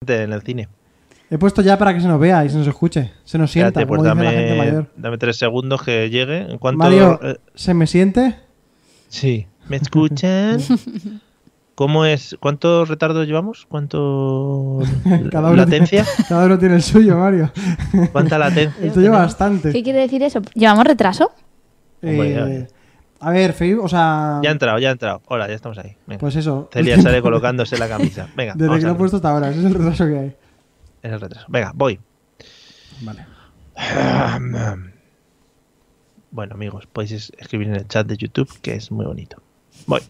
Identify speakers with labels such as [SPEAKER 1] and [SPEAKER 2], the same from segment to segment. [SPEAKER 1] gente en el cine.
[SPEAKER 2] He puesto ya para que se nos vea y se nos escuche, se nos sienta,
[SPEAKER 1] Espérate, pues
[SPEAKER 2] como dice la gente
[SPEAKER 1] dame,
[SPEAKER 2] mayor.
[SPEAKER 1] dame tres segundos que llegue. En cuanto.
[SPEAKER 2] Mario,
[SPEAKER 1] eh,
[SPEAKER 2] ¿se me siente?
[SPEAKER 1] sí. ¿Me escuchan? ¿Cómo es? ¿Cuánto retardo llevamos? ¿Cuánto
[SPEAKER 2] Cada uno
[SPEAKER 1] latencia?
[SPEAKER 2] Cada uno tiene el suyo, Mario.
[SPEAKER 1] ¿Cuánta latencia?
[SPEAKER 2] El tuyo
[SPEAKER 1] tenemos?
[SPEAKER 2] bastante.
[SPEAKER 3] ¿Qué quiere decir eso? ¿Llevamos retraso?
[SPEAKER 1] Hombre, ya-
[SPEAKER 2] Eh, a ver, Felipe, o sea...
[SPEAKER 1] Ya ha entrado, ya ha entrado. Hola, ya estamos ahí. Venga.
[SPEAKER 2] Pues eso.
[SPEAKER 1] Celia sale colocándose la camisa. Venga,
[SPEAKER 2] Desde
[SPEAKER 1] vamos
[SPEAKER 2] que lo he
[SPEAKER 1] a ver.
[SPEAKER 2] puesto hasta ahora, ese es el retraso que hay.
[SPEAKER 1] En el retraso. Venga, voy.
[SPEAKER 2] Vale.
[SPEAKER 1] Bueno, amigos, podéis es- escribir en el chat de YouTube, que es muy bonito. Voy.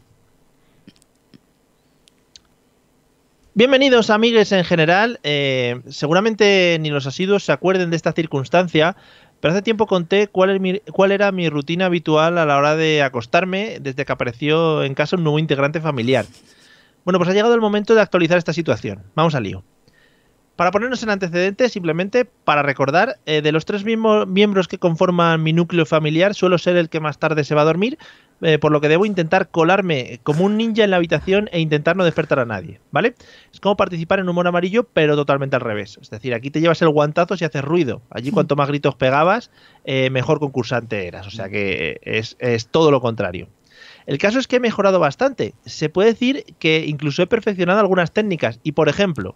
[SPEAKER 1] Bienvenidos, amigues en general. Eh, seguramente ni los asiduos se acuerden de esta circunstancia, pero hace tiempo conté cuál, es mi- cuál era mi rutina habitual a la hora de acostarme desde que apareció en casa un nuevo integrante familiar. Bueno, pues ha llegado el momento de actualizar esta situación. Vamos al lío. Para ponernos en antecedentes, simplemente para recordar, eh, de los tres mismos miembros que conforman mi núcleo familiar, suelo ser el que más tarde se va a dormir, eh, por lo que debo intentar colarme como un ninja en la habitación e intentar no despertar a nadie, ¿vale? Es como participar en humor amarillo, pero totalmente al revés. Es decir, aquí te llevas el guantazo si haces ruido. Allí cuanto más gritos pegabas, eh, mejor concursante eras. O sea que eh, es, es todo lo contrario. El caso es que he mejorado bastante. Se puede decir que incluso he perfeccionado algunas técnicas. Y por ejemplo,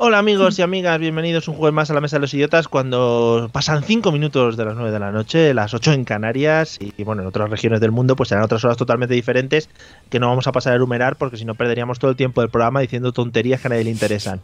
[SPEAKER 1] Hola amigos y amigas, bienvenidos un jueves más a la Mesa de los Idiotas cuando pasan 5 minutos de las 9 de la noche, las 8 en Canarias y bueno, en otras regiones del mundo pues serán otras horas totalmente diferentes que no vamos a pasar a enumerar porque si no perderíamos todo el tiempo del programa diciendo tonterías que a nadie le interesan.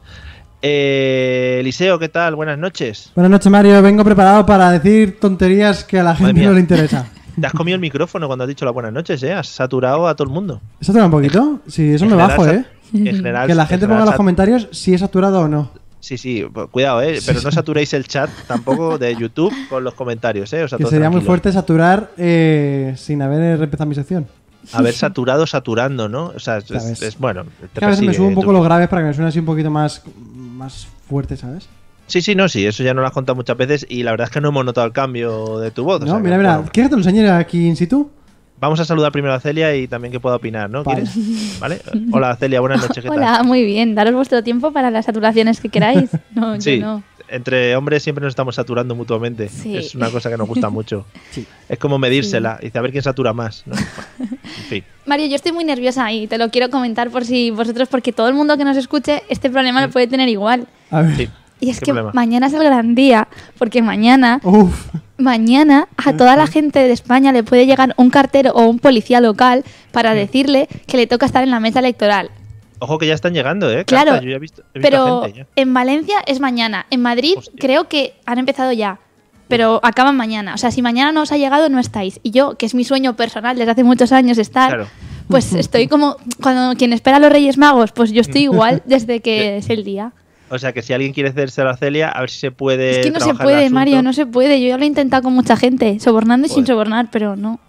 [SPEAKER 1] Eh, Eliseo, ¿qué tal? Buenas noches.
[SPEAKER 2] Buenas noches, Mario. Vengo preparado para decir tonterías que a la gente
[SPEAKER 1] mía.
[SPEAKER 2] no le interesa.
[SPEAKER 1] Te has comido el micrófono cuando has dicho las buenas noches, ¿eh? Has saturado a todo el mundo.
[SPEAKER 2] ¿Eso te da un poquito? Sí, eso
[SPEAKER 1] En
[SPEAKER 2] me
[SPEAKER 1] general,
[SPEAKER 2] bajo,
[SPEAKER 1] sa-
[SPEAKER 2] ¿eh?
[SPEAKER 1] en general-
[SPEAKER 2] Que la
[SPEAKER 1] en
[SPEAKER 2] gente
[SPEAKER 1] general
[SPEAKER 2] ponga en los
[SPEAKER 1] sa-
[SPEAKER 2] comentarios si es saturado o no.
[SPEAKER 1] Sí, sí, pues, cuidado, ¿eh? pero no saturéis el chat tampoco de YouTube con los comentarios, ¿eh? O sea,
[SPEAKER 2] Que
[SPEAKER 1] todo
[SPEAKER 2] sería muy
[SPEAKER 1] tranquilo.
[SPEAKER 2] fuerte saturar eh, sin haber empezado mi sección.
[SPEAKER 1] Haber saturado saturando, ¿no? O sea, es,
[SPEAKER 2] Ya ves.
[SPEAKER 1] es- bueno. te
[SPEAKER 2] Que a veces me
[SPEAKER 1] persigue
[SPEAKER 2] subo un poco
[SPEAKER 1] YouTube.
[SPEAKER 2] los graves para que me suene así un poquito más, más fuerte, ¿sabes?
[SPEAKER 1] Sí, sí, no, sí, eso ya no lo has contado muchas veces y la verdad es que no hemos notado el cambio de tu voz. o sea
[SPEAKER 2] no,
[SPEAKER 1] que,
[SPEAKER 2] mira, mira.
[SPEAKER 1] bueno,
[SPEAKER 2] ¿Quieres que te lo enseñe aquí in situ?
[SPEAKER 1] vamos a saludar primero a Celia y también que pueda opinar, ¿no?
[SPEAKER 2] Vale.
[SPEAKER 1] ¿Quieres? ¿Vale? Hola, Celia, buenas noches, ¿qué tal?
[SPEAKER 3] Hola, muy bien. Daros vuestro tiempo para las saturaciones que queráis. No,
[SPEAKER 1] Sí,
[SPEAKER 3] yo no.
[SPEAKER 1] entre hombres siempre nos estamos saturando mutuamente.
[SPEAKER 3] Sí.
[SPEAKER 1] Es una cosa que nos gusta mucho.
[SPEAKER 2] Sí.
[SPEAKER 1] Es como medírsela y saber quién satura más. ¿no? Bueno, en fin.
[SPEAKER 3] Mario, yo estoy muy nerviosa y te lo quiero comentar por si vosotros, porque todo el mundo que nos escuche, este problema lo puede tener igual.
[SPEAKER 2] A ver.
[SPEAKER 1] sí.
[SPEAKER 3] Y es
[SPEAKER 1] ¿Qué
[SPEAKER 3] que
[SPEAKER 1] problema?
[SPEAKER 3] mañana es el gran día, porque mañana,
[SPEAKER 2] Uf.
[SPEAKER 3] mañana a toda la gente de España le puede llegar un cartero o un policía local para decirle que le toca estar en la mesa electoral.
[SPEAKER 1] Ojo que ya están llegando, ¿eh?
[SPEAKER 3] Claro,
[SPEAKER 1] Carta, yo ya he visto, he visto
[SPEAKER 3] Pero
[SPEAKER 1] gente ya.
[SPEAKER 3] en Valencia es mañana, en Madrid
[SPEAKER 1] Hostia.
[SPEAKER 3] creo que han empezado ya, pero acaban mañana. O sea, si mañana no os ha llegado, no estáis. Y yo, que es mi sueño personal desde hace muchos años estar,
[SPEAKER 1] Claro.
[SPEAKER 3] pues estoy como cuando quien espera a los Reyes Magos, pues yo estoy
[SPEAKER 1] Mm.
[SPEAKER 3] igual desde que es el día.
[SPEAKER 1] O sea que si alguien quiere hacerse a la Celia, a ver si se puede.
[SPEAKER 3] es que no se
[SPEAKER 1] trabajar el
[SPEAKER 3] puede,
[SPEAKER 1] asunto.
[SPEAKER 3] Mario, no se puede. Yo ya lo he intentado con mucha gente, sobornando y sin
[SPEAKER 1] Joder.
[SPEAKER 3] sobornar, pero no.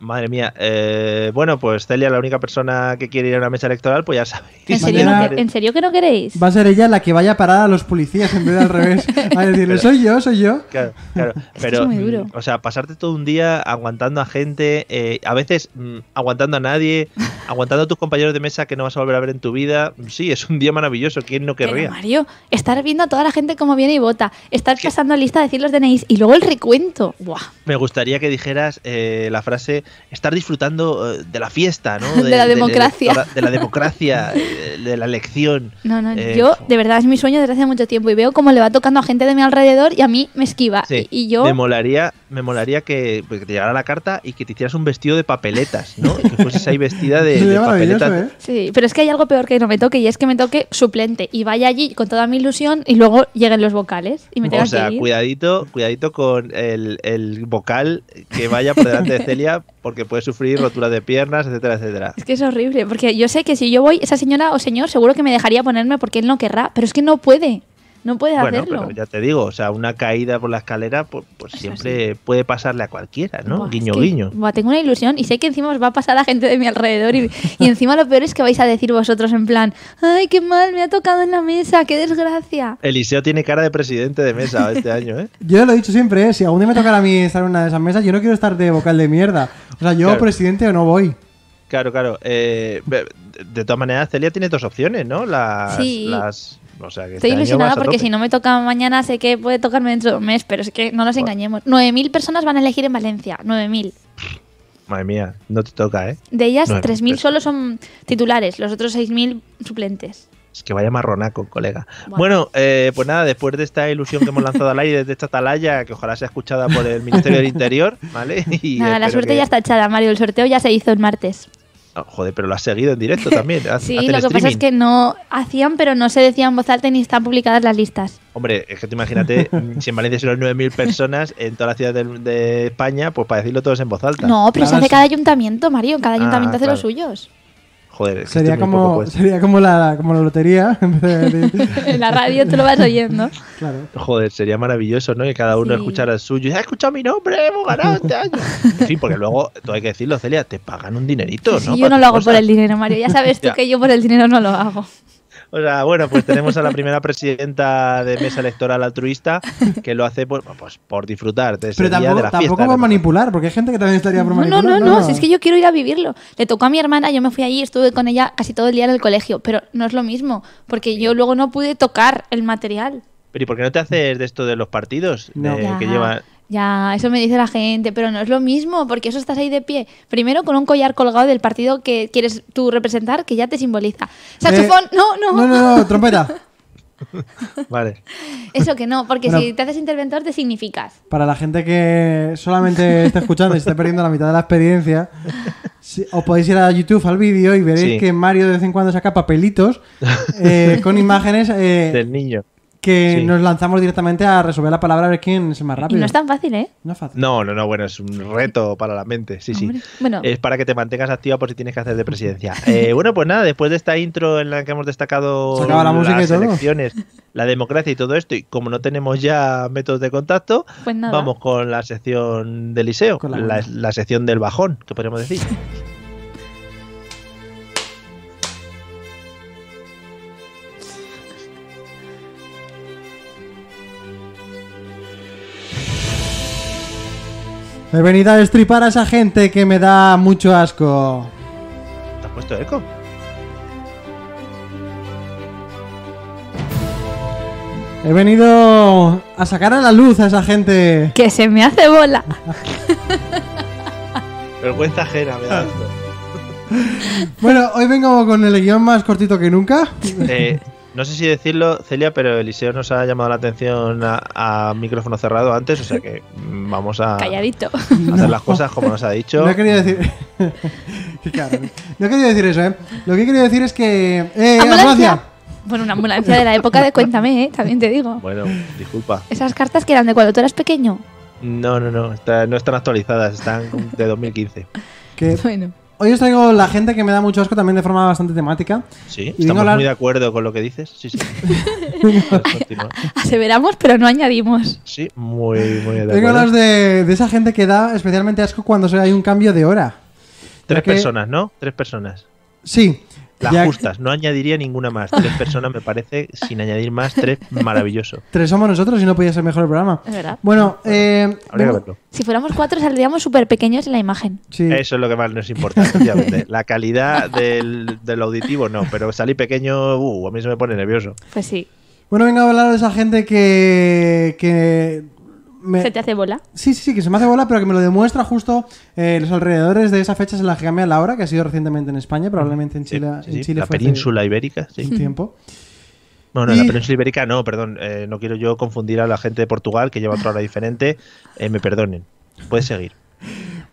[SPEAKER 1] Madre mía. eh, bueno, pues Celia, la única persona que quiere ir a una mesa electoral, pues ya sabéis.
[SPEAKER 3] ¿En serio,
[SPEAKER 2] Mañana-
[SPEAKER 3] no, que- ¿en serio que no queréis?
[SPEAKER 2] Va a ser ella la que vaya a parar a los policías en vez de al revés. A decirle, soy yo, soy yo.
[SPEAKER 1] Claro, claro.
[SPEAKER 3] Es que
[SPEAKER 1] Pero,
[SPEAKER 3] es muy duro.
[SPEAKER 1] mm, o sea, pasarte todo un día aguantando a gente, eh, a veces mm, aguantando a nadie, aguantando a tus compañeros de mesa que no vas a volver a ver en tu vida. Sí, es un día maravilloso. ¿Quién no
[SPEAKER 3] Pero,
[SPEAKER 1] querría?
[SPEAKER 3] Mario, estar viendo a toda la gente cómo viene y vota, estar
[SPEAKER 1] Sí.
[SPEAKER 3] pasando lista, decir los DNIs y luego el recuento. ¡Buah!
[SPEAKER 1] Me gustaría que dijeras eh, la frase estar disfrutando eh, de la fiesta, ¿no?
[SPEAKER 3] De la democracia.
[SPEAKER 1] De, la- de la democracia, eh, de la elección.
[SPEAKER 3] No, no,
[SPEAKER 1] Eh,
[SPEAKER 3] yo de verdad es mi sueño desde hace mucho tiempo y veo cómo le va tocando a gente de mi alrededor y a mí me esquiva.
[SPEAKER 1] Sí,
[SPEAKER 3] Y, y yo,
[SPEAKER 1] Me molaría, me molaría que, pues, que te llegara la carta y que te hicieras un vestido de papeletas, ¿no? Y que fueses ahí vestida de, de
[SPEAKER 2] Sería maravilloso,
[SPEAKER 1] papeletas.
[SPEAKER 2] ¿eh?
[SPEAKER 3] sí, pero es que hay algo peor que no me toque y es que me toque suplente y vaya allí con toda mi ilusión y luego lleguen los vocales y me tenga
[SPEAKER 1] O sea,
[SPEAKER 3] que ir.
[SPEAKER 1] cuidadito, cuidadito con el, el vocal que vaya por delante de Celia porque puede sufrir rotura de piernas, etcétera, etcétera.
[SPEAKER 3] Es que es horrible, porque yo sé que si yo voy, esa señora o señor seguro que me dejaría ponerme porque él no querrá, pero es que no puede, no puede
[SPEAKER 1] Bueno,
[SPEAKER 3] hacerlo.
[SPEAKER 1] pero ya te digo, o sea, una caída por la escalera pues, pues
[SPEAKER 3] Eso
[SPEAKER 1] siempre puede pasarle a cualquiera, ¿no?
[SPEAKER 3] Buah,
[SPEAKER 1] guiño,
[SPEAKER 3] es que-
[SPEAKER 1] guiño.
[SPEAKER 3] buah, tengo una ilusión y sé que encima os va a pasar a gente de mi alrededor y, y encima lo peor es que vais a decir vosotros en plan, ay, qué mal, me ha tocado en la mesa, qué desgracia.
[SPEAKER 1] Eliseo tiene cara de presidente de mesa este año, ¿eh?
[SPEAKER 2] Yo lo he dicho siempre, ¿eh? si algún día me tocará a mí estar en una de esas mesas, yo no quiero estar de vocal de mierda. O sea, yo
[SPEAKER 1] Claro.
[SPEAKER 2] presidente no voy.
[SPEAKER 1] Claro, claro. eh, be- de todas maneras, Celia tiene dos opciones, ¿no? Las,
[SPEAKER 3] Sí.
[SPEAKER 1] las- o sea, que este
[SPEAKER 3] Estoy
[SPEAKER 1] año
[SPEAKER 3] ilusionada
[SPEAKER 1] vas a
[SPEAKER 3] porque
[SPEAKER 1] tope.
[SPEAKER 3] si no me toca mañana sé que puede tocarme dentro de un mes, pero es que no nos
[SPEAKER 1] Bueno.
[SPEAKER 3] engañemos. 9.000 personas van a elegir en Valencia, 9.000.
[SPEAKER 1] Madre mía, no te toca, ¿eh?
[SPEAKER 3] De ellas,
[SPEAKER 1] 9.000
[SPEAKER 3] 3.000
[SPEAKER 1] personas.
[SPEAKER 3] solo son titulares, los otros 6.000 suplentes.
[SPEAKER 1] Es que vaya marronaco, colega.
[SPEAKER 3] Bueno.
[SPEAKER 1] Bueno, eh, pues nada, después de esta ilusión que hemos lanzado al aire desde esta atalaya, que ojalá sea escuchada por el Ministerio del Interior, ¿vale? Y
[SPEAKER 3] Nada, la
[SPEAKER 1] espero
[SPEAKER 3] suerte
[SPEAKER 1] que-
[SPEAKER 3] ya está echada, Mario. El sorteo ya se hizo el martes.
[SPEAKER 1] Ah, joder, pero lo has seguido en directo también. ha-
[SPEAKER 3] Sí,
[SPEAKER 1] hacen
[SPEAKER 3] lo que pasa es
[SPEAKER 1] streaming.
[SPEAKER 3] que no hacían, pero no se decía en voz alta ni están publicadas las listas.
[SPEAKER 1] Hombre, es que tú imagínate, mm, si en Valencia son 9.000 personas, en toda la ciudad de, de España, pues para decirlo todos en voz alta.
[SPEAKER 3] No, pero se
[SPEAKER 2] Claro,
[SPEAKER 3] hace
[SPEAKER 2] sí.
[SPEAKER 3] cada ayuntamiento, Mario. Cada ayuntamiento hace
[SPEAKER 1] Ah, claro.
[SPEAKER 3] los suyos.
[SPEAKER 1] Joder, es que
[SPEAKER 2] Sería
[SPEAKER 1] estoy muy poco pues.
[SPEAKER 2] como,
[SPEAKER 1] puesto.
[SPEAKER 2] sería como la, como la lotería. en vez de decir-
[SPEAKER 3] En la radio tú lo vas oyendo.
[SPEAKER 2] claro.
[SPEAKER 1] Joder, sería maravilloso, ¿no? Que cada uno
[SPEAKER 3] Sí.
[SPEAKER 1] escuchara el suyo. ¡Ya he escuchado mi nombre! ¡Hemos ganado este año! En fin, porque luego, todo hay que decirlo, Celia, te pagan un dinerito,
[SPEAKER 3] Sí,
[SPEAKER 1] ¿no?
[SPEAKER 3] yo
[SPEAKER 1] Para
[SPEAKER 3] no
[SPEAKER 1] tus
[SPEAKER 3] lo hago
[SPEAKER 1] cosas.
[SPEAKER 3] por el dinero, Mario. Ya sabes tú
[SPEAKER 1] Ya.
[SPEAKER 3] que yo por el dinero no lo hago.
[SPEAKER 1] O sea, bueno, pues tenemos a la primera presidenta de mesa electoral altruista que lo hace pues, pues, por disfrutar de ese
[SPEAKER 2] Pero
[SPEAKER 1] día
[SPEAKER 2] tampoco,
[SPEAKER 1] de la
[SPEAKER 2] tampoco
[SPEAKER 1] fiesta. ¿no?
[SPEAKER 2] por manipular, porque hay gente que también estaría por
[SPEAKER 3] No, no,
[SPEAKER 2] manipular.
[SPEAKER 3] no, no, Si es que yo quiero ir a vivirlo. Le tocó a mi hermana, yo me fui allí, estuve con ella casi todo el día en el colegio, pero no es lo mismo, porque yo luego no pude tocar el material.
[SPEAKER 1] Pero ¿y por qué no te haces de esto de los partidos?
[SPEAKER 2] No.
[SPEAKER 1] De-
[SPEAKER 3] ya,
[SPEAKER 1] que llevan...
[SPEAKER 3] ya, eso me dice la gente, pero no es lo mismo, porque eso estás ahí de pie. Primero con un collar colgado del partido que quieres tú representar, que ya te simboliza. Saxofón, no, no,
[SPEAKER 2] Eh, No, no, no, trompeta.
[SPEAKER 1] Vale.
[SPEAKER 3] Eso que no, porque
[SPEAKER 2] Bueno.
[SPEAKER 3] si te haces interventor te significas.
[SPEAKER 2] Para la gente que solamente está escuchando y se está perdiendo la mitad de la experiencia, si- os podéis ir a YouTube al vídeo y veréis
[SPEAKER 1] Sí.
[SPEAKER 2] que Mario de vez en cuando saca papelitos eh, con imágenes eh,
[SPEAKER 1] Del niño.
[SPEAKER 2] que
[SPEAKER 1] Sí.
[SPEAKER 2] nos lanzamos directamente a resolver la palabra a ver quién es el más
[SPEAKER 3] Y
[SPEAKER 2] rápido.
[SPEAKER 3] no es tan fácil, ¿eh?
[SPEAKER 2] No es fácil.
[SPEAKER 1] No, no, no, bueno, es un reto para la mente, sí, sí.
[SPEAKER 3] Hombre. Bueno,
[SPEAKER 1] Es para que te mantengas activa por si tienes que hacer de presidencia. Eh, bueno, pues nada, después de esta intro en la que hemos destacado
[SPEAKER 2] Se acaba la música y
[SPEAKER 1] las
[SPEAKER 2] todo.
[SPEAKER 1] elecciones, la democracia y todo esto, y como no tenemos ya métodos de contacto,
[SPEAKER 3] pues nada.
[SPEAKER 1] vamos con la sección del liceo,
[SPEAKER 2] Con
[SPEAKER 1] la,
[SPEAKER 2] la buena.
[SPEAKER 1] la sección del bajón, que podríamos decir.
[SPEAKER 2] He venido a destripar a esa gente que me da mucho asco.
[SPEAKER 1] ¿Te has puesto eco?
[SPEAKER 2] He venido a sacar a la luz a esa gente.
[SPEAKER 3] Que se me hace bola.
[SPEAKER 1] Vergüenza ajena, me
[SPEAKER 2] Ah.
[SPEAKER 1] da esto.
[SPEAKER 2] Bueno, hoy vengo con el guión más cortito que nunca.
[SPEAKER 1] Eh, no sé si decirlo, Celia, pero Eliseo nos ha llamado la atención a, a micrófono cerrado antes, o sea que mm, vamos a hacer
[SPEAKER 3] Calladito.
[SPEAKER 1] las cosas como nos ha dicho.
[SPEAKER 2] No he querido decir. Qué cabrón. No he querido decir eso, ¿eh? Lo que he querido decir es que. ¡Eh,
[SPEAKER 3] ¿Ambulancia?
[SPEAKER 2] ambulancia!
[SPEAKER 3] Bueno, una ambulancia de la época de Cuéntame, ¿eh? También te digo.
[SPEAKER 1] Bueno, disculpa.
[SPEAKER 3] Esas cartas que eran de cuando tú eras pequeño.
[SPEAKER 1] No, no, no, está- no están actualizadas, están de 2015.
[SPEAKER 2] Que
[SPEAKER 3] Bueno.
[SPEAKER 2] hoy os traigo la gente que me da mucho asco también de forma bastante temática.
[SPEAKER 1] Sí,
[SPEAKER 2] vengo a
[SPEAKER 1] estamos
[SPEAKER 2] hablar-
[SPEAKER 1] muy de acuerdo con lo que dices. Sí, sí. Puedes continuar.
[SPEAKER 3] Aseveramos, pero no añadimos.
[SPEAKER 1] Sí, muy, muy de
[SPEAKER 2] Vengo a hablar
[SPEAKER 1] acuerdo.
[SPEAKER 2] de, de esa gente que da especialmente asco cuando se- hay un cambio de hora.
[SPEAKER 1] Tres
[SPEAKER 2] que-
[SPEAKER 1] personas, ¿no? Tres personas.
[SPEAKER 2] Sí.
[SPEAKER 1] Las
[SPEAKER 2] ya-
[SPEAKER 1] justas, no añadiría ninguna más. Tres personas me parece, sin añadir más, tres, maravilloso.
[SPEAKER 2] Tres somos nosotros y no podía ser mejor el programa.
[SPEAKER 3] Es verdad.
[SPEAKER 2] Bueno, eh,
[SPEAKER 1] Habría que
[SPEAKER 2] vengo-
[SPEAKER 1] verlo.
[SPEAKER 3] Si fuéramos cuatro saldríamos súper pequeños en la imagen.
[SPEAKER 2] sí.
[SPEAKER 1] Eso es lo que más nos importa, efectivamente. La calidad del, del auditivo no, pero salir pequeño, uh, a mí se me pone nervioso.
[SPEAKER 3] Pues sí.
[SPEAKER 2] Bueno, vengo a hablar de esa gente que. que me-
[SPEAKER 3] ¿Se te hace bola?
[SPEAKER 2] Sí, sí, sí, que se me hace bola, pero que me lo demuestra justo eh, los alrededores de esas fechas en las que cambia la hora, que ha sido recientemente en España, probablemente en
[SPEAKER 1] Sí,
[SPEAKER 2] Chile.
[SPEAKER 1] sí,
[SPEAKER 2] en
[SPEAKER 1] sí.
[SPEAKER 2] Chile
[SPEAKER 1] la
[SPEAKER 2] fue hace
[SPEAKER 1] península ibérica, sí.
[SPEAKER 2] un tiempo.
[SPEAKER 1] Bueno,
[SPEAKER 2] Y-
[SPEAKER 1] la península ibérica no, perdón. eh, no quiero yo confundir a la gente de Portugal, que lleva otra hora diferente. eh, me perdonen. Puedes seguir.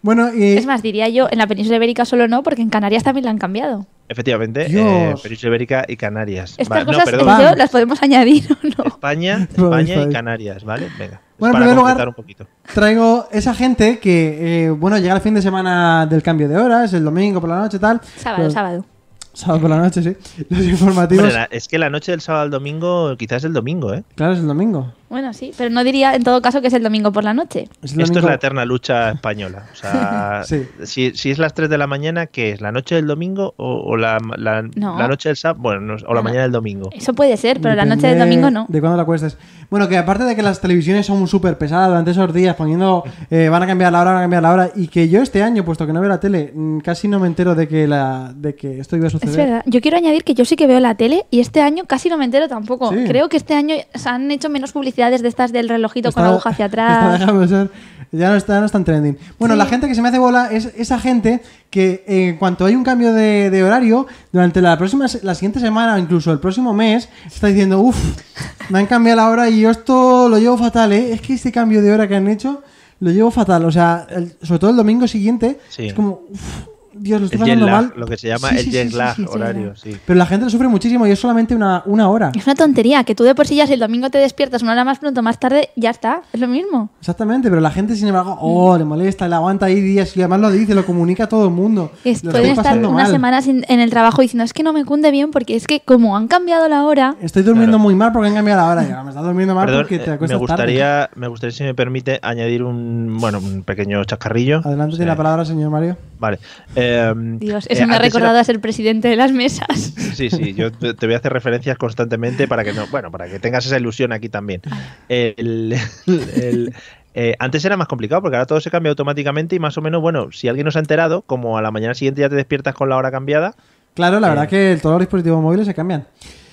[SPEAKER 2] Bueno, y.
[SPEAKER 3] Es más, diría yo, en la península ibérica solo no, porque en Canarias también la han cambiado.
[SPEAKER 1] Efectivamente,
[SPEAKER 2] Dios.
[SPEAKER 1] eh, península ibérica y Canarias.
[SPEAKER 3] Estas
[SPEAKER 1] Vale, no,
[SPEAKER 3] cosas
[SPEAKER 1] perdón.
[SPEAKER 2] Vamos.
[SPEAKER 3] yo, las podemos añadir o no.
[SPEAKER 1] España,
[SPEAKER 2] Vamos,
[SPEAKER 1] España y
[SPEAKER 2] vale.
[SPEAKER 1] Canarias, ¿vale? Venga. es
[SPEAKER 2] Bueno, en
[SPEAKER 1] para
[SPEAKER 2] primer lugar-
[SPEAKER 1] completar un poquito.
[SPEAKER 2] Traigo esa gente que, eh, bueno, llega el fin de semana del cambio de horas, el domingo por la noche, tal.
[SPEAKER 3] Sábado,
[SPEAKER 2] Los-
[SPEAKER 3] sábado.
[SPEAKER 2] Sábado por la noche, sí. Los informativos.
[SPEAKER 1] Hombre, la- es que la noche del sábado al domingo, quizás el domingo, ¿eh?
[SPEAKER 2] Claro, es el domingo.
[SPEAKER 3] Bueno, sí, pero no diría en todo caso que es el domingo por la noche.
[SPEAKER 2] Es
[SPEAKER 1] Esto
[SPEAKER 2] el
[SPEAKER 1] es
[SPEAKER 2] domingo.
[SPEAKER 1] la eterna lucha española. O sea,
[SPEAKER 2] Sí.
[SPEAKER 1] si, si es las 3 de la mañana, ¿qué es? ¿La noche del domingo o, o la, la-
[SPEAKER 3] No.
[SPEAKER 1] la noche del sábado? Bueno, no, o la
[SPEAKER 3] No.
[SPEAKER 1] mañana del domingo.
[SPEAKER 3] Eso puede ser, pero la noche del
[SPEAKER 2] Depende
[SPEAKER 3] domingo no.
[SPEAKER 2] De cuándo la cuestes. Bueno, que aparte de que las televisiones son súper pesadas durante esos días, poniendo eh, van a cambiar la hora, van a cambiar la hora, y que yo este año, puesto que no veo la tele, mm, casi no me entero de que, la, de que esto iba a suceder.
[SPEAKER 3] Es verdad. Yo quiero añadir que yo sí que veo la tele y este año casi no me entero tampoco.
[SPEAKER 2] Sí.
[SPEAKER 3] Creo que este año se han hecho menos publicidades de estas del relojito
[SPEAKER 2] Está-
[SPEAKER 3] con la aguja hacia
[SPEAKER 2] está-
[SPEAKER 3] atrás.
[SPEAKER 2] déjame ser. Ya no está, no está en trending. Bueno, la gente que se me hace bola es esa gente que eh, en cuanto hay un cambio de, de horario, durante la próxima se- la siguiente semana o incluso el próximo mes, está diciendo, uff, me han cambiado la hora y yo esto lo llevo fatal, ¿eh? Es que este cambio de hora que han hecho lo llevo fatal. O sea, el- sobre todo el domingo siguiente,
[SPEAKER 1] Sí.
[SPEAKER 2] es como, uff, Dios, lo estoy
[SPEAKER 1] El jet
[SPEAKER 2] pasando
[SPEAKER 1] lag,
[SPEAKER 2] mal.
[SPEAKER 1] lo que se llama
[SPEAKER 2] Sí,
[SPEAKER 1] el
[SPEAKER 2] sí, sí,
[SPEAKER 1] jet
[SPEAKER 2] sí,
[SPEAKER 1] lag
[SPEAKER 2] sí, sí.
[SPEAKER 1] horario, sí.
[SPEAKER 2] Pero la gente lo sufre muchísimo y es solamente una, una hora.
[SPEAKER 3] Es una tontería, que tú de por sí ya si el domingo te despiertas una hora más pronto, más tarde, ya está. Es lo mismo.
[SPEAKER 2] Exactamente, pero la gente, sin embargo, oh, le molesta, le aguanta ahí días y además lo dice, lo comunica a todo el mundo.
[SPEAKER 3] Es-
[SPEAKER 2] Lo
[SPEAKER 3] pueden
[SPEAKER 2] estoy
[SPEAKER 3] estar
[SPEAKER 2] pasando
[SPEAKER 3] unas
[SPEAKER 2] mal.
[SPEAKER 3] semanas en, en el trabajo diciendo, es que no me cunde bien porque es que como han cambiado la hora...
[SPEAKER 2] Estoy durmiendo
[SPEAKER 1] Claro.
[SPEAKER 2] muy mal porque han cambiado la hora. Ya, me estás durmiendo mal
[SPEAKER 1] Perdón,
[SPEAKER 2] porque te
[SPEAKER 1] eh,
[SPEAKER 2] acuestas
[SPEAKER 1] me
[SPEAKER 2] tarde.
[SPEAKER 1] gustaría, me gustaría, si me permite, añadir un, bueno, un pequeño chascarrillo.
[SPEAKER 2] Adelante,
[SPEAKER 1] Sí.
[SPEAKER 2] tiene la palabra, señor Mario.
[SPEAKER 1] Vale. Eh,
[SPEAKER 3] Dios,
[SPEAKER 1] eh,
[SPEAKER 3] eso me ha
[SPEAKER 1] antes era-
[SPEAKER 3] recordado a ser presidente de las mesas.
[SPEAKER 1] Sí, sí, yo te te voy a hacer referencias constantemente para que no, bueno, para que tengas esa ilusión aquí también. El- el- eh, antes era más complicado porque ahora todo se cambia automáticamente y más o menos, bueno, si alguien nos ha enterado, como a la mañana siguiente ya te despiertas con la hora cambiada,
[SPEAKER 2] Claro, la
[SPEAKER 1] Eh.
[SPEAKER 2] verdad que todos los dispositivos móviles se cambian.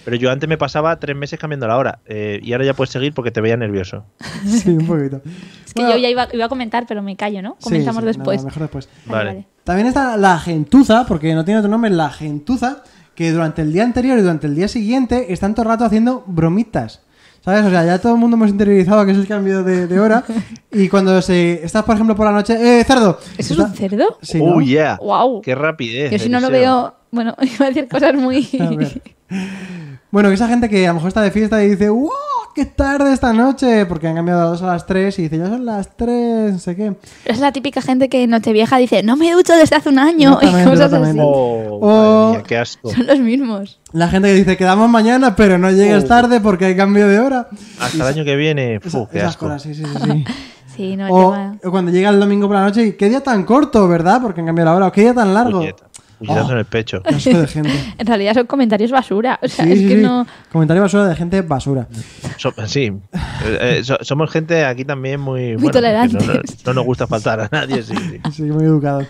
[SPEAKER 1] pero yo antes me pasaba tres meses cambiando la hora eh, y ahora ya puedes seguir porque te veía nervioso.
[SPEAKER 2] Sí, un poquito.
[SPEAKER 3] Es que yo ya iba, iba a comentar, pero me callo, ¿no? Comenzamos después.
[SPEAKER 2] mejor después.
[SPEAKER 1] Vale.
[SPEAKER 2] También está la gentuza, porque no tiene otro nombre, la gentuza, que durante el día anterior y durante el día siguiente están todo el rato haciendo bromitas. ¿Sabes? O sea, ya todo el mundo hemos interiorizado que es el cambio de, de hora. y cuando se estás, por ejemplo, por la noche, ¡eh, cerdo!
[SPEAKER 3] ¿Eso es un
[SPEAKER 2] Está-
[SPEAKER 3] cerdo?
[SPEAKER 2] Sí,
[SPEAKER 1] ¡Oh,
[SPEAKER 2] ¿no?
[SPEAKER 1] yeah!
[SPEAKER 3] Guau.
[SPEAKER 1] ¡Qué rapidez!
[SPEAKER 3] Yo si no lo
[SPEAKER 1] Eliseo.
[SPEAKER 3] veo... Bueno, iba a decir cosas muy...
[SPEAKER 2] A ver. Bueno, que esa gente que a lo mejor está de fiesta y dice, ¡wow! qué tarde esta noche, porque han cambiado a las 2 a las 3 y dice, ya son las 3, no sé qué.
[SPEAKER 3] Pero es la típica gente que en Nochevieja dice, no me ducho desde hace un año. Y
[SPEAKER 2] Exactamente,
[SPEAKER 3] cosas así.
[SPEAKER 2] exactamente.
[SPEAKER 1] Oh,
[SPEAKER 2] Oh.
[SPEAKER 1] madre mía, qué asco.
[SPEAKER 3] Son los mismos.
[SPEAKER 2] La gente que dice, quedamos mañana, pero no llegues
[SPEAKER 1] Oh.
[SPEAKER 2] tarde porque hay cambio de hora.
[SPEAKER 1] Hasta el año que viene,
[SPEAKER 2] Esa-
[SPEAKER 1] fu, qué
[SPEAKER 2] esas
[SPEAKER 1] asco.
[SPEAKER 2] cosas, sí, sí, sí. sí.
[SPEAKER 3] Sí, no, el
[SPEAKER 2] O,
[SPEAKER 3] tema-
[SPEAKER 2] o cuando llega el domingo por la noche y qué día tan corto, ¿verdad? Porque han cambiado la hora. O qué día tan largo.
[SPEAKER 1] Puñeta- puñetazo
[SPEAKER 2] Oh.
[SPEAKER 1] en el pecho.
[SPEAKER 2] Qué asco de gente.
[SPEAKER 3] En realidad son comentarios basura. O sea,
[SPEAKER 2] Sí,
[SPEAKER 3] es
[SPEAKER 2] sí,
[SPEAKER 3] que
[SPEAKER 2] sí.
[SPEAKER 3] no.
[SPEAKER 2] Comentario basura de gente basura.
[SPEAKER 1] So- sí, Eh, eh, so- somos gente aquí también muy,
[SPEAKER 3] Muy
[SPEAKER 1] que no-
[SPEAKER 3] tolerantes.
[SPEAKER 1] No, no nos gusta faltar a nadie, sí, sí.
[SPEAKER 2] Sí, muy educado.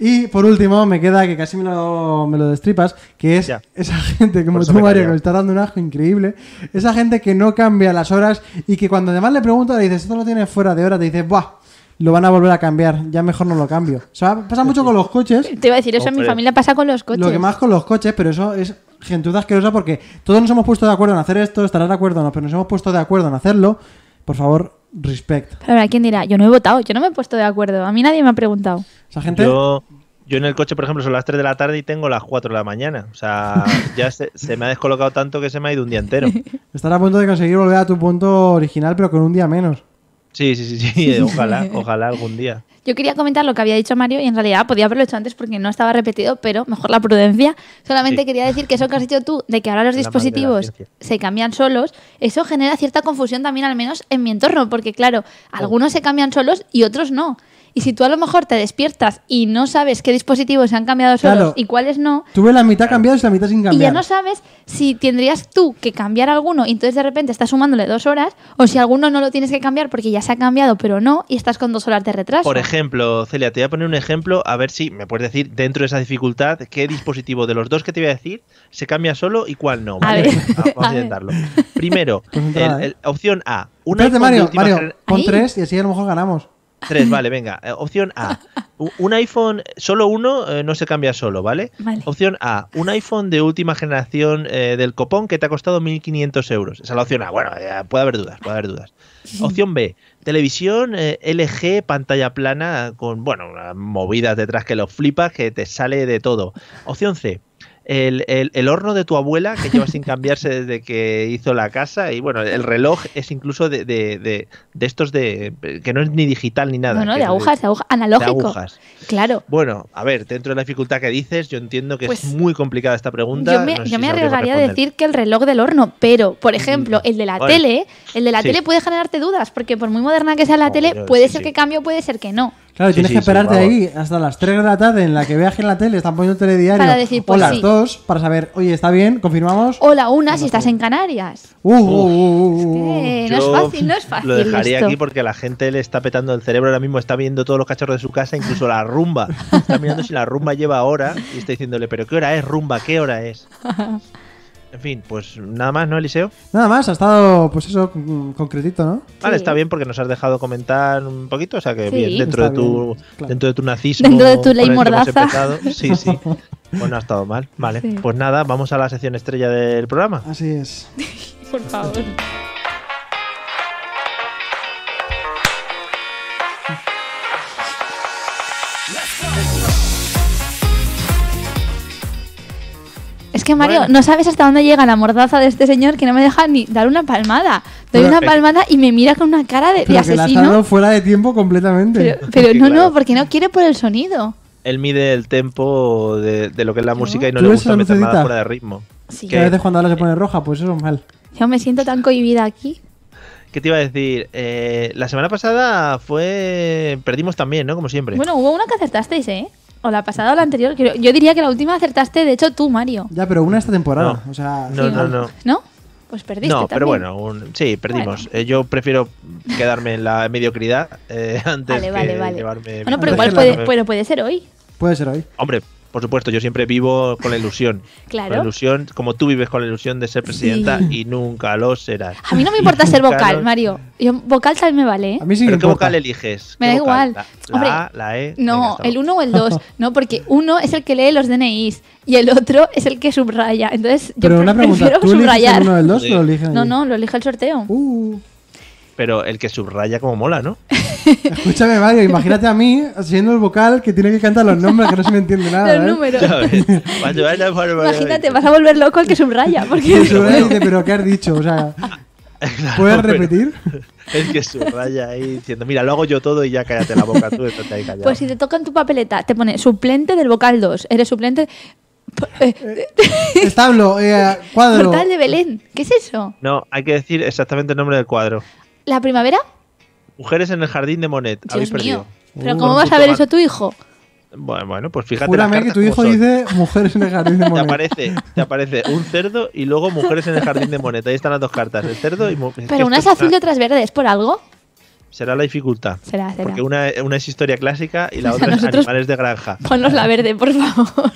[SPEAKER 2] Y por último, me queda que casi me lo, me lo destripas, que es
[SPEAKER 1] Ya.
[SPEAKER 2] esa gente, como
[SPEAKER 1] Por eso
[SPEAKER 2] tú,
[SPEAKER 1] me
[SPEAKER 2] Mario, que
[SPEAKER 1] callaba.
[SPEAKER 2] me está dando un ajo increíble. Esa gente que no cambia las horas y que cuando además le pregunto, le dices, esto lo tienes fuera de hora, te dices, ¡buah! Lo van a volver a cambiar, ya mejor no lo cambio. O sea, pasa mucho con los coches.
[SPEAKER 3] Te iba a decir, eso en mi
[SPEAKER 1] Hombre.
[SPEAKER 3] familia pasa con los coches.
[SPEAKER 2] Lo que más con los coches, pero eso es gentuza asquerosa porque todos nos hemos puesto de acuerdo en hacer esto, estarás de acuerdo o no, pero nos hemos puesto de acuerdo en hacerlo. Por favor, respect.
[SPEAKER 3] Pero habrá quien dirá, yo no he votado, yo no me he puesto de acuerdo. A mí nadie me ha preguntado.
[SPEAKER 2] Esa gente.
[SPEAKER 1] Yo, yo en el coche, por ejemplo, son las 3 de la tarde y tengo las 4 de la mañana. O sea, ya se, se me ha descolocado tanto que se me ha ido un día entero.
[SPEAKER 2] Estar a punto de conseguir volver a tu punto original, pero con un día menos.
[SPEAKER 1] Sí, sí, sí, sí. eh, Ojalá, ojalá algún día.
[SPEAKER 3] Yo quería comentar lo que había dicho Mario y en realidad podía haberlo hecho antes porque no estaba repetido, pero mejor la prudencia. Solamente
[SPEAKER 1] Sí.
[SPEAKER 3] quería decir que eso que has dicho tú, de que ahora los
[SPEAKER 1] La madre de
[SPEAKER 3] dispositivos
[SPEAKER 1] la ciencia.
[SPEAKER 3] se cambian solos, eso genera cierta confusión también al menos en mi entorno, porque claro, algunos se cambian solos y otros no. Y si tú a lo mejor te despiertas y no sabes qué dispositivos se han cambiado solos
[SPEAKER 2] Claro.
[SPEAKER 3] y cuáles no,
[SPEAKER 2] Tuve la mitad cambiados y la mitad sin
[SPEAKER 3] y ya
[SPEAKER 2] cambiar.
[SPEAKER 3] no sabes si tendrías tú que cambiar alguno y entonces de repente estás sumándole dos horas o si alguno no lo tienes que cambiar porque ya se ha cambiado pero no y estás con dos horas de retraso.
[SPEAKER 1] Por ejemplo, Celia, te voy a poner un ejemplo a ver si me puedes decir dentro de esa dificultad qué dispositivo de los dos que te voy a decir se cambia solo y cuál no. ¿vale?
[SPEAKER 3] ver.
[SPEAKER 1] Venga, Vamos
[SPEAKER 3] A
[SPEAKER 1] a
[SPEAKER 3] ver.
[SPEAKER 1] intentarlo. Primero,
[SPEAKER 2] Pues entrada,
[SPEAKER 1] el-
[SPEAKER 2] ¿eh?
[SPEAKER 1] el- opción A. Un
[SPEAKER 2] Espérate,
[SPEAKER 1] iPhone de
[SPEAKER 2] Mario,
[SPEAKER 1] última
[SPEAKER 2] Mario,
[SPEAKER 1] genera-
[SPEAKER 2] pon
[SPEAKER 3] Ahí.
[SPEAKER 2] tres y así a lo mejor ganamos.
[SPEAKER 1] Tres, vale, venga. Eh, opción A. u- Un iPhone, solo uno eh, no se cambia solo, ¿vale?
[SPEAKER 3] Vale.
[SPEAKER 1] Opción A. Un iPhone de última generación eh, del copón que te ha costado 1.500 euros. Esa es la opción A. Bueno, ya puede haber dudas, puede haber dudas. Opción B. Televisión eh, LG, pantalla plana, con, bueno, unas movidas detrás que los flipas, que te sale de todo. Opción C. El, el- el horno de tu abuela que lleva sin cambiarse desde que hizo la casa y bueno, el reloj es incluso de, de- de- de estos de que no es ni digital ni nada.
[SPEAKER 3] bueno,
[SPEAKER 1] que
[SPEAKER 3] de
[SPEAKER 1] es
[SPEAKER 3] agujas, de agujas,
[SPEAKER 1] de
[SPEAKER 3] analógico.
[SPEAKER 1] agujas.
[SPEAKER 3] Claro.
[SPEAKER 1] Bueno, a ver, dentro de la dificultad que dices, yo entiendo que
[SPEAKER 3] Pues,
[SPEAKER 1] es muy complicada esta pregunta.
[SPEAKER 3] Yo me,
[SPEAKER 1] no sé si
[SPEAKER 3] yo me
[SPEAKER 1] sabría
[SPEAKER 3] arriesgaría a
[SPEAKER 1] responder.
[SPEAKER 3] decir que el reloj del horno, pero, por ejemplo, el de la
[SPEAKER 1] Bueno.
[SPEAKER 3] tele, el de la
[SPEAKER 1] Sí.
[SPEAKER 3] tele puede generarte dudas, porque por muy moderna que sea la
[SPEAKER 1] Oh,
[SPEAKER 3] tele,
[SPEAKER 1] Dios,
[SPEAKER 3] puede
[SPEAKER 1] sí,
[SPEAKER 3] ser
[SPEAKER 1] sí.
[SPEAKER 3] que cambie o puede ser que no.
[SPEAKER 2] Claro,
[SPEAKER 1] Sí,
[SPEAKER 2] tienes
[SPEAKER 1] sí,
[SPEAKER 2] que
[SPEAKER 1] sí,
[SPEAKER 2] esperarte
[SPEAKER 1] vamos.
[SPEAKER 2] ahí hasta las 3 de la tarde en la que veas que en la tele están poniendo telediario
[SPEAKER 3] Para decir, pues
[SPEAKER 2] o las
[SPEAKER 3] sí. Oh.
[SPEAKER 2] 2 para saber, oye, está bien, confirmamos.
[SPEAKER 3] O la una si estás en Canarias.
[SPEAKER 2] Uh, uh, uh, uh, uh.
[SPEAKER 3] Eh, no es
[SPEAKER 1] Yo
[SPEAKER 3] fácil, no es fácil.
[SPEAKER 1] Lo dejaría
[SPEAKER 3] esto.
[SPEAKER 1] aquí porque la gente le está petando el cerebro ahora mismo, está viendo todos los cachorros de su casa, incluso la rumba. Está mirando si la rumba lleva hora y está diciéndole, pero ¿qué hora es rumba? ¿Qué hora es? En fin, pues nada más, ¿no, Eliseo?
[SPEAKER 2] Nada más, ha estado, pues eso, mm, concretito, ¿no?
[SPEAKER 1] Vale,
[SPEAKER 3] Sí.
[SPEAKER 1] está bien porque nos has dejado comentar un poquito, o sea que
[SPEAKER 3] Sí.
[SPEAKER 1] bien, dentro
[SPEAKER 2] Está
[SPEAKER 1] de tu
[SPEAKER 2] bien, claro.
[SPEAKER 1] dentro de tu nazismo.
[SPEAKER 3] Dentro de tu
[SPEAKER 1] con
[SPEAKER 3] ley
[SPEAKER 1] el que hemos
[SPEAKER 3] mordaza.
[SPEAKER 1] empezado. Sí, sí. Bueno, ha estado mal. Vale.
[SPEAKER 3] Sí.
[SPEAKER 1] Pues nada, vamos a la sección estrella del programa.
[SPEAKER 2] Así es.
[SPEAKER 3] Por favor. Es que Mario,
[SPEAKER 1] Bueno.
[SPEAKER 3] no sabes hasta dónde llega la mordaza de este señor que no me deja ni dar una palmada. Doy
[SPEAKER 1] Bueno,
[SPEAKER 3] una
[SPEAKER 1] eh.
[SPEAKER 3] palmada y me mira con una cara de, de
[SPEAKER 2] Pero que la has dado
[SPEAKER 3] asesino.
[SPEAKER 2] fuera de tiempo completamente.
[SPEAKER 3] Pero, pero
[SPEAKER 1] Sí,
[SPEAKER 3] no,
[SPEAKER 1] claro.
[SPEAKER 3] no, porque no quiere por el sonido.
[SPEAKER 1] Él mide el tempo de, de lo que es la música y no
[SPEAKER 2] ¿Tú
[SPEAKER 1] le
[SPEAKER 2] ves
[SPEAKER 1] gusta
[SPEAKER 2] la
[SPEAKER 1] meter nada
[SPEAKER 2] lucecita?
[SPEAKER 1] fuera de ritmo.
[SPEAKER 3] Sí.
[SPEAKER 2] Que
[SPEAKER 1] ¿Qué?
[SPEAKER 2] a veces cuando habla se pone roja, pues eso es mal.
[SPEAKER 3] Yo me siento tan cohibida aquí.
[SPEAKER 1] ¿Qué te iba a decir? Eh, la semana pasada fue. Perdimos también, ¿no? Como siempre.
[SPEAKER 3] Bueno, hubo una que acertasteis, ¿eh? O la pasada o la anterior. Creo- Yo diría que la última acertaste, de hecho, tú, Mario.
[SPEAKER 2] Ya, pero una esta temporada.
[SPEAKER 1] No.
[SPEAKER 2] o sea,
[SPEAKER 1] No,
[SPEAKER 3] Sí,
[SPEAKER 1] no, no.
[SPEAKER 3] ¿No? Pues perdiste.
[SPEAKER 1] no, pero
[SPEAKER 3] también.
[SPEAKER 1] bueno, un- sí, perdimos. Eh, yo prefiero quedarme en la mediocridad eh, antes
[SPEAKER 3] Vale, vale,
[SPEAKER 1] que
[SPEAKER 3] vale.
[SPEAKER 1] llevarme.
[SPEAKER 3] Bueno,
[SPEAKER 2] Antes
[SPEAKER 3] pero igual
[SPEAKER 2] que
[SPEAKER 3] puede,
[SPEAKER 2] la-
[SPEAKER 3] bueno, puede ser hoy.
[SPEAKER 2] puede ser hoy.
[SPEAKER 1] Hombre, por supuesto, yo siempre vivo con la ilusión.
[SPEAKER 3] Claro.
[SPEAKER 1] Con la ilusión, como tú vives con la ilusión de ser presidenta y nunca lo serás.
[SPEAKER 3] A mí no me
[SPEAKER 1] Y
[SPEAKER 3] importa ser
[SPEAKER 1] nunca
[SPEAKER 3] vocal,
[SPEAKER 1] lo-
[SPEAKER 3] Mario. Yo, vocal también me vale, ¿eh?
[SPEAKER 2] A mí sí
[SPEAKER 1] ¿Pero
[SPEAKER 2] me
[SPEAKER 1] qué
[SPEAKER 2] importa.
[SPEAKER 1] vocal eliges?
[SPEAKER 3] Me
[SPEAKER 1] ¿Qué
[SPEAKER 3] da
[SPEAKER 1] vocal?
[SPEAKER 3] igual.
[SPEAKER 1] La, la
[SPEAKER 3] Hombre,
[SPEAKER 1] A, la E. Venga,
[SPEAKER 3] No,
[SPEAKER 1] hasta
[SPEAKER 3] el
[SPEAKER 1] luego.
[SPEAKER 3] 1 o el 2, ¿no? Porque uno es el que lee los DNIs y el otro es el que subraya. Entonces, yo
[SPEAKER 2] Pero
[SPEAKER 3] pre-
[SPEAKER 2] una pregunta,
[SPEAKER 3] prefiero
[SPEAKER 2] ¿tú eliges
[SPEAKER 3] subrayar.
[SPEAKER 2] el uno del dos o
[SPEAKER 1] Sí.
[SPEAKER 2] lo eligen
[SPEAKER 3] No,
[SPEAKER 2] ellos?
[SPEAKER 3] no, lo elige el sorteo.
[SPEAKER 2] Uh,
[SPEAKER 1] Pero el que subraya como mola, ¿no?
[SPEAKER 2] escúchame, Mario, imagínate a mí siendo el vocal que tiene que cantar los nombres, que no se me entiende nada.
[SPEAKER 3] los
[SPEAKER 2] ¿eh?
[SPEAKER 3] números.
[SPEAKER 1] Ya ves. Cuando vaya por-
[SPEAKER 3] Imagínate, vas a volver loco el que subraya.
[SPEAKER 2] Y
[SPEAKER 3] Porque
[SPEAKER 2] se ve y dice, pero ¿qué has dicho? O sea, ¿Puedes
[SPEAKER 1] pero-
[SPEAKER 2] repetir?
[SPEAKER 1] Es que subraya ahí diciendo, mira, lo hago yo todo y ya cállate la boca tú, estate ahí callado.
[SPEAKER 3] Pues si te tocan tu papeleta, te pone suplente del vocal 2, eres suplente p- eh,
[SPEAKER 2] Establo, eh, cuadro.
[SPEAKER 3] portal de Belén. ¿Qué es eso?
[SPEAKER 1] No, hay que decir exactamente el nombre del cuadro.
[SPEAKER 3] ¿La primavera?
[SPEAKER 1] Mujeres en el jardín de Monet. Habéis
[SPEAKER 3] Dios
[SPEAKER 1] perdido.
[SPEAKER 3] mío. ¿Pero
[SPEAKER 1] Uh,
[SPEAKER 3] cómo
[SPEAKER 1] un
[SPEAKER 3] vas a
[SPEAKER 1] puto
[SPEAKER 3] ver
[SPEAKER 1] mal.
[SPEAKER 3] eso tu hijo?
[SPEAKER 1] Bueno, bueno, pues fíjate. las
[SPEAKER 2] Júrame que
[SPEAKER 1] cartas
[SPEAKER 2] tu
[SPEAKER 1] como
[SPEAKER 2] hijo
[SPEAKER 1] son.
[SPEAKER 2] dice mujeres en el jardín de
[SPEAKER 1] Te
[SPEAKER 2] Monet.
[SPEAKER 1] aparece, te aparece un cerdo y luego mujeres en el jardín de Monet. Ahí están las dos cartas, el cerdo y mu- es que
[SPEAKER 3] Pero una es
[SPEAKER 1] esto
[SPEAKER 3] azul y
[SPEAKER 1] será-
[SPEAKER 3] otra es verde, ¿es por algo?
[SPEAKER 1] Será la dificultad.
[SPEAKER 3] Será, será.
[SPEAKER 1] Porque una, una es historia clásica y la
[SPEAKER 3] O sea,
[SPEAKER 1] otra es
[SPEAKER 3] nosotros-
[SPEAKER 1] animales de granja.
[SPEAKER 3] Ponnos la verde, por favor.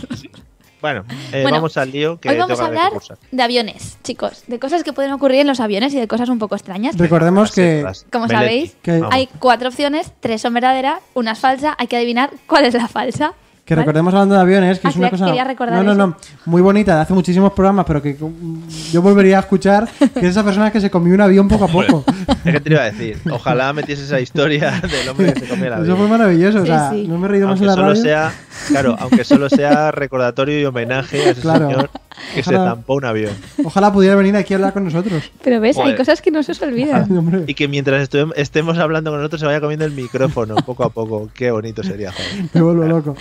[SPEAKER 1] Bueno, eh,
[SPEAKER 3] Bueno,
[SPEAKER 1] vamos al lío que
[SPEAKER 3] Hoy vamos
[SPEAKER 1] toca
[SPEAKER 3] a hablar
[SPEAKER 1] concursar.
[SPEAKER 3] de aviones, chicos, de cosas que pueden ocurrir en los aviones y de cosas un poco extrañas.
[SPEAKER 2] Recordemos
[SPEAKER 1] Las
[SPEAKER 2] que
[SPEAKER 1] letras.
[SPEAKER 3] Como
[SPEAKER 1] Melendi.
[SPEAKER 3] sabéis,
[SPEAKER 2] Que-
[SPEAKER 1] Vamos.
[SPEAKER 3] Hay cuatro opciones, tres son verdaderas, una es falsa, hay que adivinar cuál es la falsa.
[SPEAKER 2] Que
[SPEAKER 3] ¿vale?
[SPEAKER 2] recordemos hablando de aviones, que
[SPEAKER 3] Ah,
[SPEAKER 2] es una
[SPEAKER 3] quería-
[SPEAKER 2] cosa.
[SPEAKER 3] quería recordar
[SPEAKER 2] no, no, no. Muy bonita, de hace muchísimos programas, pero que mm, yo volvería a escuchar, que es esa persona que se comió un avión poco a poco.
[SPEAKER 1] Es que te iba a decir, ojalá metieses esa historia del hombre que se comía la
[SPEAKER 2] Eso fue maravilloso. o
[SPEAKER 3] Sí,
[SPEAKER 2] sea,
[SPEAKER 3] sí.
[SPEAKER 2] no me he reído más
[SPEAKER 1] aunque
[SPEAKER 2] en la
[SPEAKER 1] solo
[SPEAKER 2] radio.
[SPEAKER 1] sea, claro, aunque solo sea recordatorio y homenaje a ese
[SPEAKER 2] Claro.
[SPEAKER 1] señor que se
[SPEAKER 2] Ojalá.
[SPEAKER 1] zampó un avión.
[SPEAKER 2] Ojalá pudiera venir aquí a hablar con nosotros.
[SPEAKER 3] Pero ves,
[SPEAKER 1] Joder.
[SPEAKER 3] hay cosas que no se os olvidan.
[SPEAKER 2] Ay, hombre.
[SPEAKER 1] Y que mientras estu- estemos hablando con nosotros se vaya comiendo el micrófono poco a poco. Qué bonito sería, joder.
[SPEAKER 2] Me vuelvo loco.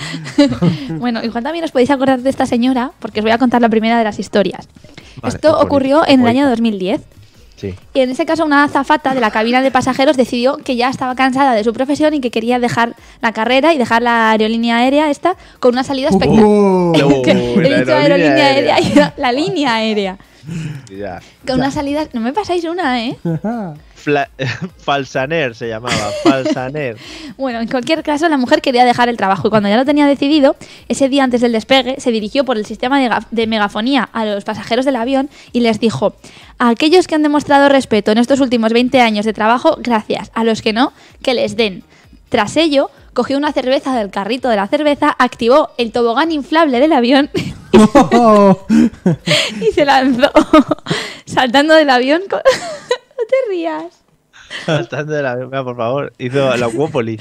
[SPEAKER 3] bueno, igual también os podéis acordar de esta señora, porque os voy a contar la primera de las historias.
[SPEAKER 1] Vale,
[SPEAKER 3] Esto
[SPEAKER 1] pues
[SPEAKER 3] ocurrió
[SPEAKER 1] bonito,
[SPEAKER 3] en el
[SPEAKER 1] bonito.
[SPEAKER 3] año 2010.
[SPEAKER 1] Sí.
[SPEAKER 3] Y en ese caso, una azafata de la cabina de pasajeros decidió que ya estaba cansada de su profesión y que quería dejar la carrera y dejar la aerolínea aérea esta con una salida espectacular.
[SPEAKER 2] Uh,
[SPEAKER 1] Luego,
[SPEAKER 3] He
[SPEAKER 1] la
[SPEAKER 3] dicho aerolínea aérea, y la línea aérea.
[SPEAKER 1] Ya.
[SPEAKER 3] Con una salida. No me pasáis una, ¿eh?
[SPEAKER 1] Fla- Falsaner se llamaba, Falsaner.
[SPEAKER 3] Bueno, en cualquier caso, la mujer quería dejar el trabajo y cuando ya lo tenía decidido, ese día antes del despegue, se dirigió por el sistema de, ga- de megafonía a los pasajeros del avión y les dijo: A aquellos que han demostrado respeto en estos últimos 20 años de trabajo, gracias. A los que no, que les den. Tras ello, cogió una cerveza del carrito de la cerveza, activó el tobogán inflable del avión
[SPEAKER 2] ¡Oh!
[SPEAKER 3] y se lanzó, saltando del avión. con- no te rías.
[SPEAKER 1] Saltando de la venga, por favor. Hizo la Acuópoli.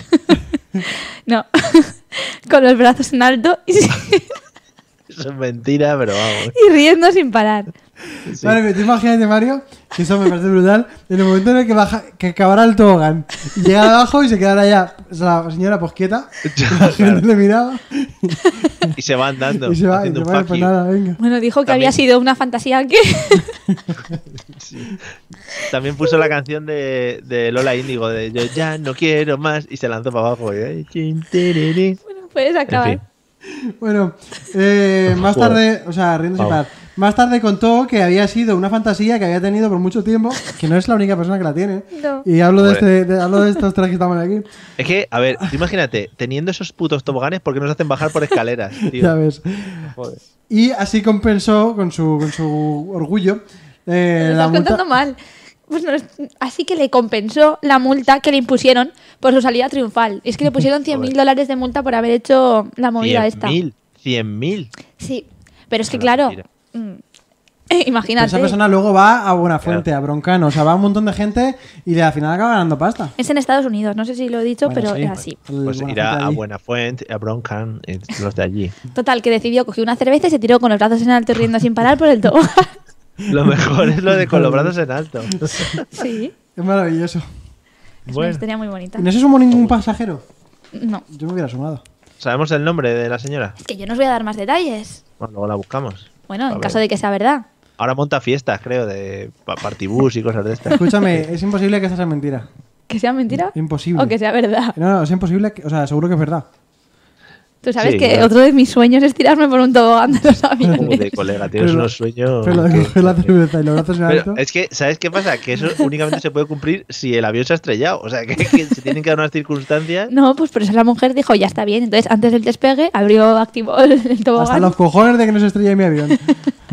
[SPEAKER 3] No. Con los brazos en alto y,
[SPEAKER 1] Eso es mentira, pero vamos.
[SPEAKER 3] y riendo sin parar.
[SPEAKER 1] sí.
[SPEAKER 2] Vale, pero tú imagínate, Mario, que eso me parece brutal. En el momento en el que, baja, que acabará el tobogán, y llega abajo y se quedará ya la señora pues quieta. La gente le miraba
[SPEAKER 1] Y se va andando.
[SPEAKER 2] y se va. Y
[SPEAKER 1] haciendo
[SPEAKER 2] se
[SPEAKER 1] un
[SPEAKER 2] va
[SPEAKER 1] fuck
[SPEAKER 2] pues
[SPEAKER 1] you.
[SPEAKER 2] nada, venga.
[SPEAKER 3] Bueno, dijo que
[SPEAKER 1] También-
[SPEAKER 3] había sido una fantasía que...
[SPEAKER 1] Sí. También puso la canción de, de Lola Índigo, de Yo ya no quiero más, y se lanzó para abajo. y, ay, chin, tiriri.
[SPEAKER 3] bueno, puedes
[SPEAKER 1] En
[SPEAKER 3] acabar.
[SPEAKER 1] fin.
[SPEAKER 2] Bueno, eh, más
[SPEAKER 1] Joder.
[SPEAKER 2] tarde, o sea, riendo sin
[SPEAKER 1] Vamos.
[SPEAKER 2] parar. Más tarde contó que había sido una fantasía que había tenido por mucho tiempo, que no es la única persona que la tiene.
[SPEAKER 3] No.
[SPEAKER 2] Y hablo de,
[SPEAKER 1] Joder.
[SPEAKER 2] este, de- hablo de estos tres que estamos aquí.
[SPEAKER 1] Es que, a ver, tú imagínate, teniendo esos putos toboganes, ¿por qué nos hacen bajar por escaleras, tío?
[SPEAKER 2] Ya ves.
[SPEAKER 1] Joder.
[SPEAKER 2] Y así compensó con su, con su orgullo eh,
[SPEAKER 3] Lo
[SPEAKER 2] la
[SPEAKER 3] estás
[SPEAKER 2] multa.
[SPEAKER 3] contando mal. Pues no, es- así que le compensó la multa que le impusieron por su salida triunfal. Es que le pusieron 100.000 dólares de multa por haber hecho la movida esta.
[SPEAKER 1] 100.000, 100.000.
[SPEAKER 2] Pues,
[SPEAKER 3] Sí, pero es que
[SPEAKER 1] Una
[SPEAKER 3] claro...
[SPEAKER 1] mentira.
[SPEAKER 3] mm,
[SPEAKER 2] Pero
[SPEAKER 3] Imagínate.
[SPEAKER 2] Esa persona luego va a Buenafuente, a Broncano, o sea, va a un montón de gente y le- al final acaba ganando pasta.
[SPEAKER 3] Es en Estados Unidos, no sé si lo he dicho,
[SPEAKER 2] Bueno,
[SPEAKER 3] pero
[SPEAKER 2] sí.
[SPEAKER 3] es así.
[SPEAKER 2] El
[SPEAKER 1] Pues
[SPEAKER 2] Buenafuente
[SPEAKER 1] irá a
[SPEAKER 2] allí.
[SPEAKER 1] Buenafuente, a Broncan, eh, los de allí.
[SPEAKER 3] Total, que decidió, cogió una cerveza y se tiró con los brazos en alto y riendo sin parar por el tobogán.
[SPEAKER 1] Lo mejor es lo de con los brazos en alto.
[SPEAKER 3] Sí,
[SPEAKER 2] Es maravilloso.
[SPEAKER 3] es una
[SPEAKER 1] Bueno.
[SPEAKER 3] historia muy bonita.
[SPEAKER 2] ¿Y no se sumó ningún pasajero?
[SPEAKER 3] No,
[SPEAKER 2] Yo me hubiera sumado.
[SPEAKER 1] ¿Sabemos el nombre de la señora?
[SPEAKER 3] es que yo no os voy a dar más detalles.
[SPEAKER 1] Bueno, luego la buscamos.
[SPEAKER 3] Bueno,
[SPEAKER 1] A
[SPEAKER 3] en
[SPEAKER 1] ver.
[SPEAKER 3] caso de que sea verdad.
[SPEAKER 1] Ahora monta fiestas, creo, de pa- partibús y cosas de estas.
[SPEAKER 2] Escúchame, es imposible que esta sea mentira.
[SPEAKER 3] ¿Que sea mentira?
[SPEAKER 2] Imposible.
[SPEAKER 3] O que sea verdad.
[SPEAKER 2] No, no, es imposible. que- o sea, seguro que es verdad.
[SPEAKER 3] Tú sabes
[SPEAKER 1] Sí,
[SPEAKER 3] que
[SPEAKER 1] claro.
[SPEAKER 3] otro de mis sueños es tirarme por un tobogán de los
[SPEAKER 1] Joder,
[SPEAKER 3] aviones.
[SPEAKER 1] colega, tienes
[SPEAKER 2] Pero-
[SPEAKER 1] unos sueños.
[SPEAKER 2] Pero lo de
[SPEAKER 1] que-
[SPEAKER 2] coger la cerveza y los brazos en
[SPEAKER 1] Pero
[SPEAKER 2] alto.
[SPEAKER 1] es que, ¿sabes qué pasa? Que eso únicamente se puede cumplir si el avión se ha estrellado. O sea, que, que se tienen que dar unas circunstancias.
[SPEAKER 3] No, pues por eso la mujer dijo, ya está bien. Entonces, antes del despegue, abrió, activó el, el
[SPEAKER 2] Hasta
[SPEAKER 3] tobogán.
[SPEAKER 2] los cojones de que no se estrelle mi avión.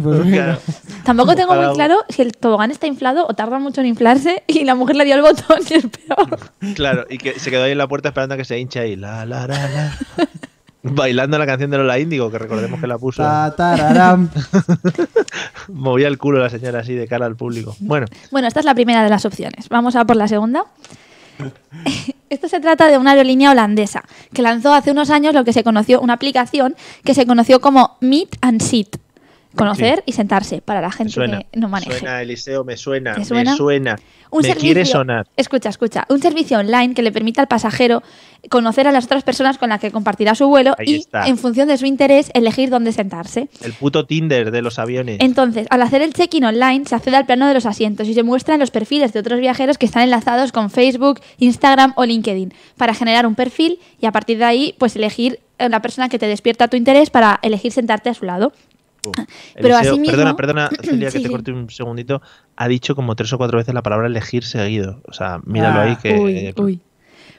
[SPEAKER 2] Pues venga.
[SPEAKER 1] Claro.
[SPEAKER 3] Tampoco tengo
[SPEAKER 1] Ojalá.
[SPEAKER 3] muy claro si el tobogán está inflado o tarda mucho en inflarse y la mujer le dio el botón y esperó.
[SPEAKER 1] Claro, y que se quedó ahí en la puerta esperando a que se hinche ahí. La, la, la, la. Bailando la canción de Lola Índigo, que recordemos que la puso.
[SPEAKER 3] Ah.
[SPEAKER 2] Ta, tararam.
[SPEAKER 1] Movía el culo la señora así de cara al público. Bueno,
[SPEAKER 3] Bueno, esta es la primera de las opciones. Vamos a por la segunda. Esto se trata de una aerolínea holandesa que lanzó hace unos años lo que se conoció, una aplicación que se conoció como Meet and Sit, conocer y sentarse para la gente
[SPEAKER 1] suena.
[SPEAKER 3] que no
[SPEAKER 1] me
[SPEAKER 3] maneje.
[SPEAKER 1] suena, Eliseo, me suena.
[SPEAKER 3] ¿Te suena?
[SPEAKER 1] Me suena.
[SPEAKER 3] Un
[SPEAKER 1] me
[SPEAKER 3] servicio-
[SPEAKER 1] quiere sonar.
[SPEAKER 3] Escucha, escucha. Un servicio online que le permita al pasajero conocer a las otras personas con las que compartirá su vuelo
[SPEAKER 1] Ahí
[SPEAKER 3] y,
[SPEAKER 1] está.
[SPEAKER 3] en función de su interés, elegir dónde sentarse.
[SPEAKER 1] El puto Tinder de los aviones.
[SPEAKER 3] Entonces, al hacer el check-in online, se accede al plano de los asientos y se muestran los perfiles de otros viajeros que están enlazados con Facebook, Instagram o LinkedIn para generar un perfil y a partir de ahí, pues elegir la persona que te despierta tu interés para elegir sentarte a su lado. ah, pero
[SPEAKER 1] Eliseo,
[SPEAKER 3] asimismo-
[SPEAKER 1] Perdona, perdona, Celia,
[SPEAKER 3] Sí,
[SPEAKER 1] que
[SPEAKER 3] sí.
[SPEAKER 1] te corte un segundito. Ha dicho como tres o cuatro veces la palabra elegir seguido. O sea, míralo
[SPEAKER 2] Ah,
[SPEAKER 1] ahí que. eh,
[SPEAKER 3] Uy, uy.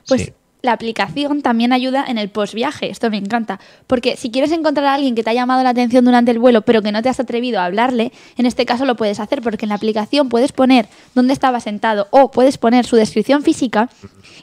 [SPEAKER 3] Pues
[SPEAKER 1] sí.
[SPEAKER 3] la aplicación también ayuda en el postviaje. Esto me encanta. Porque si quieres encontrar a alguien que te ha llamado la atención durante el vuelo, pero que no te has atrevido a hablarle, en este caso lo puedes hacer porque en la aplicación puedes poner dónde estaba sentado o puedes poner su descripción física.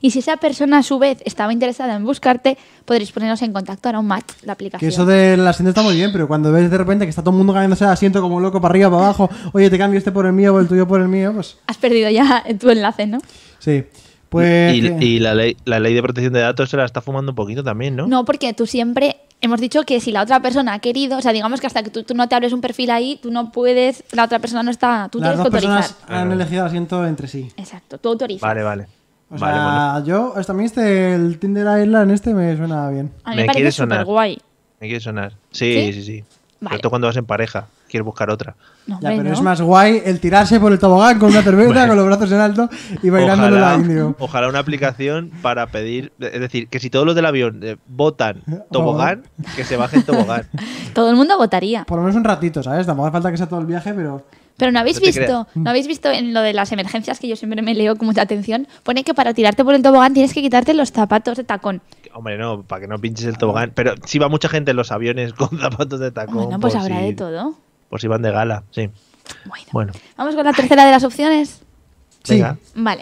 [SPEAKER 3] Y si esa persona a su vez estaba interesada en buscarte, podréis ponernos en contacto. Era un match la aplicación.
[SPEAKER 2] Que eso del asiento está muy bien, pero cuando ves de repente que está todo el mundo cambiándose de asiento como loco para arriba, para abajo, oye, te cambio este por el mío o el tuyo por el mío, pues
[SPEAKER 3] Has perdido ya tu enlace, ¿no?
[SPEAKER 2] sí. Pues
[SPEAKER 1] Y,
[SPEAKER 2] que-
[SPEAKER 1] y la, ley, la ley de protección de datos se la está fumando un poquito también, ¿no?
[SPEAKER 3] No, porque tú siempre hemos dicho que si la otra persona ha querido, o sea, digamos que hasta que tú, tú no te abres un perfil ahí, tú no puedes, la otra persona no está, tú
[SPEAKER 2] las
[SPEAKER 3] tienes
[SPEAKER 2] dos
[SPEAKER 3] que autorizar.
[SPEAKER 2] personas han elegido el asiento entre sí.
[SPEAKER 3] Exacto, tú autorizas.
[SPEAKER 1] Vale, vale.
[SPEAKER 2] O
[SPEAKER 1] vale,
[SPEAKER 2] sea,
[SPEAKER 1] bueno.
[SPEAKER 2] yo, hasta a mí este, el Tinder Island este me suena bien.
[SPEAKER 3] A mí
[SPEAKER 1] Me
[SPEAKER 3] me,
[SPEAKER 1] quiere
[SPEAKER 3] parece
[SPEAKER 1] sonar.
[SPEAKER 3] súper guay.
[SPEAKER 1] Me quiere sonar. Sí,
[SPEAKER 3] ¿Sí?
[SPEAKER 1] sí, sí.
[SPEAKER 3] Vale.
[SPEAKER 1] Sobre todo cuando vas en pareja, quieres buscar otra.
[SPEAKER 3] No,
[SPEAKER 2] Ya,
[SPEAKER 3] hombre,
[SPEAKER 2] pero
[SPEAKER 3] no.
[SPEAKER 2] es más guay el tirarse por el tobogán con una cerveza,
[SPEAKER 1] Bueno.
[SPEAKER 2] con los brazos en alto y bailando en la indio.
[SPEAKER 1] Ojalá, ojalá una aplicación para pedir, es decir, que si todos los del avión eh, votan
[SPEAKER 2] Oh.
[SPEAKER 1] tobogán, que se baje el tobogán.
[SPEAKER 3] Todo el mundo votaría.
[SPEAKER 2] Por lo menos un ratito, ¿sabes? Tampoco hace falta que sea todo el viaje, pero
[SPEAKER 3] Pero no habéis
[SPEAKER 1] No te
[SPEAKER 3] visto, no habéis visto en lo de las emergencias que yo siempre me leo con mucha atención, pone que para tirarte por el tobogán tienes que quitarte los zapatos de tacón.
[SPEAKER 1] Hombre, no, para que no pinches el
[SPEAKER 2] Ah.
[SPEAKER 1] tobogán. Pero si va mucha gente en los aviones con zapatos de tacón.
[SPEAKER 3] Bueno, pues
[SPEAKER 1] por
[SPEAKER 3] habrá
[SPEAKER 1] si-
[SPEAKER 3] de todo.
[SPEAKER 1] Por si van de gala, sí.
[SPEAKER 3] Bueno.
[SPEAKER 1] Bueno,
[SPEAKER 3] Vamos con la tercera de las opciones.
[SPEAKER 2] sí.
[SPEAKER 1] Venga.
[SPEAKER 3] Vale.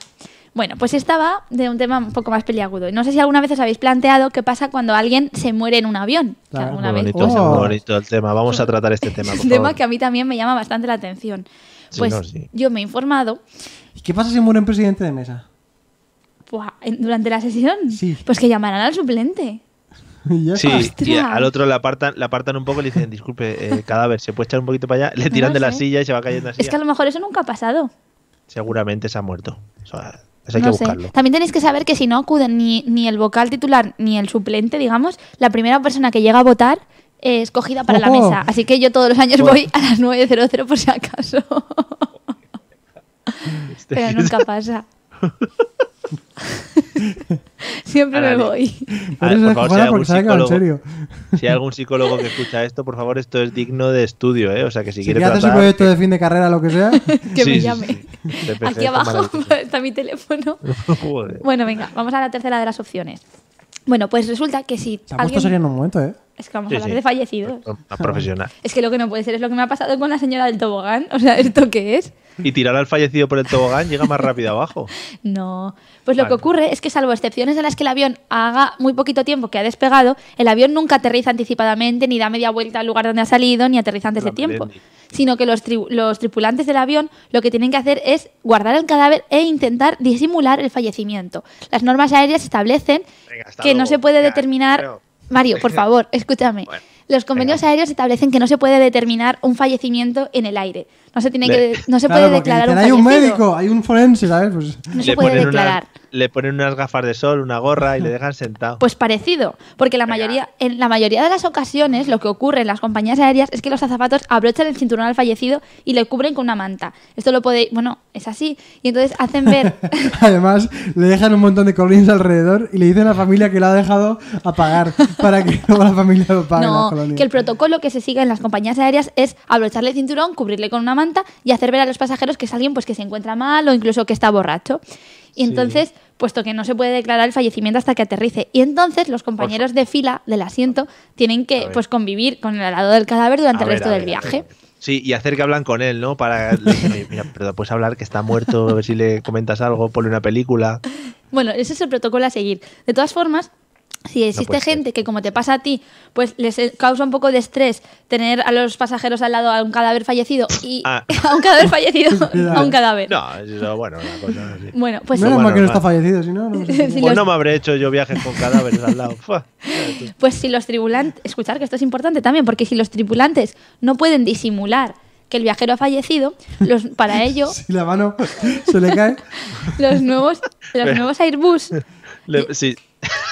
[SPEAKER 3] Bueno, pues esta va de un tema un poco más peliagudo. Y No sé si alguna vez os habéis planteado qué pasa cuando alguien se muere en un avión. Que
[SPEAKER 2] Claro,
[SPEAKER 3] alguna
[SPEAKER 1] muy
[SPEAKER 3] vez-
[SPEAKER 1] bonito,
[SPEAKER 2] Oh.
[SPEAKER 1] muy bonito el tema. Vamos a tratar este tema.
[SPEAKER 3] Es
[SPEAKER 1] Por
[SPEAKER 3] un tema
[SPEAKER 1] favor.
[SPEAKER 3] que a mí también me llama bastante la atención.
[SPEAKER 1] Sí,
[SPEAKER 3] Pues
[SPEAKER 1] no, sí.
[SPEAKER 3] yo me he informado
[SPEAKER 2] ¿Y qué pasa si muere un presidente de mesa?
[SPEAKER 3] buah, en- durante la sesión,
[SPEAKER 2] Sí.
[SPEAKER 3] pues que llamarán al suplente.
[SPEAKER 2] Y ya está.
[SPEAKER 1] Sí, y
[SPEAKER 3] Ostras.
[SPEAKER 1] al otro le apartan, le apartan un poco y le dicen, disculpe, eh, cadáver, se puede echar un poquito para allá, le tiran
[SPEAKER 3] lo
[SPEAKER 1] de la
[SPEAKER 3] sé.
[SPEAKER 1] silla y se va cayendo así.
[SPEAKER 3] Es que a lo mejor eso nunca ha pasado.
[SPEAKER 1] Seguramente se ha muerto. O sea, eso hay
[SPEAKER 3] No
[SPEAKER 1] que
[SPEAKER 3] sé.
[SPEAKER 1] buscarlo.
[SPEAKER 3] También tenéis que saber que si no acuden ni, ni el vocal titular ni el suplente, digamos, la primera persona que llega a votar es cogida para la
[SPEAKER 2] Ojo.
[SPEAKER 3] mesa. Así que yo todos los años
[SPEAKER 1] Bueno.
[SPEAKER 3] voy a las 9.00 por si acaso.
[SPEAKER 1] Este-
[SPEAKER 3] Pero nunca pasa. Siempre me
[SPEAKER 1] Ahora,
[SPEAKER 3] voy.
[SPEAKER 1] A
[SPEAKER 2] Por
[SPEAKER 1] ver, por
[SPEAKER 2] eso es
[SPEAKER 1] favor, si hay
[SPEAKER 2] cojones, porque
[SPEAKER 1] algún
[SPEAKER 2] sabe que va en
[SPEAKER 1] psicólogo,
[SPEAKER 2] serio.
[SPEAKER 1] si hay algún psicólogo que escucha esto, por favor, esto es digno de estudio, ¿eh? O sea, que si,
[SPEAKER 2] Si
[SPEAKER 1] quiere
[SPEAKER 2] quieres hacer
[SPEAKER 1] tratar...
[SPEAKER 2] un proyecto de fin de carrera, lo que sea.
[SPEAKER 3] Que
[SPEAKER 1] Sí,
[SPEAKER 3] me
[SPEAKER 1] sí,
[SPEAKER 3] llame.
[SPEAKER 1] sí, sí. TPC
[SPEAKER 3] Aquí
[SPEAKER 1] está
[SPEAKER 3] abajo
[SPEAKER 1] maravilloso.
[SPEAKER 3] está mi teléfono.
[SPEAKER 1] Joder.
[SPEAKER 3] Bueno, venga, vamos a la tercera de las opciones. Bueno, pues resulta que si
[SPEAKER 2] Se ha puesto
[SPEAKER 3] alguien...
[SPEAKER 2] serio en un momento, ¿eh?
[SPEAKER 3] Es que vamos
[SPEAKER 1] Sí,
[SPEAKER 3] a hablar
[SPEAKER 1] sí.
[SPEAKER 3] de fallecidos.
[SPEAKER 1] Una profesional.
[SPEAKER 3] Es que lo que no puede ser es lo que me ha pasado con la señora del tobogán. O sea, ¿esto qué es?
[SPEAKER 1] Y tirar al fallecido por el tobogán llega más rápido abajo.
[SPEAKER 3] No. Pues lo
[SPEAKER 1] Vale.
[SPEAKER 3] que ocurre es que salvo excepciones en las que el avión haga muy poquito tiempo que ha despegado, el avión nunca aterriza anticipadamente, ni da media vuelta al lugar donde ha salido, ni aterriza antes
[SPEAKER 1] La
[SPEAKER 3] de tiempo.
[SPEAKER 1] Melendi.
[SPEAKER 3] Sino que los, tri- los tripulantes del avión lo que tienen que hacer es guardar el cadáver e intentar disimular el fallecimiento. Las normas aéreas establecen
[SPEAKER 1] Venga, hasta
[SPEAKER 3] que no
[SPEAKER 1] luego.
[SPEAKER 3] se puede
[SPEAKER 1] Ya,
[SPEAKER 3] determinar...
[SPEAKER 1] creo.
[SPEAKER 3] Mario, por favor, escúchame.
[SPEAKER 1] Bueno,
[SPEAKER 3] Los convenios
[SPEAKER 1] venga.
[SPEAKER 3] aéreos establecen que no se puede determinar un fallecimiento en el aire. No se tiene
[SPEAKER 1] Le-
[SPEAKER 3] que no se
[SPEAKER 2] Claro,
[SPEAKER 3] puede
[SPEAKER 2] porque
[SPEAKER 3] declarar
[SPEAKER 2] dicen,
[SPEAKER 3] un
[SPEAKER 2] hay
[SPEAKER 3] fallecido.
[SPEAKER 2] un médico, hay un forense, ¿sabes? Pues,
[SPEAKER 3] No se puede
[SPEAKER 1] ponen
[SPEAKER 3] declarar.
[SPEAKER 1] unas- le ponen unas gafas de sol, una gorra y le dejan sentado.
[SPEAKER 3] Pues parecido, porque la mayoría, en la mayoría de las ocasiones lo que ocurre en las compañías aéreas es que los azafatos abrochan el cinturón al fallecido y le cubren con una manta. Esto lo podéis, bueno, es así. Y entonces hacen ver,
[SPEAKER 2] además, le dejan un montón de colonias alrededor y le dicen a la familia que la ha dejado a pagar para que luego la familia lo pague. las
[SPEAKER 3] no,
[SPEAKER 2] colonias.
[SPEAKER 3] que el protocolo que se sigue en las compañías aéreas es abrocharle el cinturón, cubrirle con una manta y hacer ver a los pasajeros que es alguien pues que se encuentra mal o incluso que está borracho. Y entonces, puesto que no se puede declarar el fallecimiento hasta que aterrice, y entonces los compañeros de fila del asiento tienen
[SPEAKER 1] A
[SPEAKER 3] que
[SPEAKER 1] ver.
[SPEAKER 3] pues convivir con el alado del cadáver durante
[SPEAKER 1] A
[SPEAKER 3] el
[SPEAKER 1] ver,
[SPEAKER 3] resto
[SPEAKER 1] a
[SPEAKER 3] del
[SPEAKER 1] ver, a ver.
[SPEAKER 3] viaje.
[SPEAKER 1] Sí, y hacer que hablan con él, ¿no? Para le dicen, "Oye, mira, pero puedes hablar que está muerto, a ver si le comentas algo, ponle una película.
[SPEAKER 3] Bueno, ese es el protocolo a seguir. De todas formas, Si existe
[SPEAKER 1] puede ser.
[SPEAKER 3] gente que, como te pasa a ti, pues les eh, causa un poco de estrés tener a los pasajeros al lado a un cadáver fallecido y
[SPEAKER 1] Ah.
[SPEAKER 3] a un cadáver fallecido, a un cadáver.
[SPEAKER 1] No, eso, bueno, una cosa así.
[SPEAKER 3] Bueno, pues
[SPEAKER 2] Menos
[SPEAKER 1] bueno,
[SPEAKER 2] mal que
[SPEAKER 1] normal.
[SPEAKER 2] no está fallecido, si no, no sé.
[SPEAKER 3] Sí.
[SPEAKER 1] Pues
[SPEAKER 3] los-
[SPEAKER 1] no me habré hecho yo viajes con cadáveres al lado. Fua.
[SPEAKER 3] Pues si los tripulantes, escuchar que esto es importante también, porque si los tripulantes no pueden disimular que el viajero ha fallecido, los, para ello
[SPEAKER 2] Si la mano se le cae.
[SPEAKER 3] los nuevos, los nuevos Airbus,
[SPEAKER 1] Le, sí,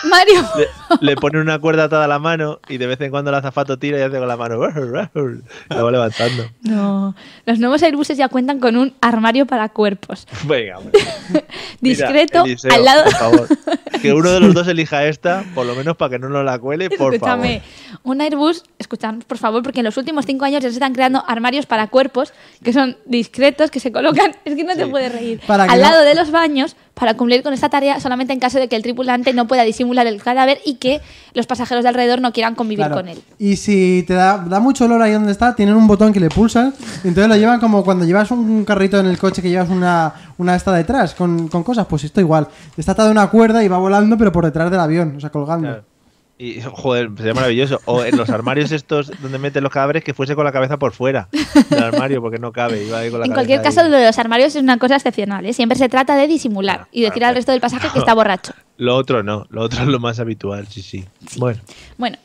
[SPEAKER 3] Mario,
[SPEAKER 1] le, le ponen una cuerda atada a la mano y de vez en cuando el azafato tira y hace con la mano. La va levantando.
[SPEAKER 3] no, los nuevos Airbuses ya cuentan con un armario para cuerpos
[SPEAKER 1] Venga, hombre. Mira,
[SPEAKER 3] discreto
[SPEAKER 1] Eliseo,
[SPEAKER 3] al lado.
[SPEAKER 1] Por favor. Que uno de los dos elija esta, por lo menos para que no nos la cuele, por
[SPEAKER 3] Escúchame,
[SPEAKER 1] favor.
[SPEAKER 3] un Airbus, escuchad por favor, porque en los últimos cinco años ya se están creando armarios para cuerpos que son discretos, que se colocan, es que no te
[SPEAKER 1] Sí.
[SPEAKER 3] puedes reír,
[SPEAKER 2] Para que
[SPEAKER 3] al
[SPEAKER 2] no-
[SPEAKER 3] lado de los baños para cumplir con esta tarea solamente en caso de que el tripulante no pueda disimular el cadáver y que los pasajeros de alrededor no quieran convivir
[SPEAKER 2] Claro.
[SPEAKER 3] con él.
[SPEAKER 2] Y si te da, da mucho olor ahí donde está, tienen un botón que le pulsan. y entonces lo llevan como cuando llevas un carrito en el coche que llevas una, una esta detrás con, con cosas. Pues esto igual. Está atado a una cuerda y va volando, pero por detrás del avión, o sea, colgando.
[SPEAKER 1] Claro. Y, joder, sería maravilloso. O en los armarios estos donde meten los cadáveres, que fuese con la cabeza por fuera del armario, porque no cabe. iba ahí con la
[SPEAKER 3] En
[SPEAKER 1] cabeza
[SPEAKER 3] cualquier
[SPEAKER 1] ahí. Ah,
[SPEAKER 3] caso, lo de los armarios es una cosa excepcional, ¿eh? siempre se trata de disimular y decir
[SPEAKER 1] claro,
[SPEAKER 3] al resto del pasaje que está borracho.
[SPEAKER 1] Lo otro no, lo otro es lo más habitual, sí, sí. Bueno,
[SPEAKER 3] Bueno,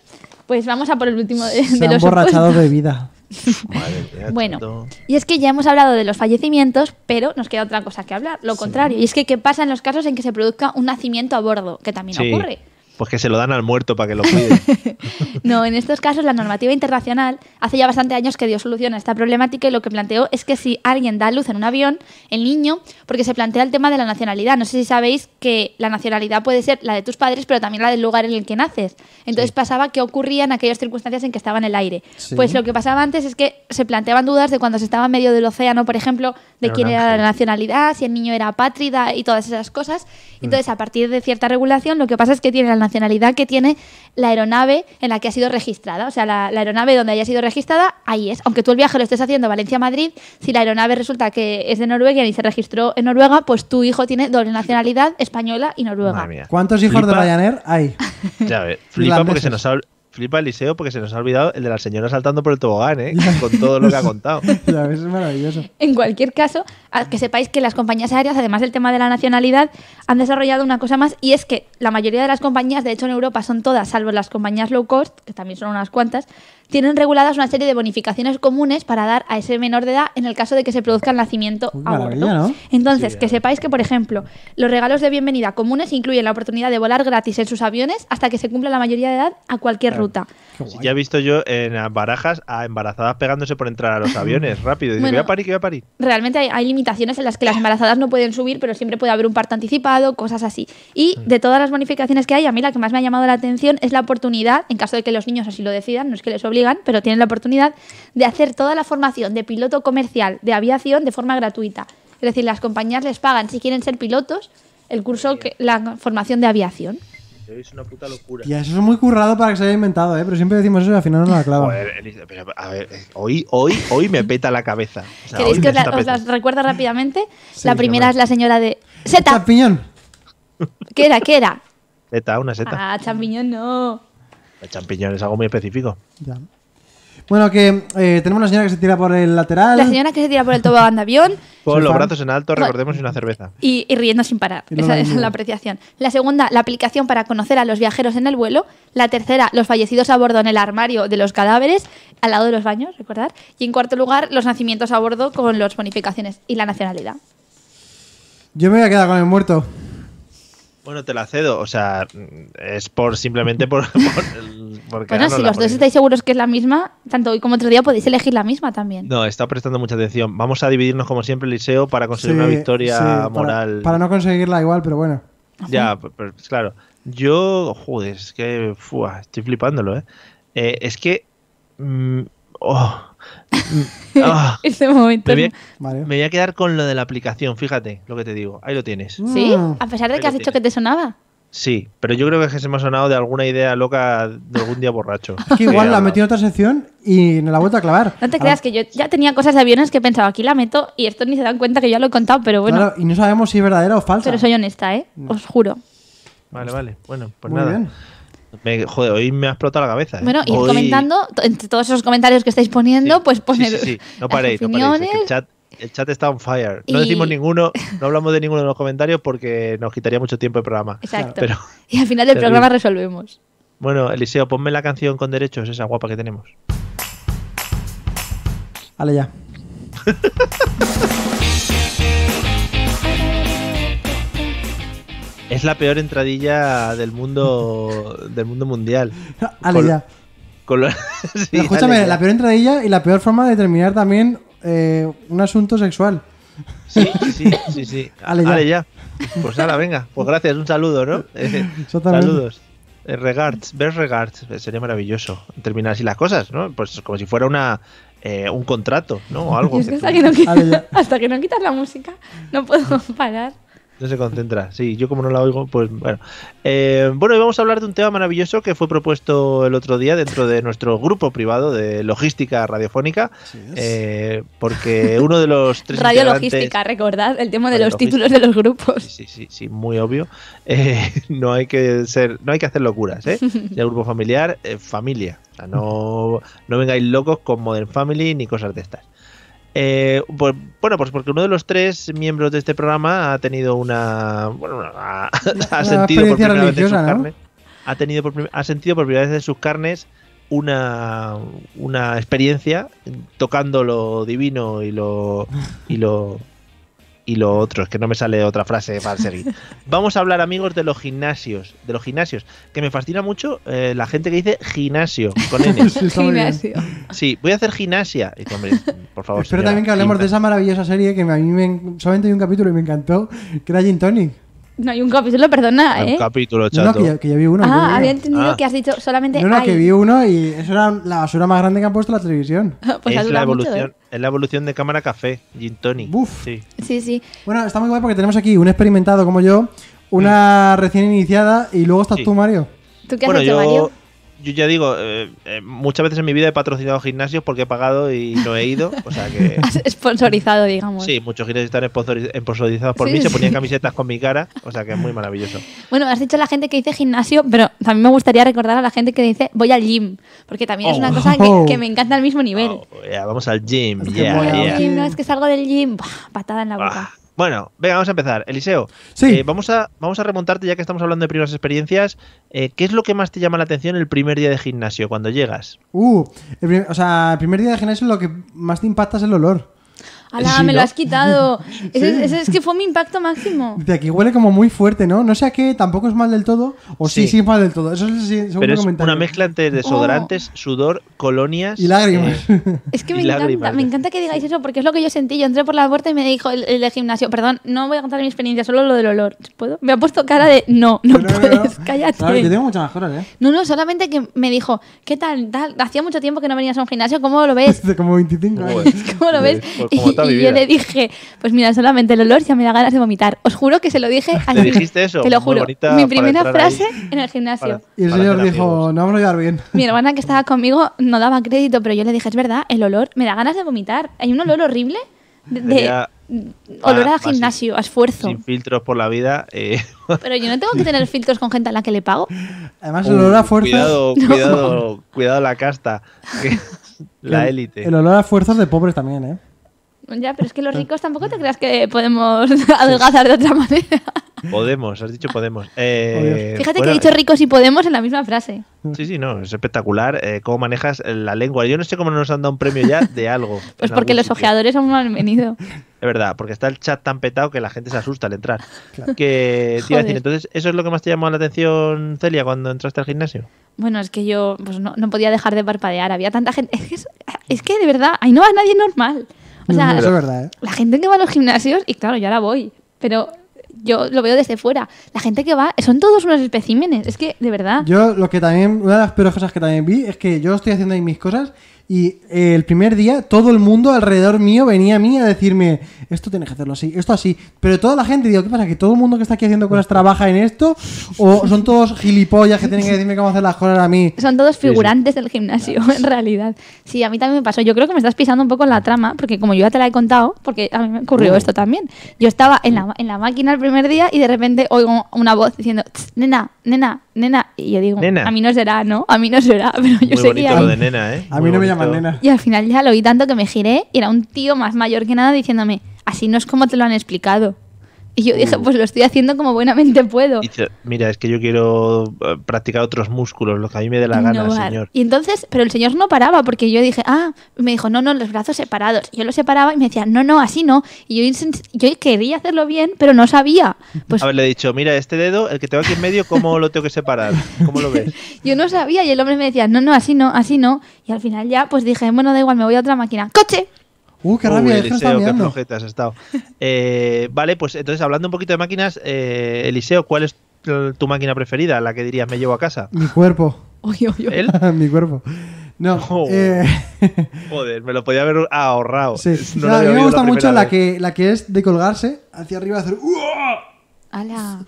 [SPEAKER 3] pues vamos a por el último de, eh, de
[SPEAKER 2] Se han
[SPEAKER 3] los
[SPEAKER 2] borrachado
[SPEAKER 3] supuestos.
[SPEAKER 2] de vida.
[SPEAKER 1] madre mía,
[SPEAKER 3] Bueno,
[SPEAKER 1] tanto.
[SPEAKER 3] y es que ya hemos hablado de los fallecimientos, pero nos queda otra cosa que hablar, lo contrario. Y es que qué pasa en los casos en que se produzca un nacimiento a bordo, que también
[SPEAKER 1] Sí,
[SPEAKER 3] ocurre.
[SPEAKER 1] Pues que se lo dan al muerto para que lo cuide.
[SPEAKER 3] No, en estos casos la normativa internacional hace ya bastante años que dio solución a esta problemática y lo que planteó es que si alguien da a luz en un avión, el niño, porque se plantea el tema de la nacionalidad. No sé si sabéis que la nacionalidad puede ser la de tus padres, pero también la del lugar en el que naces. Entonces pasaba que ocurría en aquellas circunstancias en que estaba en el aire.
[SPEAKER 2] Sí.
[SPEAKER 3] Pues lo que pasaba antes es que se planteaban dudas de cuando se estaba en medio del océano, por ejemplo, de
[SPEAKER 1] Era un
[SPEAKER 3] quién era
[SPEAKER 1] ángel.
[SPEAKER 3] la nacionalidad, si el niño era apátrida y todas esas cosas.
[SPEAKER 1] Mm.
[SPEAKER 3] Entonces, a partir de cierta regulación, lo que pasa es que tiene la nacionalidad que tiene la aeronave en la que ha sido registrada. O sea, la, la aeronave donde haya sido registrada, ahí es. Aunque tú el viaje lo estés haciendo Valencia-Madrid, si la aeronave resulta que es de Noruega y se registró en Noruega, pues tu hijo tiene doble nacionalidad, española y noruega.
[SPEAKER 1] Madre mía.
[SPEAKER 2] ¿Cuántos hijos
[SPEAKER 1] Flipa-
[SPEAKER 2] de eh? Ryanair hay?
[SPEAKER 1] Ya ves, flipa porque
[SPEAKER 2] Irlandeses.
[SPEAKER 1] se nos ha, flipa Eliseo porque se nos ha olvidado el de la señora saltando por el tobogán, ¿eh? Con todo lo que ha contado.
[SPEAKER 2] Ya ves, es maravilloso.
[SPEAKER 3] En cualquier caso, a- que sepáis que las compañías aéreas, además del tema de la nacionalidad, han desarrollado una cosa más y es que la mayoría de las compañías, de hecho en Europa son todas, salvo las compañías low cost, que también son unas cuantas, tienen reguladas una serie de bonificaciones comunes para dar a ese menor de edad en el caso de que se produzca el nacimiento
[SPEAKER 2] Uy,
[SPEAKER 3] a bordo.
[SPEAKER 2] maravilla, ¿no?
[SPEAKER 3] Entonces,
[SPEAKER 1] Sí,
[SPEAKER 3] que
[SPEAKER 1] ya.
[SPEAKER 3] sepáis que, por ejemplo, los regalos de bienvenida comunes incluyen la oportunidad de volar gratis en sus aviones hasta que se cumpla la mayoría de edad a cualquier ruta.
[SPEAKER 1] Sí,
[SPEAKER 2] Qué guay.
[SPEAKER 1] ya he visto yo en las barajas a embarazadas pegándose por entrar a los aviones rápido. Dice,
[SPEAKER 3] Bueno.
[SPEAKER 1] voy a parir, que voy a parir.
[SPEAKER 3] realmente hay, hay limitaciones en las que las embarazadas no pueden subir, pero siempre puede haber un parto anticipado, cosas así. Y
[SPEAKER 2] Mm.
[SPEAKER 3] de todas las bonificaciones que hay, a mí la que más me ha llamado la atención es la oportunidad, en caso de que los niños así lo decidan, no es que les obligan, pero tienen la oportunidad de hacer toda la formación de piloto comercial de aviación de forma gratuita. Es decir, las compañías les pagan si quieren ser pilotos el curso, que, la formación de aviación.
[SPEAKER 1] Es una puta locura.
[SPEAKER 2] Tía, eso es muy currado para que se haya inventado, ¿eh? Pero siempre decimos eso y al final no la clava.
[SPEAKER 1] Joder, Eliseo, pero, a ver, eh, hoy, hoy, hoy me peta la cabeza. O sea,
[SPEAKER 3] ¿Queréis
[SPEAKER 1] hoy
[SPEAKER 3] que
[SPEAKER 1] me
[SPEAKER 3] os, la-
[SPEAKER 1] está
[SPEAKER 3] os las
[SPEAKER 1] petando.
[SPEAKER 3] recuerdo rápidamente?
[SPEAKER 2] Sí,
[SPEAKER 3] la primera
[SPEAKER 2] hombre.
[SPEAKER 3] es la señora de... ¡Seta!
[SPEAKER 2] Champiñón.
[SPEAKER 3] ¿Qué era? ¿Qué era?
[SPEAKER 1] Seta, una seta.
[SPEAKER 3] Ah, champiñón no.
[SPEAKER 1] El champiñón es algo muy específico.
[SPEAKER 2] Ya. Bueno, que eh, tenemos una señora que se tira por el lateral.
[SPEAKER 3] La señora que se tira por el tobogán de avión
[SPEAKER 1] Con
[SPEAKER 2] Soy
[SPEAKER 1] los
[SPEAKER 2] fan.
[SPEAKER 1] brazos en alto,
[SPEAKER 3] No.
[SPEAKER 1] recordemos y una cerveza.
[SPEAKER 3] y, y riendo sin parar.
[SPEAKER 2] Y no
[SPEAKER 3] Esa
[SPEAKER 2] la
[SPEAKER 3] es
[SPEAKER 2] ayuda.
[SPEAKER 3] la apreciación. La segunda, la aplicación para conocer a los viajeros en el vuelo. La tercera, los fallecidos a bordo en el armario de los cadáveres, al lado de los baños, recordad. Y en cuarto lugar, los nacimientos a bordo con las bonificaciones y la nacionalidad.
[SPEAKER 2] Yo me voy a quedar con el muerto.
[SPEAKER 1] Bueno, te la cedo. O sea, mm, es por simplemente por. por el- por
[SPEAKER 3] bueno,
[SPEAKER 1] quedarnos
[SPEAKER 3] si
[SPEAKER 1] la
[SPEAKER 3] los dos
[SPEAKER 1] polémica.
[SPEAKER 3] estáis seguros que es la misma, tanto hoy como otro día podéis elegir la misma también.
[SPEAKER 1] No, está prestando mucha atención. Vamos a dividirnos como siempre, Eliseo, para conseguir
[SPEAKER 2] Sí,
[SPEAKER 1] una
[SPEAKER 2] sí,
[SPEAKER 1] victoria
[SPEAKER 2] para-
[SPEAKER 1] moral.
[SPEAKER 2] Para, no conseguirla igual, pero bueno.
[SPEAKER 1] Ya, pe- pero, claro. Yo, joder, es que fua, estoy flipándolo, ¿eh? Eh, es que... mm, oh, mm, ah,
[SPEAKER 3] Este momento.
[SPEAKER 1] me, voy,
[SPEAKER 2] Vale.
[SPEAKER 1] me voy a quedar con lo de la aplicación, fíjate lo que te digo. Ahí lo tienes.
[SPEAKER 3] ¿Sí?
[SPEAKER 2] Mm.
[SPEAKER 3] A pesar de
[SPEAKER 1] Ahí
[SPEAKER 3] que
[SPEAKER 1] lo
[SPEAKER 3] has
[SPEAKER 1] tienes.
[SPEAKER 3] dicho que te sonaba.
[SPEAKER 1] Sí, pero yo creo que es que se me ha sonado de alguna idea loca de algún día borracho.
[SPEAKER 2] Es que igual la
[SPEAKER 1] ha
[SPEAKER 2] ha metido en otra sección y nos la ha vuelto a clavar.
[SPEAKER 3] No te creas que yo ya tenía cosas de aviones que pensaba, aquí la meto y esto ni se dan cuenta que ya lo he contado, pero bueno.
[SPEAKER 2] Claro, y no
[SPEAKER 1] Ah.
[SPEAKER 2] sabemos si es verdadera o falsa.
[SPEAKER 1] Mm.
[SPEAKER 3] Pero soy honesta, ¿eh? Os juro.
[SPEAKER 1] Vale, vale. Bueno, pues
[SPEAKER 2] Muy
[SPEAKER 1] nada.
[SPEAKER 2] bien.
[SPEAKER 1] Me- joder, hoy me ha explotado la cabeza. ¿eh?
[SPEAKER 3] Bueno, ir
[SPEAKER 1] Hoy-
[SPEAKER 3] comentando, t- entre todos esos comentarios que estáis poniendo,
[SPEAKER 1] Sí.
[SPEAKER 3] pues poner
[SPEAKER 1] Sí, sí, sí. No paréis, no
[SPEAKER 3] las
[SPEAKER 1] paréis. es que el,
[SPEAKER 3] opiniones.
[SPEAKER 1] chat, el chat está on fire. No
[SPEAKER 3] Y-
[SPEAKER 1] decimos ninguno, no hablamos de ninguno de los comentarios porque nos quitaría mucho tiempo el programa.
[SPEAKER 3] Exacto.
[SPEAKER 1] Pero
[SPEAKER 3] Y al final del
[SPEAKER 1] Terrible.
[SPEAKER 3] programa resolvemos.
[SPEAKER 1] bueno, Eliseo, ponme la canción con derechos, esa guapa que tenemos.
[SPEAKER 2] Vale, ya.
[SPEAKER 1] Es la peor entradilla del mundo del mundo mundial.
[SPEAKER 2] Ale,
[SPEAKER 1] Col-
[SPEAKER 2] ya.
[SPEAKER 1] Con lo- Sí,
[SPEAKER 2] Pero escúchame,
[SPEAKER 1] dale, ya.
[SPEAKER 2] la peor entradilla y la peor forma de terminar también eh, un asunto sexual.
[SPEAKER 1] Sí, sí, sí, sí.
[SPEAKER 2] Ale, ya.
[SPEAKER 1] Ale, ya. Pues nada, venga. Pues gracias, un saludo, ¿no? Eh,
[SPEAKER 2] Exactamente.
[SPEAKER 1] Saludos. Eh, Regards, ver regards, Eh, sería maravilloso terminar así las cosas, ¿no? Pues como si fuera una eh, un contrato, ¿no? O algo.
[SPEAKER 3] Y es
[SPEAKER 1] que
[SPEAKER 3] que hasta,
[SPEAKER 1] tú-
[SPEAKER 3] que no qui-
[SPEAKER 2] A ver, ya.
[SPEAKER 3] hasta que no quitas la música, no puedo parar.
[SPEAKER 1] No se concentra. Sí, yo como no la oigo, pues bueno. Eh, bueno, y vamos a hablar de un tema maravilloso que fue propuesto el otro día dentro de nuestro grupo privado de logística radiofónica. eh, porque uno de los tres.
[SPEAKER 3] Radio
[SPEAKER 1] integrantes-
[SPEAKER 3] Logística, recordad el tema de
[SPEAKER 1] Radio
[SPEAKER 3] los títulos de los grupos.
[SPEAKER 1] Sí, sí, sí, sí, muy obvio. Eh, no hay que ser, no hay que hacer locuras, ¿eh? El grupo familiar, eh, familia. O sea, no, no vengáis locos con Modern Family ni cosas de estas. Eh, pues, bueno, pues porque uno de los tres miembros de este programa ha tenido una. Bueno, ha, ha sentido por primera
[SPEAKER 2] experiencia
[SPEAKER 1] vez en sus
[SPEAKER 2] religiosa, ¿no?
[SPEAKER 1] carnes. Ha, tenido por prim- ha sentido por primera vez en sus carnes una, una experiencia tocando lo divino y lo. y lo. y lo otro. Es que no me sale otra frase para seguir. Vamos a hablar, amigos, de los gimnasios. De los gimnasios. Que me fascina mucho eh, la gente que dice gimnasio con N.
[SPEAKER 2] Sí, está muy bien.
[SPEAKER 3] Gimnasio.
[SPEAKER 1] Sí, voy a hacer gimnasia. Y, hombre, por favor.
[SPEAKER 2] Espero
[SPEAKER 1] señora,
[SPEAKER 2] también que hablemos
[SPEAKER 1] quinta.
[SPEAKER 2] de esa maravillosa serie que a mí me, en- solamente hay un capítulo y me encantó, que era Gin Tonic.
[SPEAKER 3] No hay un capítulo, perdona,
[SPEAKER 1] Hay
[SPEAKER 3] ¿eh?
[SPEAKER 1] un capítulo,
[SPEAKER 2] Ah, No,
[SPEAKER 1] chato.
[SPEAKER 2] que yo, que yo vi uno. que yo vi
[SPEAKER 3] ah,
[SPEAKER 2] uno.
[SPEAKER 3] había entendido
[SPEAKER 1] Ah.
[SPEAKER 3] que has dicho solamente
[SPEAKER 2] No, no,
[SPEAKER 3] hay.
[SPEAKER 2] que vi uno y eso era la basura más grande que han puesto en la televisión.
[SPEAKER 3] Pues ha
[SPEAKER 1] es, la
[SPEAKER 3] durado mucho,
[SPEAKER 1] evolución, es la evolución de cámara café, Gin Tony.
[SPEAKER 2] Buf.
[SPEAKER 1] Sí.
[SPEAKER 3] ¿eh? Sí, sí.
[SPEAKER 2] Bueno, está muy guay porque tenemos aquí un experimentado como yo, una recién iniciada y luego estás
[SPEAKER 1] Sí.
[SPEAKER 2] tú, Mario.
[SPEAKER 3] ¿Tú qué
[SPEAKER 1] bueno,
[SPEAKER 3] has hecho,
[SPEAKER 1] yo,
[SPEAKER 3] Mario?
[SPEAKER 1] yo ya digo, eh, eh, muchas veces en mi vida he patrocinado gimnasios porque he pagado y no he ido. O sea que.
[SPEAKER 3] Has sponsorizado, digamos.
[SPEAKER 1] Sí, muchos gimnasios están sponsoriz- sponsorizados por
[SPEAKER 3] Sí,
[SPEAKER 1] mí, se
[SPEAKER 3] sí.
[SPEAKER 1] ponían camisetas con mi cara, o sea que es muy maravilloso.
[SPEAKER 3] Bueno, has dicho la gente que dice gimnasio, pero también me gustaría recordar a la gente que dice voy al gym, porque también es una
[SPEAKER 1] Oh.
[SPEAKER 3] cosa que, que me encanta al mismo nivel.
[SPEAKER 1] Oh, yeah, vamos al gym,
[SPEAKER 2] Es que
[SPEAKER 1] yeah,
[SPEAKER 2] voy al
[SPEAKER 1] yeah.
[SPEAKER 3] Al gym,
[SPEAKER 2] yeah.
[SPEAKER 3] no es que salgo del gym, buah, patada en la boca.
[SPEAKER 1] Ah, Bueno, venga, vamos a empezar. Eliseo,
[SPEAKER 2] Sí.
[SPEAKER 1] eh, vamos, a, vamos a remontarte ya que estamos hablando de primeras experiencias. eh, ¿Qué es lo que más te llama la atención el primer día de gimnasio cuando llegas?
[SPEAKER 2] Uh, el prim- o sea, el primer día de gimnasio lo que más te impacta es el olor.
[SPEAKER 3] Alá,
[SPEAKER 2] Sí,
[SPEAKER 3] me
[SPEAKER 2] ¿no?
[SPEAKER 3] lo has quitado. Ese, ese es que fue mi impacto máximo.
[SPEAKER 2] De aquí huele como muy fuerte, ¿no? No sé a qué, tampoco es mal del todo. O sí,
[SPEAKER 1] Sí.
[SPEAKER 2] sí, es mal del todo. Eso es el si- segundo
[SPEAKER 1] Pero es
[SPEAKER 2] comentario.
[SPEAKER 1] una mezcla entre desodorantes, sudor, colonias
[SPEAKER 2] Y lágrimas.
[SPEAKER 1] eh,
[SPEAKER 3] Es que
[SPEAKER 1] Y
[SPEAKER 3] me
[SPEAKER 1] lágrimas.
[SPEAKER 3] encanta, me encanta que digáis eso porque es lo que yo sentí. Yo entré por la puerta y me dijo el, el de gimnasio, perdón, no voy a contar mi experiencia, solo lo del olor. ¿Puedo? Me ha puesto cara de no, no, puedes, cállate.
[SPEAKER 2] Claro, yo tengo muchas más cosas, ¿eh?
[SPEAKER 3] No, no, solamente que me dijo, ¿qué tal? tal? Hacía mucho tiempo que no venías a un gimnasio, ¿cómo lo ves?
[SPEAKER 2] De como 25 años.
[SPEAKER 1] Joder.
[SPEAKER 3] ¿Cómo lo ves?
[SPEAKER 1] Pues como
[SPEAKER 3] Y-
[SPEAKER 1] toda mi
[SPEAKER 3] y yo
[SPEAKER 1] vida.
[SPEAKER 3] le dije, pues mira, solamente el olor ya me da ganas de vomitar. Os juro que se lo dije al
[SPEAKER 1] ¿Le dijiste eso?
[SPEAKER 3] Te lo
[SPEAKER 1] Muy
[SPEAKER 3] juro.
[SPEAKER 1] bonita
[SPEAKER 3] Mi
[SPEAKER 1] para
[SPEAKER 3] primera
[SPEAKER 1] entrar ahí.
[SPEAKER 3] frase en el
[SPEAKER 1] para-
[SPEAKER 3] gimnasio.
[SPEAKER 2] Y el
[SPEAKER 1] para
[SPEAKER 2] señor
[SPEAKER 1] hacer
[SPEAKER 2] dijo,
[SPEAKER 1] amigos.
[SPEAKER 2] no vamos a llevar bien.
[SPEAKER 3] Mi hermana que estaba conmigo no daba crédito, pero yo le dije, es verdad, el olor, me da ganas de vomitar. Hay un olor horrible de, de-
[SPEAKER 1] Sería-
[SPEAKER 3] olor
[SPEAKER 1] va- va
[SPEAKER 3] a gimnasio, a esfuerzo.
[SPEAKER 1] sin filtros por la vida. eh.
[SPEAKER 3] Pero yo no tengo que tener filtros con gente a la que le pago.
[SPEAKER 2] Además, el olor a
[SPEAKER 1] Uy,
[SPEAKER 2] fuerza.
[SPEAKER 1] Cuidado, cuidado, cuidado la casta. que- la
[SPEAKER 2] el-
[SPEAKER 1] élite.
[SPEAKER 2] El olor a fuerzas de pobres también, ¿eh?
[SPEAKER 3] Ya, pero es que los ricos tampoco te creas que podemos adelgazar de otra manera.
[SPEAKER 1] Podemos, has dicho
[SPEAKER 2] Oh,
[SPEAKER 1] Podemos. Eh,
[SPEAKER 3] Fíjate que
[SPEAKER 1] bueno,
[SPEAKER 3] he dicho ricos y podemos en la misma frase.
[SPEAKER 1] Sí, sí, no, es espectacular eh, cómo manejas la lengua. Yo no sé cómo no nos han dado un premio ya de algo.
[SPEAKER 3] Pues
[SPEAKER 1] en
[SPEAKER 3] porque
[SPEAKER 1] algún
[SPEAKER 3] los
[SPEAKER 1] sitio.
[SPEAKER 3] ojeadores aún no han venido.
[SPEAKER 1] Es verdad, porque está el chat tan petado que la gente se asusta al entrar. Que te iba a decir,
[SPEAKER 3] Joder.
[SPEAKER 1] entonces, ¿eso es lo que más te llamó la atención, Celia, cuando entraste al gimnasio?
[SPEAKER 3] Bueno, es que yo pues no, no podía dejar de parpadear. Había tanta gente. Es que, es- es que de verdad, ahí no va nadie normal. O sea,
[SPEAKER 2] Eso es verdad, ¿eh?
[SPEAKER 3] la gente que va a los gimnasios, y claro, yo ahora voy, pero yo lo veo desde fuera. La gente que va son todos unos especímenes. Es que, de verdad.
[SPEAKER 2] Yo lo que también, una de las peores cosas que también vi es que yo estoy haciendo ahí mis cosas y eh, el primer día todo el mundo alrededor mío venía a mí a decirme, esto tienes que hacerlo así, esto así. Pero toda la gente, digo, ¿qué pasa? ¿Que todo el mundo que está aquí haciendo cosas trabaja en esto? ¿O son todos gilipollas que tienen que decirme cómo hacer las cosas a mí?
[SPEAKER 3] Son todos figurantes del gimnasio, en realidad. Sí, a mí también me pasó. Yo creo que me estás pisando un poco en la trama, porque como yo ya te la he contado, porque a mí me ocurrió esto también. Yo estaba en la, en la máquina el primer día y de repente oigo una voz diciendo, "Tss, nena, nena, nena. Y yo digo,
[SPEAKER 1] Nena.
[SPEAKER 3] a mí no será, ¿no? A mí no será, pero yo
[SPEAKER 1] Muy
[SPEAKER 3] sería.
[SPEAKER 1] bonito lo de
[SPEAKER 3] ahí.
[SPEAKER 1] nena, ¿eh?
[SPEAKER 2] A mí
[SPEAKER 1] Muy
[SPEAKER 2] no
[SPEAKER 1] bonito.
[SPEAKER 2] me llaman nena.
[SPEAKER 3] Y al final ya lo vi tanto que me giré y era un tío más mayor que nada diciéndome, así no es como te lo han explicado. Y yo dije, pues lo estoy haciendo como buenamente puedo.
[SPEAKER 1] Dice, mira, es que yo quiero eh, practicar otros músculos, lo que a mí me dé la gana,
[SPEAKER 3] Innovar.
[SPEAKER 1] señor.
[SPEAKER 3] Y entonces, pero el señor no paraba porque yo dije, ah, y me dijo, no, no, los brazos separados. Y Yo los separaba y me decía, no, no, así no. Y yo, insen- yo quería hacerlo bien, pero no sabía. Pues
[SPEAKER 1] Haberle dicho, mira, este dedo, el que tengo aquí en medio, ¿cómo lo tengo que separar? ¿Cómo lo ves?
[SPEAKER 3] yo no sabía y el hombre me decía, no, no, así no, así no. Y al final ya, pues dije, bueno, da igual, me voy a otra máquina. ¡Coche!
[SPEAKER 2] Uh, qué
[SPEAKER 1] Uy,
[SPEAKER 2] rabia, Eliseo
[SPEAKER 1] Eliseo,
[SPEAKER 2] está
[SPEAKER 1] qué
[SPEAKER 2] mirando.
[SPEAKER 1] flojeta has estado. Eh, vale, pues entonces, hablando un poquito de máquinas, eh, Eliseo, ¿cuál es tu tu máquina preferida? La que dirías, me llevo a casa.
[SPEAKER 2] Mi cuerpo.
[SPEAKER 3] Uy, uy, uy.
[SPEAKER 1] ¿Él?
[SPEAKER 2] Mi cuerpo. No.
[SPEAKER 1] Oh.
[SPEAKER 2] eh,
[SPEAKER 1] Joder, me lo podía haber ahorrado.
[SPEAKER 2] sí.
[SPEAKER 1] No
[SPEAKER 2] No,
[SPEAKER 1] lo
[SPEAKER 2] a
[SPEAKER 1] había
[SPEAKER 2] mí me
[SPEAKER 1] oído
[SPEAKER 2] gusta
[SPEAKER 1] la
[SPEAKER 2] mucho
[SPEAKER 1] primera
[SPEAKER 2] la
[SPEAKER 1] vez.
[SPEAKER 2] que, la que es de colgarse hacia arriba, hacer. ¡Uah!
[SPEAKER 3] Ala.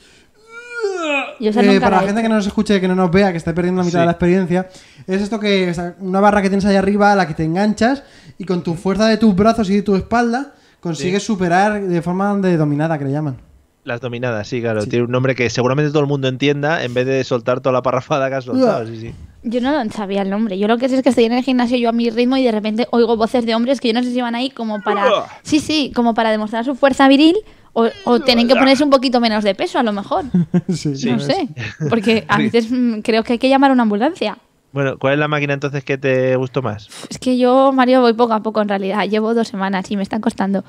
[SPEAKER 3] Yo esa
[SPEAKER 2] Eh,
[SPEAKER 3] nunca
[SPEAKER 2] para
[SPEAKER 3] la
[SPEAKER 2] la
[SPEAKER 3] he
[SPEAKER 2] gente que no nos escuche, que no nos vea, que esté perdiendo la mitad
[SPEAKER 1] Sí.
[SPEAKER 2] de la experiencia, es esto que o sea, una barra que tienes ahí arriba a la que te enganchas y con tu fuerza de tus brazos y de tu espalda consigues superar de forma de dominada que le llaman.
[SPEAKER 1] Las dominadas, sí, claro. Tiene un nombre que seguramente todo el mundo entienda en vez de soltar toda la parrafada que has soltado. Sí, sí.
[SPEAKER 3] Yo no lo sabía el nombre. Yo lo que sé es que estoy en el gimnasio yo a mi ritmo y de repente oigo voces de hombres que yo no sé si van ahí como para.
[SPEAKER 1] Uah.
[SPEAKER 3] Sí, sí, como para demostrar su fuerza viril o, o tienen que ponerse un poquito menos de peso a lo mejor.
[SPEAKER 2] sí,
[SPEAKER 3] No
[SPEAKER 2] ¿sabes?
[SPEAKER 3] sé. Porque a
[SPEAKER 1] Sí.
[SPEAKER 3] veces mm, creo que hay que llamar a una ambulancia.
[SPEAKER 1] Bueno, ¿cuál es la máquina entonces que te gustó más?
[SPEAKER 3] Es que yo, Mario, voy poco a poco en realidad. Llevo dos semanas y me están costando.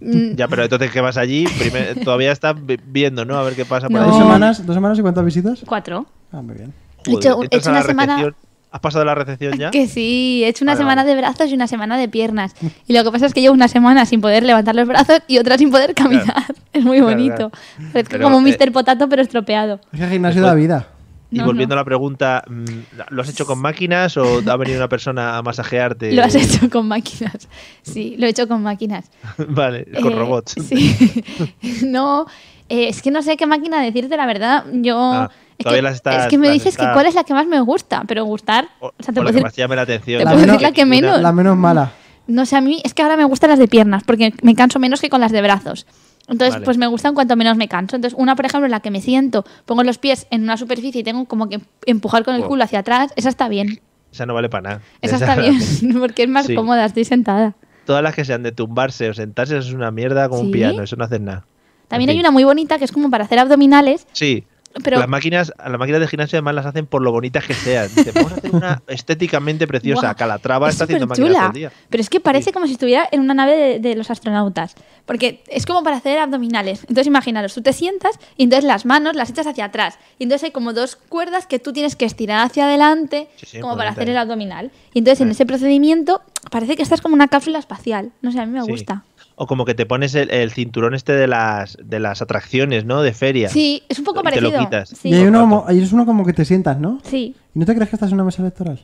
[SPEAKER 3] Mm,
[SPEAKER 1] Ya, pero entonces que vas allí, Primer- todavía estás vi- viendo, ¿no? A ver qué pasa por
[SPEAKER 3] No.
[SPEAKER 1] ahí.
[SPEAKER 2] ¿Dos semanas? ¿Dos semanas y cuántas visitas?
[SPEAKER 3] Cuatro.
[SPEAKER 2] Ah, muy bien.
[SPEAKER 3] He hecho- he
[SPEAKER 1] entras
[SPEAKER 3] hecho
[SPEAKER 1] a la
[SPEAKER 3] una semana-
[SPEAKER 1] recepción. ¿Has pasado la recepción ya?
[SPEAKER 3] Que sí, he hecho una
[SPEAKER 1] Vale,
[SPEAKER 3] semana
[SPEAKER 1] vale.
[SPEAKER 3] de brazos y una semana de piernas. Y lo que pasa es que llevo una semana sin poder levantar los brazos y otra sin poder caminar. Es muy
[SPEAKER 1] Claro,
[SPEAKER 3] bonito. Parezco
[SPEAKER 1] Pero,
[SPEAKER 3] como un
[SPEAKER 1] eh,
[SPEAKER 3] Mr. Potato, pero estropeado.
[SPEAKER 2] Es que gimnasio da vida.
[SPEAKER 1] Y
[SPEAKER 3] No,
[SPEAKER 1] volviendo
[SPEAKER 3] no.
[SPEAKER 1] a la pregunta, mm, ¿lo has hecho con máquinas o ha venido una persona a masajearte?
[SPEAKER 3] Lo has hecho con máquinas. Sí, lo he hecho con máquinas.
[SPEAKER 1] vale, con
[SPEAKER 3] Eh,
[SPEAKER 1] robots.
[SPEAKER 3] Sí. no, eh, es que no sé qué máquina decirte, la verdad. Yo.
[SPEAKER 1] Ah,
[SPEAKER 3] es,
[SPEAKER 1] todavía
[SPEAKER 3] que,
[SPEAKER 1] las estás-
[SPEAKER 3] es que me
[SPEAKER 1] las
[SPEAKER 3] dices que
[SPEAKER 1] estás-
[SPEAKER 3] cuál es la que más me gusta, pero gustar.
[SPEAKER 1] O,
[SPEAKER 3] O, sea,
[SPEAKER 1] o
[SPEAKER 3] te
[SPEAKER 1] la
[SPEAKER 3] puedo
[SPEAKER 1] que
[SPEAKER 3] decir.
[SPEAKER 1] más te llame la atención.
[SPEAKER 3] te
[SPEAKER 2] puedo decir
[SPEAKER 3] la que menos.
[SPEAKER 2] La menos mala.
[SPEAKER 3] No sé, a mí es que ahora me gustan las de piernas, porque me canso menos que con las de brazos. Entonces,
[SPEAKER 1] Vale.
[SPEAKER 3] pues me gustan cuanto menos me canso. Entonces, una, por ejemplo, en la que me siento, pongo los pies en una superficie y tengo como que empujar con el
[SPEAKER 1] Wow.
[SPEAKER 3] culo hacia atrás, esa está bien.
[SPEAKER 1] Esa no vale para nada.
[SPEAKER 3] Esa está bien, porque es más
[SPEAKER 1] Sí.
[SPEAKER 3] cómoda, estoy sentada.
[SPEAKER 1] Todas las que sean de tumbarse o sentarse eso es una mierda como un
[SPEAKER 3] ¿Sí?
[SPEAKER 1] piano, eso no hacen nada.
[SPEAKER 3] También
[SPEAKER 1] En
[SPEAKER 3] hay
[SPEAKER 1] fin.
[SPEAKER 3] una muy bonita que es como para hacer abdominales,
[SPEAKER 1] Sí.
[SPEAKER 3] pero
[SPEAKER 1] Las máquinas, a las máquinas de gimnasio además las hacen por lo bonitas que sean. Dicen, vamos a hacer una estéticamente preciosa.
[SPEAKER 3] Buah,
[SPEAKER 1] Calatrava
[SPEAKER 3] es
[SPEAKER 1] está haciendo máquinas todo
[SPEAKER 3] superchula.
[SPEAKER 1] el día.
[SPEAKER 3] Pero es que parece
[SPEAKER 1] Sí.
[SPEAKER 3] como si estuviera en una nave de, de los astronautas. Porque es como para hacer abdominales. Entonces imaginaros, tú te sientas y entonces las manos las echas hacia atrás. Y entonces hay como dos cuerdas que tú tienes que estirar hacia adelante
[SPEAKER 1] Sí, sí,
[SPEAKER 3] como
[SPEAKER 1] por
[SPEAKER 3] para
[SPEAKER 1] dentro
[SPEAKER 3] hacer
[SPEAKER 1] ahí.
[SPEAKER 3] el abdominal. Y entonces en
[SPEAKER 1] Eh.
[SPEAKER 3] ese procedimiento parece que estás como una cápsula espacial. No sé, a mí me
[SPEAKER 1] Sí.
[SPEAKER 3] gusta.
[SPEAKER 1] O como que te pones el, el cinturón este de las, de las atracciones, ¿no? De feria.
[SPEAKER 3] Sí, es un poco
[SPEAKER 1] Y te
[SPEAKER 3] parecido.
[SPEAKER 1] lo quitas.
[SPEAKER 3] Sí.
[SPEAKER 2] Y hay uno,
[SPEAKER 1] Por
[SPEAKER 2] como,
[SPEAKER 1] tanto.
[SPEAKER 2] ahí es uno como que te sientas, ¿no?
[SPEAKER 3] Sí.
[SPEAKER 2] ¿Y no te crees que estás en una mesa electoral?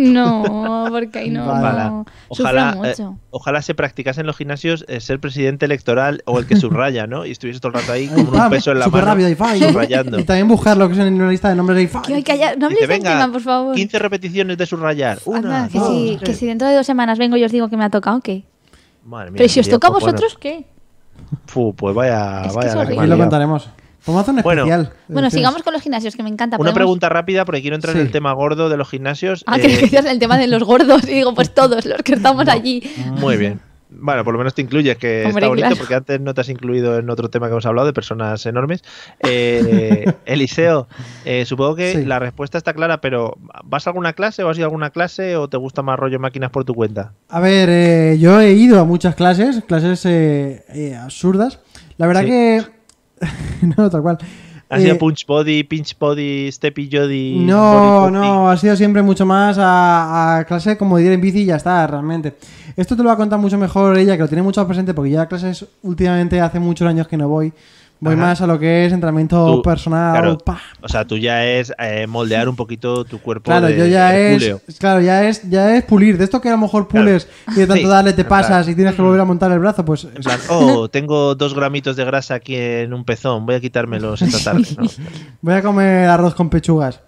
[SPEAKER 3] no, porque ahí no.
[SPEAKER 1] Ojalá,
[SPEAKER 3] Sufro
[SPEAKER 1] ojalá, eh,
[SPEAKER 3] mucho.
[SPEAKER 1] ojalá se practicase en los gimnasios eh, ser presidente electoral o el que subraya, ¿no? Y estuviese todo el rato ahí
[SPEAKER 2] Ahí,
[SPEAKER 1] con un
[SPEAKER 2] pam,
[SPEAKER 1] peso en la
[SPEAKER 2] súper
[SPEAKER 1] mano
[SPEAKER 2] rápido, ahí, fa, y-
[SPEAKER 1] subrayando.
[SPEAKER 2] Y también buscar lo que son en una lista de nombres de fa.
[SPEAKER 3] Que hay que hallar- No
[SPEAKER 1] eh. Dice,
[SPEAKER 3] hables del tema, por favor.
[SPEAKER 1] 15 repeticiones de subrayar. Una,
[SPEAKER 3] Anda, que,
[SPEAKER 1] dos,
[SPEAKER 3] si,
[SPEAKER 1] tres.
[SPEAKER 3] que si dentro de dos semanas vengo y os digo que me ha tocado, ¿qué?
[SPEAKER 1] Madre mía,
[SPEAKER 3] Pero si os
[SPEAKER 1] tío,
[SPEAKER 3] toca a
[SPEAKER 1] pues bueno.
[SPEAKER 3] vosotros, ¿qué?
[SPEAKER 1] Fu, pues vaya,
[SPEAKER 3] Es que
[SPEAKER 1] vaya.
[SPEAKER 3] es
[SPEAKER 1] la que me ha
[SPEAKER 3] horrible.
[SPEAKER 2] Aquí lo
[SPEAKER 1] liado.
[SPEAKER 2] contaremos. Vamos a hacer un
[SPEAKER 1] Bueno.
[SPEAKER 2] especial. de
[SPEAKER 3] Bueno,
[SPEAKER 2] elecciones.
[SPEAKER 3] sigamos con los gimnasios, que me encanta.
[SPEAKER 1] Una
[SPEAKER 3] podemos-
[SPEAKER 1] pregunta rápida porque quiero entrar en
[SPEAKER 2] Sí.
[SPEAKER 1] el tema gordo de los gimnasios.
[SPEAKER 3] Ah,
[SPEAKER 1] Eh,
[SPEAKER 3] que decías el tema de los gordos. Y digo, pues todos los que estamos allí.
[SPEAKER 1] Muy bien. Bueno, por lo menos te incluyes, que
[SPEAKER 3] Hombre,
[SPEAKER 1] está bonito,
[SPEAKER 3] claro.
[SPEAKER 1] porque antes no te has incluido en otro tema que hemos hablado de personas enormes. Eh, Eliseo, eh, supongo que
[SPEAKER 2] Sí.
[SPEAKER 1] la respuesta está clara, pero ¿vas a alguna clase o has ido a alguna clase o te gusta más rollo máquinas por tu cuenta?
[SPEAKER 2] A ver, eh, yo he ido a muchas clases, clases eh, eh, absurdas. La verdad
[SPEAKER 1] Sí.
[SPEAKER 2] que. no, tal cual.
[SPEAKER 1] ¿Has
[SPEAKER 2] Eh,
[SPEAKER 1] ido a Punch Body, Pinch Body, Steppy Jody?
[SPEAKER 2] No,
[SPEAKER 1] Body Popping?
[SPEAKER 2] no, ha sido siempre mucho más a, a clase como de ir en bici y ya está, realmente. Esto te lo va a contar mucho mejor ella, que lo tiene mucho más presente, porque ya a clases últimamente hace muchos años que no voy. Voy
[SPEAKER 1] Ajá.
[SPEAKER 2] más a lo que es entrenamiento
[SPEAKER 1] Tú,
[SPEAKER 2] personal.
[SPEAKER 1] claro,
[SPEAKER 2] pa.
[SPEAKER 1] O sea, tú ya es eh, moldear un poquito tu cuerpo.
[SPEAKER 2] Claro,
[SPEAKER 1] de
[SPEAKER 2] yo ya es,
[SPEAKER 1] Herculeo.
[SPEAKER 2] claro, ya es, ya es pulir. De esto que a lo mejor pules y de tanto
[SPEAKER 1] Sí,
[SPEAKER 2] darle te
[SPEAKER 1] en plan.
[SPEAKER 2] pasas y tienes que volver a montar el brazo, pues
[SPEAKER 1] En plan, oh, tengo dos gramitos de grasa aquí en un pezón, voy a quitármelos esta tarde. ¿no?
[SPEAKER 2] voy a comer arroz con pechugas.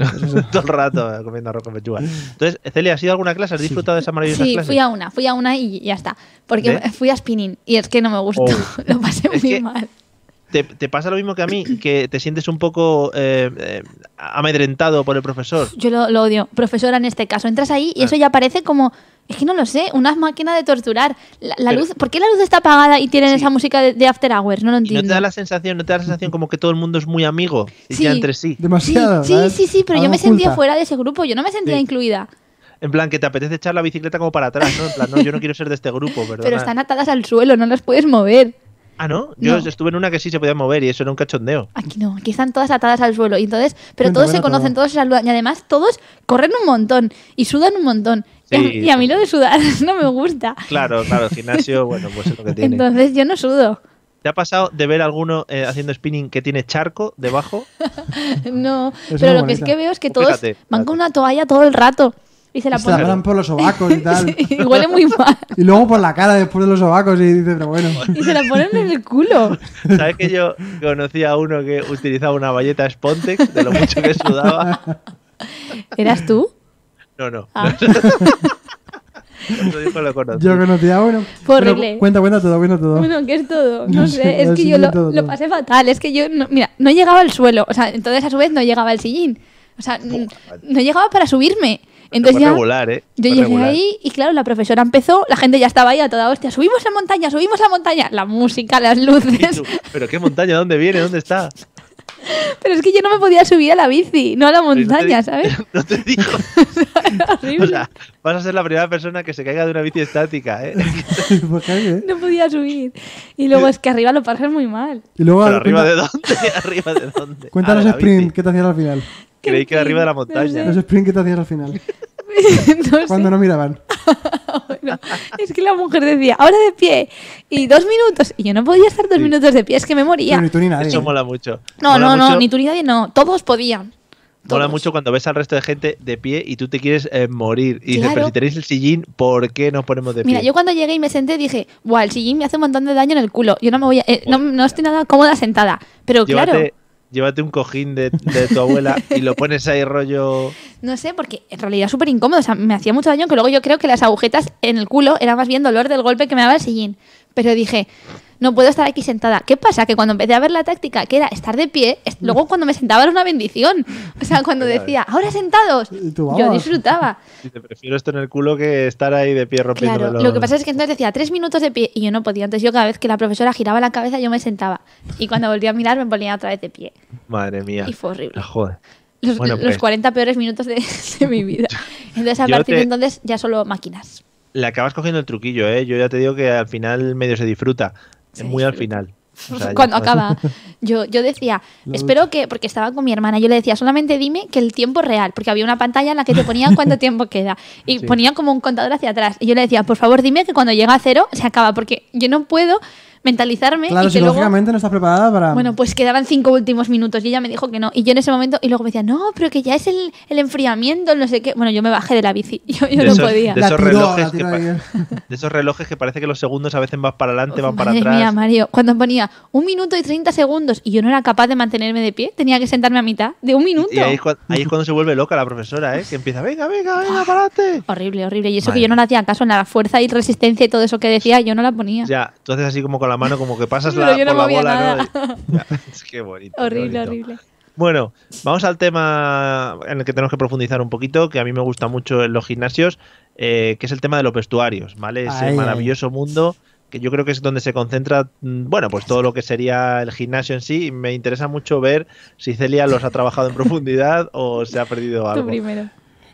[SPEAKER 1] Todo el rato comiendo arroz con pechuga. Entonces, Celia, ¿has ido a alguna clase? ¿Has disfrutado de esa maravillosa
[SPEAKER 3] Sí,
[SPEAKER 1] clase?
[SPEAKER 3] fui a una, fui a una y ya está. Porque
[SPEAKER 1] ¿De?
[SPEAKER 3] fui a spinning y es que no me gustó.
[SPEAKER 1] Oh.
[SPEAKER 3] Lo pasé
[SPEAKER 1] Es
[SPEAKER 3] muy
[SPEAKER 1] que-
[SPEAKER 3] mal.
[SPEAKER 1] te, te pasa lo mismo que a mí, que te sientes un poco eh, eh, amedrentado por el profesor.
[SPEAKER 3] Yo lo, lo odio. Profesora, en este caso, entras ahí
[SPEAKER 1] Ah.
[SPEAKER 3] y eso ya parece como. Es que no lo sé, una máquina de torturar. La, la
[SPEAKER 1] Pero-
[SPEAKER 3] luz, ¿Por qué la luz está apagada y tienen esa música de, de After Hours? No lo
[SPEAKER 1] Y no
[SPEAKER 3] entiendo.
[SPEAKER 1] te da la sensación, no te da la sensación como que todo el mundo es muy amigo y
[SPEAKER 3] Sí.
[SPEAKER 1] ya entre sí.
[SPEAKER 3] Sí,
[SPEAKER 2] Demasiado.
[SPEAKER 3] sí,
[SPEAKER 2] ¿sabes?
[SPEAKER 3] sí, sí, pero yo
[SPEAKER 2] Algo
[SPEAKER 3] me sentía
[SPEAKER 2] oculta.
[SPEAKER 3] fuera de ese grupo, yo no me sentía
[SPEAKER 1] Sí.
[SPEAKER 3] incluida.
[SPEAKER 1] En plan, que te apetece echar la bicicleta como para atrás, ¿no? En plan, no, yo no quiero ser de este grupo, ¿verdad?
[SPEAKER 3] Pero están atadas al suelo, no las puedes mover.
[SPEAKER 1] Ah, ¿no? Yo
[SPEAKER 3] No.
[SPEAKER 1] estuve en una que sí se podía mover y eso era un cachondeo.
[SPEAKER 3] Aquí no, aquí están todas atadas al suelo. Y entonces, pero
[SPEAKER 2] Cuenta,
[SPEAKER 3] todos se
[SPEAKER 2] cuenta todo.
[SPEAKER 3] conocen, todos se saludan. Y además, todos corren un montón y sudan un montón. Y, a,
[SPEAKER 1] Sí,
[SPEAKER 3] y a mí
[SPEAKER 1] sí.
[SPEAKER 3] lo de sudar no me gusta.
[SPEAKER 1] Claro, claro, el gimnasio, bueno, pues es lo que tiene.
[SPEAKER 3] Entonces, yo no sudo.
[SPEAKER 1] ¿Te ha pasado de ver alguno eh, haciendo spinning que tiene charco debajo?
[SPEAKER 3] No,
[SPEAKER 2] Es
[SPEAKER 3] pero
[SPEAKER 2] muy
[SPEAKER 3] lo que es
[SPEAKER 2] bonita.
[SPEAKER 3] que veo es que
[SPEAKER 1] Pues
[SPEAKER 3] todos
[SPEAKER 1] fíjate,
[SPEAKER 3] van
[SPEAKER 1] fíjate.
[SPEAKER 3] con una toalla todo el rato y se la
[SPEAKER 2] Se la
[SPEAKER 3] ponen.
[SPEAKER 2] pasan por los sobacos y tal.
[SPEAKER 3] y huele muy mal.
[SPEAKER 2] Y luego por la cara después de los sobacos y dice, pero bueno.
[SPEAKER 3] Y se la ponen en el culo.
[SPEAKER 1] ¿Sabes que yo conocí a uno que utilizaba una valleta Spontex de lo mucho que sudaba?
[SPEAKER 3] ¿Eras tú?
[SPEAKER 1] No, no.
[SPEAKER 3] Ah.
[SPEAKER 1] Eso dijo lo conocí.
[SPEAKER 2] Yo conocía a uno.
[SPEAKER 3] Fue
[SPEAKER 2] Pero
[SPEAKER 3] horrible.
[SPEAKER 2] Cuenta, cuenta todo, cuenta todo.
[SPEAKER 3] Bueno, que es todo. No,
[SPEAKER 2] No
[SPEAKER 3] sé,
[SPEAKER 2] sé,
[SPEAKER 3] es
[SPEAKER 2] no,
[SPEAKER 3] que
[SPEAKER 2] sí,
[SPEAKER 3] yo
[SPEAKER 2] sí,
[SPEAKER 3] lo,
[SPEAKER 2] todo,
[SPEAKER 3] lo
[SPEAKER 2] todo.
[SPEAKER 3] pasé fatal. Es que yo, no- mira, no llegaba al suelo. O sea, entonces a su vez no llegaba al sillín. O sea, n- no llegaba para subirme. Entonces
[SPEAKER 1] Fue
[SPEAKER 3] ya.
[SPEAKER 1] regular, ¿eh?
[SPEAKER 3] Yo
[SPEAKER 1] Fue
[SPEAKER 3] llegué
[SPEAKER 1] regular.
[SPEAKER 3] ahí y claro, la profesora empezó, la gente ya estaba ahí a toda hostia, subimos la montaña, subimos la montaña, la música, las
[SPEAKER 1] Y
[SPEAKER 3] luces,
[SPEAKER 1] tú, Pero qué montaña, ¿dónde viene? ¿Dónde está?
[SPEAKER 3] pero es que yo no me podía subir a la bici, no a la
[SPEAKER 1] Pero no te di-
[SPEAKER 3] montaña, ¿sabes?
[SPEAKER 1] No te dijo.
[SPEAKER 3] Horrible.
[SPEAKER 1] O sea, vas a ser la primera persona que se caiga de una bici estática, ¿eh?
[SPEAKER 2] Pues claro que-
[SPEAKER 3] No podía subir. Y luego es que arriba lo pasas muy mal.
[SPEAKER 2] Y luego
[SPEAKER 1] ¿Pero arriba
[SPEAKER 2] cuenta-
[SPEAKER 1] de dónde? ¿Arriba de dónde?
[SPEAKER 2] cuenta
[SPEAKER 1] Ah, de
[SPEAKER 2] los
[SPEAKER 1] la bici.
[SPEAKER 2] sprints que te hacían al final.
[SPEAKER 1] Creí que arriba de la montaña.
[SPEAKER 2] Los sprints que te hacían al final.
[SPEAKER 3] No sé.
[SPEAKER 2] Cuando no miraban.
[SPEAKER 3] Bueno, es que la mujer decía, ahora de pie. Y dos minutos. Y yo no podía estar dos
[SPEAKER 1] Sí.
[SPEAKER 3] minutos de pie, es que me moría.
[SPEAKER 2] Pero ni tú ni nadie.
[SPEAKER 1] Eso mola mucho.
[SPEAKER 3] No,
[SPEAKER 1] Mola
[SPEAKER 3] no, no,
[SPEAKER 1] mucho-
[SPEAKER 3] ni tú ni nadie, no. Todos podían.
[SPEAKER 1] Mola
[SPEAKER 3] Todos.
[SPEAKER 1] mucho cuando ves al resto de gente de pie y tú te quieres eh, morir. Y dices,
[SPEAKER 3] Claro.
[SPEAKER 1] pero si tenéis el sillín, ¿por qué nos ponemos de pie?
[SPEAKER 3] Mira, yo cuando llegué y me senté dije, wow, el sillín me hace un montón de daño en el culo. Yo no me voy a- eh, no, no estoy nada cómoda sentada. Pero
[SPEAKER 1] llévate,
[SPEAKER 3] claro,
[SPEAKER 1] llévate un cojín de, de tu abuela y lo pones ahí rollo...
[SPEAKER 3] no sé, porque en realidad es súper incómodo. O sea, me hacía mucho daño que luego yo creo que las agujetas en el culo era más bien dolor del golpe que me daba el sillín. Pero dije, no puedo estar aquí sentada. ¿Qué pasa? Que cuando empecé a ver la táctica, que era estar de pie, es-
[SPEAKER 2] Mm.
[SPEAKER 3] luego cuando me sentaba era una bendición. O sea, cuando
[SPEAKER 1] Ya ves.
[SPEAKER 3] decía, ahora sentados,
[SPEAKER 2] Y tú,
[SPEAKER 3] yo
[SPEAKER 2] vamos.
[SPEAKER 3] disfrutaba.
[SPEAKER 1] Y te prefiero esto en el culo que estar ahí de pie rompiendo
[SPEAKER 3] Claro, lo que pasa es que entonces decía tres minutos de pie y yo no podía. Entonces yo cada vez que la profesora giraba la cabeza yo me sentaba. Y cuando volví a mirar me ponía otra vez de pie.
[SPEAKER 1] Madre mía.
[SPEAKER 3] Y fue horrible.
[SPEAKER 1] Ah, Joder.
[SPEAKER 3] Los,
[SPEAKER 1] Bueno,
[SPEAKER 3] los
[SPEAKER 1] pues.
[SPEAKER 3] 40 peores minutos de, de mi vida. Entonces a
[SPEAKER 1] Yo
[SPEAKER 3] partir
[SPEAKER 1] te-
[SPEAKER 3] de entonces ya solo máquinas.
[SPEAKER 1] Le acabas cogiendo el truquillo, ¿eh? Yo ya te digo que al final medio se disfruta.
[SPEAKER 3] Se
[SPEAKER 1] muy al
[SPEAKER 3] disfruta.
[SPEAKER 1] final. O sea, ya
[SPEAKER 3] Cuando
[SPEAKER 1] está.
[SPEAKER 3] acaba, yo, yo decía,
[SPEAKER 2] La
[SPEAKER 3] espero que, porque estaba con mi hermana, yo le decía, solamente dime que el tiempo real, porque había una pantalla en la que te ponían cuánto tiempo queda y
[SPEAKER 1] Sí.
[SPEAKER 3] ponían como un contador hacia atrás. Y yo le decía, por favor, dime que cuando llega a cero se acaba, porque yo no puedo mentalizarme
[SPEAKER 2] Claro,
[SPEAKER 3] y que luego
[SPEAKER 2] psicológicamente no estás preparada para.
[SPEAKER 3] Bueno, pues quedaban cinco últimos minutos y ella me dijo que no. Y yo en ese momento, y luego me decía, no, pero que ya es el, el enfriamiento, no sé qué. Bueno, yo me bajé de la bici, yo,
[SPEAKER 1] De
[SPEAKER 3] yo no
[SPEAKER 1] esos-
[SPEAKER 3] podía.
[SPEAKER 1] de
[SPEAKER 2] La
[SPEAKER 1] esos
[SPEAKER 2] tiró,
[SPEAKER 1] relojes
[SPEAKER 2] la tiró
[SPEAKER 1] que
[SPEAKER 2] ahí.
[SPEAKER 1] pa- De esos relojes que parece que los segundos a veces van para adelante, van para
[SPEAKER 3] Madre
[SPEAKER 1] atrás.
[SPEAKER 3] mía, Mario, cuando ponía un minuto y 30 segundos y yo no era capaz de mantenerme de pie, tenía que sentarme a mitad de un minuto.
[SPEAKER 1] Y ahí es, cua- ahí es cuando se vuelve loca la profesora, ¿eh? Que empieza, venga, venga, venga, parate.
[SPEAKER 3] Horrible, horrible. Y eso
[SPEAKER 1] Madre
[SPEAKER 3] que yo no
[SPEAKER 1] mía.
[SPEAKER 3] le hacía caso en la fuerza y resistencia y todo eso que decía, yo no la ponía.
[SPEAKER 1] Ya, tú haces así como con la mano, como que pasas
[SPEAKER 3] Pero
[SPEAKER 1] la,
[SPEAKER 3] yo no
[SPEAKER 1] por la
[SPEAKER 3] movía
[SPEAKER 1] bola,
[SPEAKER 3] nada.
[SPEAKER 1] ¿no? Y- ya, es que bonito. qué
[SPEAKER 3] horrible,
[SPEAKER 1] bonito.
[SPEAKER 3] horrible.
[SPEAKER 1] Bueno, vamos al tema en el que tenemos que profundizar un poquito, que a mí me gusta mucho en los gimnasios, eh, que es el tema de los vestuarios, ¿vale? Ese
[SPEAKER 2] Ay, ay.
[SPEAKER 1] maravilloso mundo que yo creo que es donde se concentra, mm, bueno, pues todo lo que sería el gimnasio en sí. Y Me interesa mucho ver si Celia los ha trabajado en profundidad o se ha perdido
[SPEAKER 3] Tú
[SPEAKER 1] algo.
[SPEAKER 3] primero.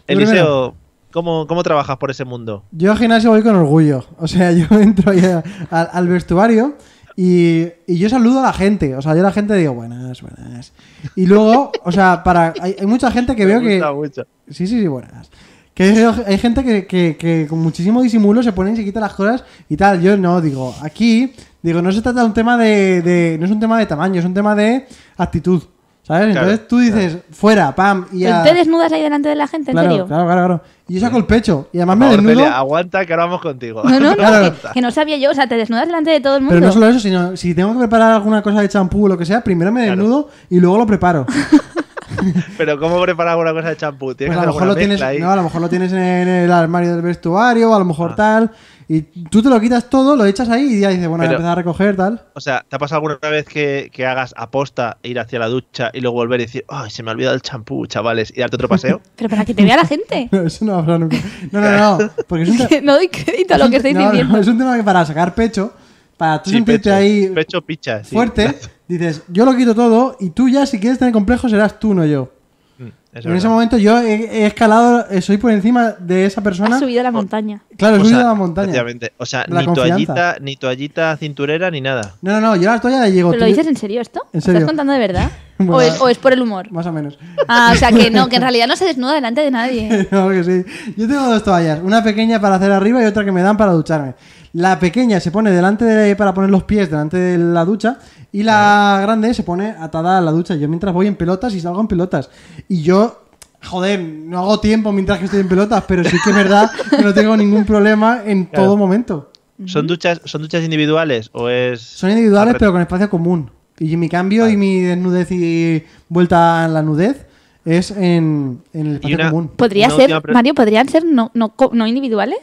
[SPEAKER 1] Eliseo, ¿cómo, ¿cómo trabajas por ese mundo?
[SPEAKER 2] Yo al gimnasio voy con orgullo. O sea, yo entro ahí a- al, al vestuario y, y yo saludo a la gente. O sea, yo a la gente digo, buenas, buenas. Y luego, o sea, para hay, hay mucha gente que veo
[SPEAKER 1] Me
[SPEAKER 2] que...
[SPEAKER 1] gusta mucho.
[SPEAKER 2] Sí, sí, sí, buenas. Que hay, hay gente que, que- que con muchísimo disimulo se pone y se quita las cosas y tal. Yo no, digo, aquí, digo, no se trata de un tema de, de- No es un tema de tamaño, es un tema de actitud. ¿Sabes?
[SPEAKER 1] Claro,
[SPEAKER 2] Entonces tú dices, fuera, pam, y a...
[SPEAKER 3] ¿Te desnudas ahí delante de la gente, en
[SPEAKER 2] claro,
[SPEAKER 3] serio?
[SPEAKER 2] claro, claro, claro. Y yo saco el pecho. Y además
[SPEAKER 1] Por
[SPEAKER 2] me
[SPEAKER 1] favor,
[SPEAKER 2] desnudo.
[SPEAKER 1] Celia, aguanta que ahora vamos contigo.
[SPEAKER 3] No, no, no,
[SPEAKER 2] Claro.
[SPEAKER 3] que, que no sabía yo, o sea, te desnudas delante de todo el mundo.
[SPEAKER 2] Pero no solo eso, sino si tengo que preparar alguna cosa de champú o lo que sea, primero me
[SPEAKER 1] Claro.
[SPEAKER 2] desnudo y luego lo preparo.
[SPEAKER 1] Pero ¿cómo preparar una cosa de champú? Tienes
[SPEAKER 2] Pues
[SPEAKER 1] que hacer
[SPEAKER 2] a lo mejor
[SPEAKER 1] alguna
[SPEAKER 2] lo tienes,
[SPEAKER 1] mezcla ahí. Ah.
[SPEAKER 2] no, a lo mejor lo tienes en el armario del vestuario, a lo mejor tal, y tú te lo quitas todo, lo echas ahí y ya dices, bueno, voy a
[SPEAKER 1] Pero-
[SPEAKER 2] empezar a recoger tal.
[SPEAKER 1] O sea, ¿te ha pasado alguna vez que, que hagas aposta, ir hacia la ducha y luego volver y decir, ay, se me ha olvidado el champú, chavales, y darte otro paseo?
[SPEAKER 3] Pero para que te vea la gente.
[SPEAKER 2] No, eso no va a pasar nunca. No, no, no, porque es un, te-
[SPEAKER 3] no doy crédito a lo que
[SPEAKER 2] es un te-
[SPEAKER 3] estáis
[SPEAKER 2] no, no,
[SPEAKER 3] diciendo.
[SPEAKER 2] es un tema que para sacar pecho, para tú
[SPEAKER 1] Sí,
[SPEAKER 2] sentirte
[SPEAKER 1] pecho,
[SPEAKER 2] ahí
[SPEAKER 1] Pecho picha, sí.
[SPEAKER 2] fuerte, dices, yo lo quito todo y tú ya si quieres tener complejo serás tú, no yo.
[SPEAKER 1] Mm, es
[SPEAKER 2] en ese
[SPEAKER 1] verdad.
[SPEAKER 2] momento yo he, he escalado, eh, soy por encima de esa persona.
[SPEAKER 3] Has subido a la montaña.
[SPEAKER 2] Claro, he
[SPEAKER 1] O
[SPEAKER 2] subido
[SPEAKER 1] sea,
[SPEAKER 2] a la montaña.
[SPEAKER 1] efectivamente. O sea,
[SPEAKER 2] La
[SPEAKER 1] ni
[SPEAKER 2] confianza.
[SPEAKER 1] toallita, ni toallita cinturera, ni nada.
[SPEAKER 2] No, no, no, yo la toalla la llego.
[SPEAKER 3] ¿Pero lo
[SPEAKER 2] tú-
[SPEAKER 3] dices en serio esto?
[SPEAKER 2] En
[SPEAKER 3] ¿Lo
[SPEAKER 2] serio.
[SPEAKER 3] estás contando de verdad?
[SPEAKER 2] Bueno.
[SPEAKER 3] ¿O, es, o es por el humor?
[SPEAKER 2] Más o menos.
[SPEAKER 3] Ah, o sea que no, que en realidad no se desnuda delante de nadie.
[SPEAKER 2] Claro que sí. Yo tengo dos toallas, una pequeña para hacer arriba y otra que me dan para ducharme. La pequeña se pone delante de, para poner los pies delante de la ducha y la grande se pone atada a la ducha. Yo mientras voy en pelotas y salgo en pelotas. Y yo, joder, no hago tiempo mientras que estoy en pelotas, pero sí que es verdad que no tengo ningún problema en
[SPEAKER 1] Claro.
[SPEAKER 2] todo momento.
[SPEAKER 1] ¿Son duchas, ¿Son duchas individuales o es...?
[SPEAKER 2] Son individuales
[SPEAKER 1] Apre-
[SPEAKER 2] pero con espacio común. Y mi cambio y mi desnudez y vuelta a la nudez es en, en el
[SPEAKER 1] Y
[SPEAKER 2] espacio
[SPEAKER 1] una-
[SPEAKER 2] común.
[SPEAKER 3] ¿Podría
[SPEAKER 1] Una última
[SPEAKER 3] ser,
[SPEAKER 1] pre-
[SPEAKER 3] Mario, podrían ser no, no, co- no individuales?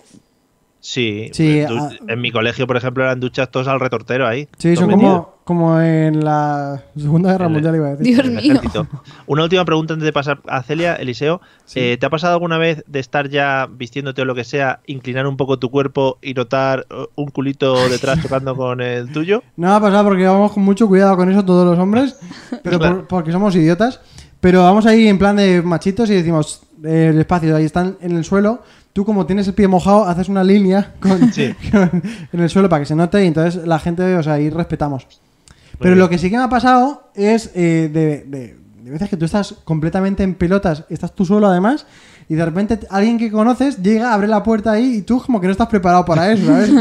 [SPEAKER 1] Sí.
[SPEAKER 2] Sí,
[SPEAKER 1] du-
[SPEAKER 2] ah.
[SPEAKER 1] En mi colegio, por ejemplo, eran duchas todos al retortero ahí.
[SPEAKER 2] Sí,
[SPEAKER 1] todos
[SPEAKER 2] son
[SPEAKER 1] metidos.
[SPEAKER 2] como, como en la Segunda Guerra
[SPEAKER 1] El-
[SPEAKER 2] Mundial, iba a decir.
[SPEAKER 3] Dios
[SPEAKER 1] en el
[SPEAKER 3] mío.
[SPEAKER 1] ejército. Una última pregunta antes de pasar a Celia, Eliseo.
[SPEAKER 2] Sí.
[SPEAKER 1] Eh, ¿Te ha pasado alguna vez de estar ya vistiéndote o lo que sea, inclinar un poco tu cuerpo y notar eh, un culito detrás tocando con el tuyo?
[SPEAKER 2] No va a pasar porque vamos con mucho cuidado con eso todos los hombres, pero
[SPEAKER 1] Claro.
[SPEAKER 2] por- porque somos idiotas. Pero vamos ahí en plan de machitos y decimos, eh, el espacio, ahí están en el suelo. Tú como tienes el pie mojado, haces una línea con,
[SPEAKER 1] Sí.
[SPEAKER 2] con- en el suelo para que se note y entonces la gente, o sea, ahí respetamos. Pero
[SPEAKER 1] bien.
[SPEAKER 2] lo que sí que me ha pasado es eh, de, de- de veces que tú estás completamente en pelotas, estás tú solo además, y de repente alguien que conoces llega, abre la puerta ahí y tú como que no estás preparado para eso, ¿sabes?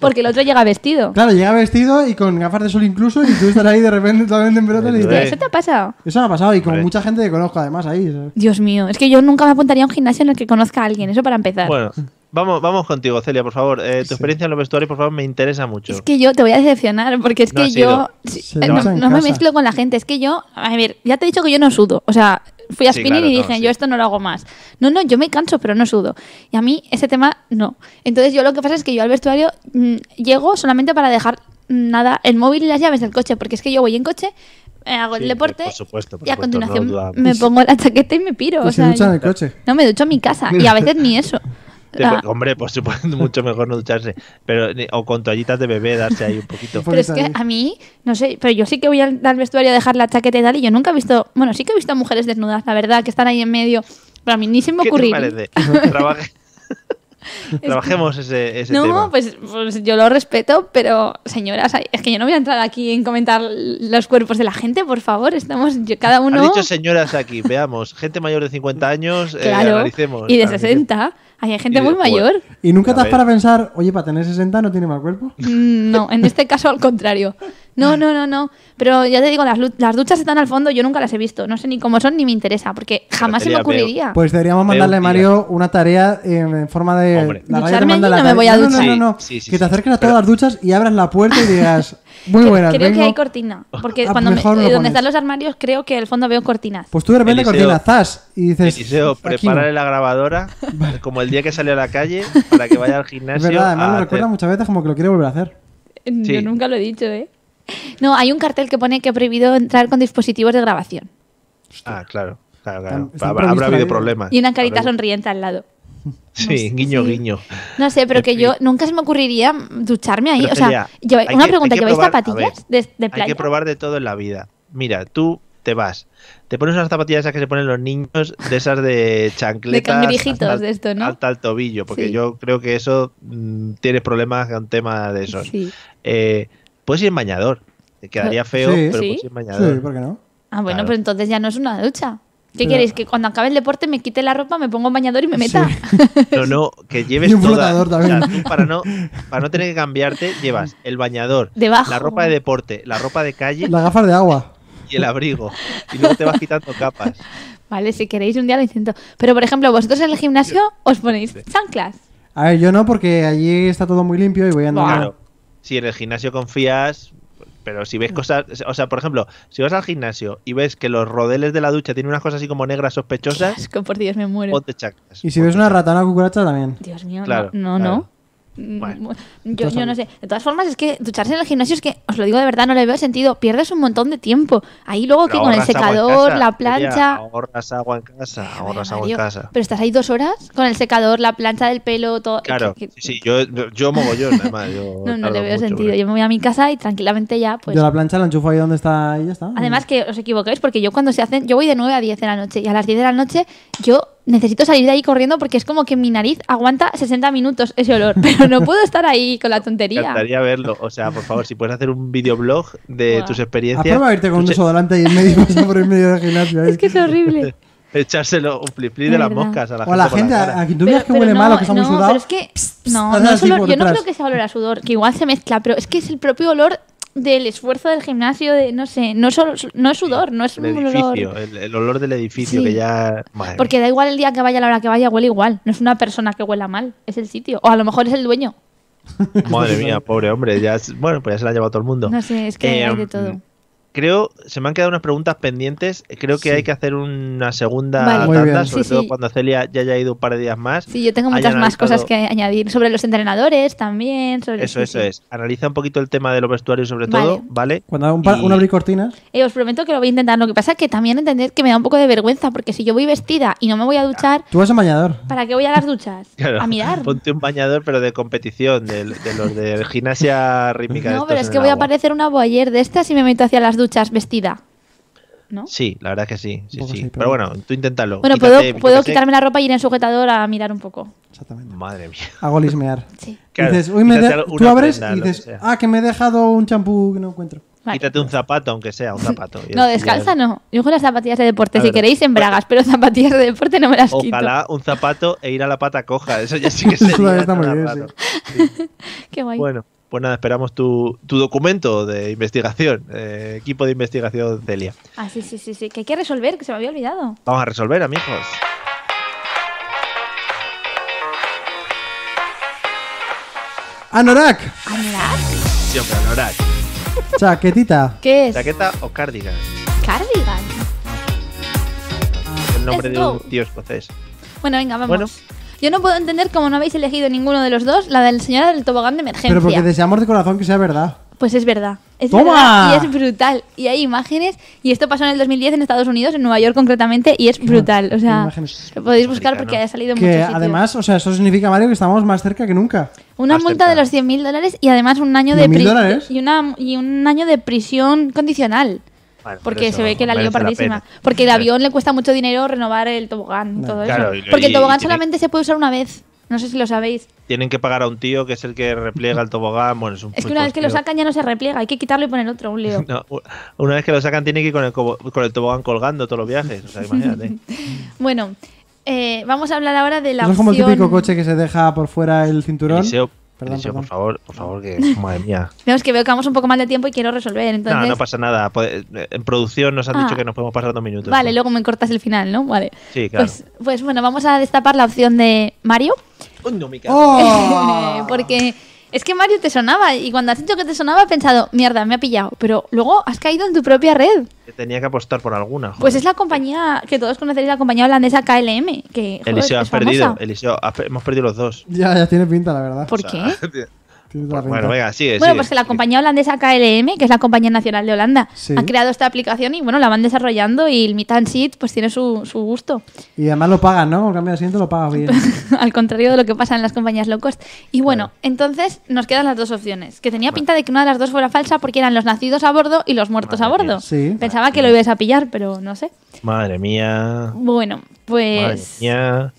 [SPEAKER 3] Porque el otro llega vestido.
[SPEAKER 2] claro, llega vestido y con gafas de sol incluso y tú estás ahí de repente totalmente en pelotas y
[SPEAKER 1] Menudo,
[SPEAKER 2] dices,
[SPEAKER 1] eh.
[SPEAKER 3] ¿Eso te ha pasado?
[SPEAKER 2] eso me ha pasado y con
[SPEAKER 1] Hombre.
[SPEAKER 2] mucha gente que conozco además ahí. ¿sabes?
[SPEAKER 3] Dios mío, es que yo nunca me apuntaría a un gimnasio en el que conozca a alguien, eso para empezar.
[SPEAKER 1] Bueno, vamos, vamos contigo, Celia, por favor. Eh, tu experiencia en los vestuarios, por favor, me interesa mucho.
[SPEAKER 3] Es que yo te voy a decepcionar, porque es
[SPEAKER 1] No
[SPEAKER 3] que
[SPEAKER 1] has
[SPEAKER 3] yo
[SPEAKER 1] ido.
[SPEAKER 3] sí,
[SPEAKER 2] Se
[SPEAKER 3] eh,
[SPEAKER 2] lo
[SPEAKER 3] no,
[SPEAKER 2] vas en
[SPEAKER 3] no me
[SPEAKER 2] casa.
[SPEAKER 3] mezclo con la gente, es que yo, a ver, ya te he dicho que yo no sudo, o sea, fui a
[SPEAKER 1] Sí,
[SPEAKER 3] spinning
[SPEAKER 1] claro,
[SPEAKER 3] y
[SPEAKER 1] no,
[SPEAKER 3] dije,
[SPEAKER 1] sí.
[SPEAKER 3] yo esto no lo hago más. No, no, yo me canso, pero no sudo. Y a mí ese tema no. Entonces yo lo que pasa es que yo al vestuario mm, llego solamente para dejar mm, nada, el móvil y las llaves del coche, porque es que yo voy en coche, eh, hago el
[SPEAKER 1] Sí,
[SPEAKER 3] deporte
[SPEAKER 1] por supuesto, por
[SPEAKER 3] y a
[SPEAKER 1] supuesto, no lo
[SPEAKER 3] continuación
[SPEAKER 1] dudamos.
[SPEAKER 3] me pongo la chaqueta y me piro.
[SPEAKER 2] Y
[SPEAKER 3] o
[SPEAKER 2] se
[SPEAKER 3] sea,
[SPEAKER 2] ducha en
[SPEAKER 3] yo-
[SPEAKER 2] el coche.
[SPEAKER 3] no, me ducho en mi casa y a veces ni eso.
[SPEAKER 1] Te-
[SPEAKER 3] Ah.
[SPEAKER 1] Hombre, por supuesto, mucho mejor no ducharse. Pero, ni- o con toallitas de bebé, darse ahí un poquito.
[SPEAKER 2] Por
[SPEAKER 3] Pero es
[SPEAKER 2] eso
[SPEAKER 3] que
[SPEAKER 2] ahí.
[SPEAKER 3] a mí, no sé, pero yo sí que voy al, al vestuario a dejar la chaqueta y tal, y yo nunca he visto, bueno, sí que he visto mujeres desnudas, la verdad, que están ahí en medio, pero a mí ni se
[SPEAKER 1] ¿Qué
[SPEAKER 3] me
[SPEAKER 1] te
[SPEAKER 3] ocurrió.
[SPEAKER 1] parece? Trabaje- Trabajemos ese, ese
[SPEAKER 3] no,
[SPEAKER 1] tema.
[SPEAKER 3] Pues, pues yo lo respeto, pero señoras, ay, es que yo no voy a entrar aquí en comentar los cuerpos de la gente, por favor, estamos yo- cada
[SPEAKER 1] Han
[SPEAKER 3] uno...
[SPEAKER 1] dicho eh, señoras aquí, veamos. Gente mayor de 50 años, eh,
[SPEAKER 3] claro,
[SPEAKER 1] analicemos.
[SPEAKER 3] y de
[SPEAKER 1] analicemos.
[SPEAKER 3] 60, hay gente
[SPEAKER 1] Y de-
[SPEAKER 3] muy mayor.
[SPEAKER 2] Y nunca
[SPEAKER 1] A
[SPEAKER 2] te has
[SPEAKER 1] ver.
[SPEAKER 2] para pensar, oye, para tener 60 no tiene mal cuerpo.
[SPEAKER 3] Mm, No, en este caso al contrario. No, no, no, no. Pero ya te digo, las, lu- las duchas están al fondo, yo nunca las he visto. No sé ni cómo son ni me interesa, porque jamás se me
[SPEAKER 1] Sería peor.
[SPEAKER 3] ocurriría.
[SPEAKER 2] Pues deberíamos
[SPEAKER 1] Veo
[SPEAKER 2] mandarle a
[SPEAKER 1] un
[SPEAKER 2] Mario una tarea en, en forma de.
[SPEAKER 1] Hombre.
[SPEAKER 2] radio
[SPEAKER 3] Ducharme allí no
[SPEAKER 2] tarea.
[SPEAKER 3] me voy a
[SPEAKER 2] no,
[SPEAKER 1] duchar.
[SPEAKER 2] No, no, no.
[SPEAKER 1] Sí, sí, sí,
[SPEAKER 2] que te
[SPEAKER 1] sí.
[SPEAKER 2] acerques a
[SPEAKER 1] Pero-
[SPEAKER 2] todas las duchas y abras la puerta y digas. Muy
[SPEAKER 3] Cre-
[SPEAKER 2] buenas,
[SPEAKER 3] creo
[SPEAKER 2] vengo.
[SPEAKER 3] que hay cortina. Porque
[SPEAKER 2] Ah,
[SPEAKER 3] cuando me- eh,
[SPEAKER 2] mejor no lo
[SPEAKER 3] donde
[SPEAKER 2] pones.
[SPEAKER 3] están los armarios, creo que al fondo veo cortinas.
[SPEAKER 2] Pues tú de repente
[SPEAKER 1] Eliseo-
[SPEAKER 2] coordinas, zas. Y dices.
[SPEAKER 1] Eliseo,
[SPEAKER 2] "Aquí no".
[SPEAKER 1] prepárale la grabadora, como el día que salió a la calle, para que vaya al
[SPEAKER 2] Es
[SPEAKER 1] gimnasio. ah,
[SPEAKER 2] verdad, además
[SPEAKER 1] a
[SPEAKER 2] lo
[SPEAKER 1] hacer-
[SPEAKER 2] recuerda muchas veces como que lo quiere volver a hacer.
[SPEAKER 1] Sí.
[SPEAKER 3] Yo nunca lo he dicho, ¿eh? No, hay un cartel que pone que ha prohibido entrar con dispositivos de grabación.
[SPEAKER 1] Ah, claro. Claro, claro.
[SPEAKER 2] Está- está
[SPEAKER 1] Habrá,
[SPEAKER 2] previsto
[SPEAKER 1] habrá habido
[SPEAKER 2] ahí.
[SPEAKER 1] problemas.
[SPEAKER 3] Y una
[SPEAKER 1] Ah,
[SPEAKER 3] carita
[SPEAKER 1] Habrá-
[SPEAKER 3] sonriente al lado.
[SPEAKER 1] Sí, guiño, guiño.
[SPEAKER 3] No sé, pero
[SPEAKER 1] En
[SPEAKER 3] que
[SPEAKER 1] fin.
[SPEAKER 3] yo nunca se me ocurriría ducharme ahí.
[SPEAKER 1] Pero,
[SPEAKER 3] o sea,
[SPEAKER 1] Celia,
[SPEAKER 3] lleva-
[SPEAKER 1] hay
[SPEAKER 3] una
[SPEAKER 1] que-
[SPEAKER 3] pregunta,
[SPEAKER 1] hay que
[SPEAKER 3] ¿lleváis
[SPEAKER 1] probar- a
[SPEAKER 3] zapatillas
[SPEAKER 1] ver,
[SPEAKER 3] de, de
[SPEAKER 1] Hay que
[SPEAKER 3] playa?
[SPEAKER 1] probar de todo en la vida. Mira, tú te vas, te pones unas zapatillas esas que se ponen los niños, de esas de chancletas.
[SPEAKER 3] De cangrejitos,
[SPEAKER 1] hasta el-
[SPEAKER 3] de esto, ¿no?
[SPEAKER 1] Hasta el tobillo, porque
[SPEAKER 3] Sí.
[SPEAKER 1] yo creo que eso mm, tienes problemas con temas de esos.
[SPEAKER 3] Sí.
[SPEAKER 1] Eh, puedes ir en bañador. Te quedaría feo,
[SPEAKER 2] Sí.
[SPEAKER 1] pero
[SPEAKER 3] Sí.
[SPEAKER 1] puedes ir en
[SPEAKER 2] Sí,
[SPEAKER 1] bañador.
[SPEAKER 2] ¿por qué no?
[SPEAKER 3] Ah, bueno,
[SPEAKER 1] Claro.
[SPEAKER 3] pues entonces ya no es una ducha. ¿Qué
[SPEAKER 2] Pero-
[SPEAKER 3] queréis? ¿Que cuando acabe el deporte me quite la ropa, me pongo un bañador y me meta?
[SPEAKER 1] No, no, que lleves
[SPEAKER 2] Y un
[SPEAKER 1] toda.
[SPEAKER 2] flotador
[SPEAKER 1] o sea,
[SPEAKER 2] también.
[SPEAKER 1] tú para no, para no tener que cambiarte, llevas el bañador,
[SPEAKER 3] Debajo.
[SPEAKER 1] la ropa de deporte, la ropa de calle
[SPEAKER 2] Las gafas de agua.
[SPEAKER 1] y el abrigo. Y luego te vas quitando capas.
[SPEAKER 3] Vale, si queréis un día lo intento. Pero, por ejemplo, vosotros en el gimnasio os ponéis chanclas.
[SPEAKER 2] A Ah. ver, yo no, porque allí está todo muy limpio y voy andando.
[SPEAKER 3] Buah.
[SPEAKER 1] Claro. Si en el gimnasio confías, Pero si ves cosas, o sea, por ejemplo, si vas al gimnasio y ves que los rodeles de la ducha tienen unas cosas así como negras sospechosas,
[SPEAKER 3] Asco, por Dios, me muero.
[SPEAKER 1] ponte chacas.
[SPEAKER 2] Y si ves una rata, una cucaracha también.
[SPEAKER 3] Dios mío,
[SPEAKER 1] Claro,
[SPEAKER 3] no, no,
[SPEAKER 1] claro.
[SPEAKER 3] no. Mm,
[SPEAKER 1] Bueno.
[SPEAKER 3] bueno, yo,
[SPEAKER 2] Entonces,
[SPEAKER 3] yo no sé. De todas formas, es que ducharse en el gimnasio es que, os lo digo de verdad, no le veo sentido. Pierdes un montón de tiempo. Ahí luego que
[SPEAKER 1] Pero
[SPEAKER 3] con el
[SPEAKER 1] ahorras agua en
[SPEAKER 3] secador,
[SPEAKER 1] casa,
[SPEAKER 3] la
[SPEAKER 1] María,
[SPEAKER 3] plancha.
[SPEAKER 1] ahorras agua en casa,
[SPEAKER 3] Ay,
[SPEAKER 1] ahorras agua
[SPEAKER 3] Mario,
[SPEAKER 1] en casa.
[SPEAKER 3] Pero estás ahí dos horas con el secador, la plancha del pelo, todo.
[SPEAKER 1] Claro,
[SPEAKER 3] que-
[SPEAKER 1] sí,
[SPEAKER 3] que-
[SPEAKER 1] sí, yo, yo mogollón, además. Yo
[SPEAKER 3] no, no
[SPEAKER 1] tardo
[SPEAKER 3] le veo
[SPEAKER 1] mucho,
[SPEAKER 3] sentido. Yo me voy a mi casa y tranquilamente ya, pues.
[SPEAKER 2] Yo la plancha la enchufo ahí donde está y ya está.
[SPEAKER 3] Además que os equivoquéis porque yo cuando se hacen, yo voy de 9 a 10 de la noche y a las 10 de la noche yo necesito salir de ahí corriendo porque es como que mi nariz aguanta 60 minutos ese olor, pero no puedo estar ahí con la
[SPEAKER 1] Me
[SPEAKER 3] tontería.
[SPEAKER 1] encantaría verlo. O sea, por favor, si puedes hacer un videoblog de
[SPEAKER 3] Buah.
[SPEAKER 1] tus experiencias.
[SPEAKER 2] Aprueba irte con un
[SPEAKER 1] Escuche-
[SPEAKER 2] desodorante ahí en medio y pasar por el medio del gimnasio. ¿eh? ahí.
[SPEAKER 3] Es que es horrible.
[SPEAKER 1] Echárselo un flip
[SPEAKER 3] De
[SPEAKER 1] de las
[SPEAKER 3] verdad.
[SPEAKER 1] moscas a la
[SPEAKER 2] o a la gente,
[SPEAKER 1] gente. por la
[SPEAKER 2] a,
[SPEAKER 1] cara.
[SPEAKER 2] a quien tú veas que huele
[SPEAKER 3] no,
[SPEAKER 2] mal o que está
[SPEAKER 3] no,
[SPEAKER 2] muy sudado.
[SPEAKER 3] pero es que no,
[SPEAKER 2] pss,
[SPEAKER 3] no es
[SPEAKER 2] así
[SPEAKER 3] olor-
[SPEAKER 2] por
[SPEAKER 3] yo no
[SPEAKER 2] detrás.
[SPEAKER 3] creo que sea olor a sudor, que igual se mezcla, pero es que es el propio olor del esfuerzo del gimnasio, de no sé, no, solo, no es sudor, no es
[SPEAKER 1] El
[SPEAKER 3] un olor.
[SPEAKER 1] edificio, el, el olor del edificio
[SPEAKER 3] Sí.
[SPEAKER 1] que ya. madre
[SPEAKER 3] Porque da igual el día que vaya, la hora que vaya, huele igual. No es una persona que huela mal, es el sitio. O a lo mejor es el dueño.
[SPEAKER 1] mía, madre mía, pobre hombre. Ya, es- bueno, pues ya se la ha llevado todo el mundo.
[SPEAKER 3] No sé, es que hay
[SPEAKER 1] Em,
[SPEAKER 3] de todo.
[SPEAKER 1] Creo, se me han quedado unas preguntas pendientes. Creo que
[SPEAKER 2] Sí.
[SPEAKER 1] hay que hacer una segunda
[SPEAKER 3] Vale.
[SPEAKER 2] Muy
[SPEAKER 1] tanda,
[SPEAKER 2] bien.
[SPEAKER 1] sobre
[SPEAKER 3] Sí,
[SPEAKER 1] todo
[SPEAKER 3] sí.
[SPEAKER 1] cuando Celia ya haya ido un par de días más.
[SPEAKER 3] Sí, yo tengo
[SPEAKER 1] hayan
[SPEAKER 3] muchas más cosas
[SPEAKER 1] analizado-
[SPEAKER 3] que añadir. Sobre los entrenadores también. Sobre
[SPEAKER 1] Eso,
[SPEAKER 3] sí,
[SPEAKER 1] eso
[SPEAKER 3] sí.
[SPEAKER 1] es. Analiza un poquito el tema de los vestuarios, sobre
[SPEAKER 3] Vale.
[SPEAKER 1] todo, ¿vale?
[SPEAKER 2] Cuando un, pa-
[SPEAKER 1] Y-
[SPEAKER 2] un abrir cortinas.
[SPEAKER 3] Eh, os prometo que lo voy a intentar. Lo que pasa es que también entended que me da un poco de vergüenza, porque si yo voy vestida y no me voy a duchar,
[SPEAKER 2] Tú vas en bañador.
[SPEAKER 3] ¿para qué voy a las duchas?
[SPEAKER 1] Claro.
[SPEAKER 3] A mirar.
[SPEAKER 1] Ponte un bañador, pero de competición, de, de los de gimnasia rítmica.
[SPEAKER 3] No,
[SPEAKER 1] estos
[SPEAKER 3] pero
[SPEAKER 1] en
[SPEAKER 3] es que
[SPEAKER 1] el
[SPEAKER 3] voy a
[SPEAKER 1] agua.
[SPEAKER 3] parecer una boyer de estas y me meto hacia las duchas vestida. ¿No?
[SPEAKER 1] Sí, la verdad es que sí. sí,
[SPEAKER 2] Un poco
[SPEAKER 1] sí.
[SPEAKER 2] sí,
[SPEAKER 1] Pero
[SPEAKER 2] pero-
[SPEAKER 1] bueno, tú inténtalo.
[SPEAKER 3] Bueno,
[SPEAKER 1] Quítate, yo
[SPEAKER 3] puedo, puedo
[SPEAKER 1] qué sé.
[SPEAKER 3] quitarme la ropa y ir en sujetador a mirar un poco.
[SPEAKER 2] Exactamente.
[SPEAKER 1] Madre mía.
[SPEAKER 2] Hago lismear.
[SPEAKER 3] Sí.
[SPEAKER 1] Claro,
[SPEAKER 2] dices, uy, me
[SPEAKER 1] quítate
[SPEAKER 2] de-
[SPEAKER 1] algo-
[SPEAKER 2] tú
[SPEAKER 1] una
[SPEAKER 2] abres
[SPEAKER 1] prenda,
[SPEAKER 2] y
[SPEAKER 1] lo que
[SPEAKER 2] dices,
[SPEAKER 1] sea.
[SPEAKER 2] ah, que me he dejado un champú que no encuentro.
[SPEAKER 3] Vale.
[SPEAKER 1] Quítate un zapato, aunque sea un zapato. Y
[SPEAKER 3] No,
[SPEAKER 1] así ya-
[SPEAKER 3] descalza no. Yo con las zapatillas de deporte,
[SPEAKER 1] A
[SPEAKER 3] si
[SPEAKER 1] ver.
[SPEAKER 3] queréis en bragas, pero zapatillas de deporte no me las quito.
[SPEAKER 1] Ojalá un zapato e ir a la pata coja. Eso ya sí que
[SPEAKER 2] Eso
[SPEAKER 1] sería
[SPEAKER 2] está muy
[SPEAKER 1] raro.
[SPEAKER 2] bien,
[SPEAKER 3] Qué guay.
[SPEAKER 1] Bueno, pues nada, esperamos tu, tu documento de investigación. eh, equipo de investigación Celia.
[SPEAKER 3] Ah, sí, sí, sí, sí. Que hay que resolver, que se me había olvidado.
[SPEAKER 1] Vamos a resolver, amigos.
[SPEAKER 2] Anorak,
[SPEAKER 3] Ah, mirad.
[SPEAKER 1] Siempre, Anorak.
[SPEAKER 2] chaquetita.
[SPEAKER 3] ¿Qué es?
[SPEAKER 1] ¿Chaqueta o cardigan?
[SPEAKER 3] Cardigan.
[SPEAKER 1] El nombre
[SPEAKER 3] Let's
[SPEAKER 1] de un
[SPEAKER 3] go.
[SPEAKER 1] tío escocés.
[SPEAKER 3] Bueno, venga, vamos.
[SPEAKER 1] Bueno.
[SPEAKER 3] Yo no puedo entender cómo no habéis elegido ninguno de los dos la del señora del tobogán de emergencia.
[SPEAKER 2] Pero porque deseamos de corazón que sea verdad.
[SPEAKER 3] Pues es verdad. Es
[SPEAKER 2] ¡Toma!
[SPEAKER 3] verdad y es brutal. Y hay imágenes. Y esto pasó en el 2010 en Estados Unidos, en Nueva York concretamente, y es brutal. O sea,
[SPEAKER 2] Imágenes.
[SPEAKER 3] lo podéis buscar porque
[SPEAKER 1] Americano.
[SPEAKER 3] ha salido en muchos
[SPEAKER 2] Que
[SPEAKER 3] sitios.
[SPEAKER 2] además, o sea, eso significa, Mario, que estamos más cerca que nunca.
[SPEAKER 3] Una
[SPEAKER 1] Más
[SPEAKER 3] multa
[SPEAKER 1] cerca.
[SPEAKER 3] de los 100.000 dólares y además un año de
[SPEAKER 2] 100.000
[SPEAKER 3] pri-
[SPEAKER 2] dólares.
[SPEAKER 3] y, una, y un año de prisión condicional.
[SPEAKER 1] Bueno, por
[SPEAKER 3] Porque
[SPEAKER 1] eso
[SPEAKER 3] se ve que la lió
[SPEAKER 1] merece
[SPEAKER 3] pardísima.
[SPEAKER 1] pena.
[SPEAKER 3] porque el avión le cuesta mucho dinero renovar el tobogán y
[SPEAKER 2] No.
[SPEAKER 3] todo
[SPEAKER 1] Claro, y
[SPEAKER 3] eso.
[SPEAKER 1] lo-
[SPEAKER 3] Porque
[SPEAKER 1] y-
[SPEAKER 3] el tobogán
[SPEAKER 1] y tiene-
[SPEAKER 3] solamente se puede usar una vez. No sé si lo sabéis.
[SPEAKER 1] Tienen que pagar a un tío que es el que repliega el tobogán. Bueno, es un
[SPEAKER 3] Es que una vez que lo
[SPEAKER 1] tío.
[SPEAKER 3] sacan ya no se repliega. Hay que quitarlo y poner otro, un lío.
[SPEAKER 1] No, u- una vez que lo sacan tiene que ir con el, cobo- con el tobogán colgando todos los viajes. O sea, imagínate.
[SPEAKER 3] Bueno, eh, vamos a hablar ahora de la
[SPEAKER 2] Eso es como el
[SPEAKER 3] opción-
[SPEAKER 2] típico coche que se deja por fuera el cinturón.
[SPEAKER 1] Eliseo,
[SPEAKER 2] Perdón,
[SPEAKER 1] Eliseo,
[SPEAKER 2] perdón.
[SPEAKER 1] por favor, por favor, que madre mía.
[SPEAKER 3] No, es que veo que vamos un poco mal de tiempo y quiero resolver. Entonces,
[SPEAKER 1] No, no pasa nada. Puede- eh, En producción nos han
[SPEAKER 3] Ah.
[SPEAKER 1] dicho que nos podemos pasar dos minutos.
[SPEAKER 3] vale, luego me cortas el final, ¿no? Vale.
[SPEAKER 1] Sí, claro.
[SPEAKER 3] Pues, pues bueno, vamos a destapar la opción de Mario.
[SPEAKER 1] Uy, no, mi cara.
[SPEAKER 2] ¡Oh!
[SPEAKER 3] Porque es que Mario te sonaba y cuando has dicho que te sonaba he pensado, mierda, me ha pillado. Pero luego has caído en tu propia red.
[SPEAKER 1] Que Tenía que apostar por alguna. joder.
[SPEAKER 3] Pues es la compañía que todos conoceréis, la compañía holandesa KLM. Que, joder,
[SPEAKER 1] Eliseo,
[SPEAKER 3] es
[SPEAKER 1] has perdido.
[SPEAKER 3] famosa.
[SPEAKER 1] Eliseo, has pe- hemos perdido los dos.
[SPEAKER 2] Ya, ya tiene pinta, la verdad.
[SPEAKER 3] ¿Por
[SPEAKER 1] O
[SPEAKER 3] qué?
[SPEAKER 1] sea,
[SPEAKER 2] Tiene toda la
[SPEAKER 1] bueno,
[SPEAKER 2] pinta.
[SPEAKER 1] venga, sigue.
[SPEAKER 3] Bueno,
[SPEAKER 1] sigue,
[SPEAKER 3] pues que la
[SPEAKER 1] sigue.
[SPEAKER 3] compañía holandesa KLM, que es la compañía nacional de Holanda,
[SPEAKER 2] Sí.
[SPEAKER 3] ha creado esta aplicación y bueno, la van desarrollando y el Meet and Seat pues tiene su, su gusto,
[SPEAKER 2] Y además lo pagan, ¿no? Con cambio de asiento lo pagas bien.
[SPEAKER 3] al contrario de lo que pasa en las compañías low cost. Y bueno, entonces nos quedan las dos opciones, que tenía pinta de que una de las dos fuera falsa porque eran los nacidos a bordo y los muertos
[SPEAKER 1] Madre
[SPEAKER 3] a bordo.
[SPEAKER 1] mía.
[SPEAKER 2] Sí.
[SPEAKER 3] Pensaba que lo ibas a pillar, pero no sé.
[SPEAKER 1] Madre mía.
[SPEAKER 3] Bueno,
[SPEAKER 1] Madre
[SPEAKER 3] pues
[SPEAKER 1] mía.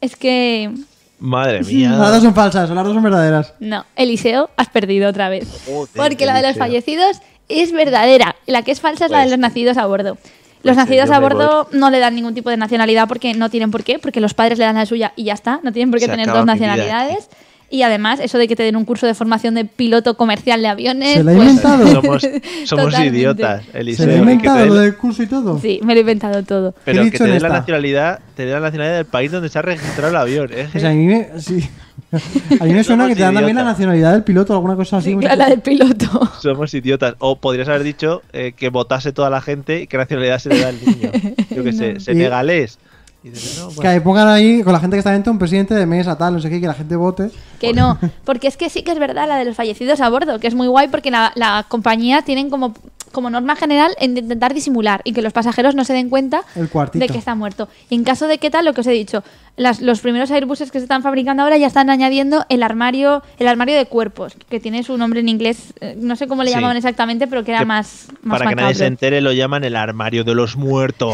[SPEAKER 3] es que
[SPEAKER 1] Madre
[SPEAKER 2] Las
[SPEAKER 1] mía.
[SPEAKER 2] dos son falsas, las dos son verdaderas.
[SPEAKER 3] no, Eliseo, has perdido otra vez.
[SPEAKER 1] Joder,
[SPEAKER 3] Porque la de los
[SPEAKER 1] Eliseo.
[SPEAKER 3] fallecidos es verdadera. La que es falsa es la de
[SPEAKER 1] Pues-
[SPEAKER 3] los nacidos a bordo. Los
[SPEAKER 1] pues, eh,
[SPEAKER 3] nacidos
[SPEAKER 1] yo
[SPEAKER 3] a
[SPEAKER 1] me
[SPEAKER 3] bordo no le dan ningún tipo de nacionalidad porque no tienen por qué, porque los padres le dan la suya y ya está, no tienen por qué
[SPEAKER 1] Se
[SPEAKER 3] tener
[SPEAKER 1] acaba mi
[SPEAKER 3] dos
[SPEAKER 1] vida
[SPEAKER 3] nacionalidades. Y además, eso de que te den un curso de formación de piloto comercial de aviones.
[SPEAKER 2] Se la ha
[SPEAKER 3] pues-
[SPEAKER 2] inventado.
[SPEAKER 1] Somos, somos
[SPEAKER 3] Totalmente.
[SPEAKER 1] idiotas, Eliseo.
[SPEAKER 2] Se lo ha
[SPEAKER 1] y que te
[SPEAKER 2] inventado
[SPEAKER 1] den-
[SPEAKER 2] lo del curso y todo.
[SPEAKER 3] Sí, me lo he inventado todo.
[SPEAKER 1] Pero
[SPEAKER 2] He
[SPEAKER 1] que
[SPEAKER 2] dicho
[SPEAKER 1] te
[SPEAKER 2] en
[SPEAKER 1] dé la
[SPEAKER 2] esta.
[SPEAKER 1] nacionalidad, te dé la nacionalidad del país donde se ha registrado el avión. ¿eh?
[SPEAKER 2] O sea, a mí me- sí. A mí me suena
[SPEAKER 1] Somos
[SPEAKER 2] que te dan también la
[SPEAKER 1] idiotas.
[SPEAKER 2] nacionalidad del piloto o alguna cosa así.
[SPEAKER 3] Sí, la del piloto.
[SPEAKER 1] Somos idiotas. O podrías haber dicho eh, que votase toda la gente y que nacionalidad se le da al niño. Yo qué sé, senegalés. Y dices, no, bueno.
[SPEAKER 2] Que pongan ahí con la gente que está dentro un presidente de mesa, tal, no sé qué, que la gente vote.
[SPEAKER 3] Que no, porque es que sí que es verdad la de los fallecidos a bordo, que es muy guay porque la, la compañía tienen como, como norma general en intentar disimular y que los pasajeros no se den cuenta
[SPEAKER 2] El cuartito.
[SPEAKER 3] de que está muerto. Y en caso de que tal, lo que os he dicho, las- los primeros Airbuses que se están fabricando ahora ya están añadiendo el armario el armario de cuerpos, que tiene su nombre en inglés, eh, no sé cómo le
[SPEAKER 1] Sí.
[SPEAKER 3] llamaban exactamente, pero que era
[SPEAKER 1] Que
[SPEAKER 3] más, más
[SPEAKER 1] Para que nadie
[SPEAKER 3] macabro.
[SPEAKER 1] se entere lo llaman el armario de los muertos.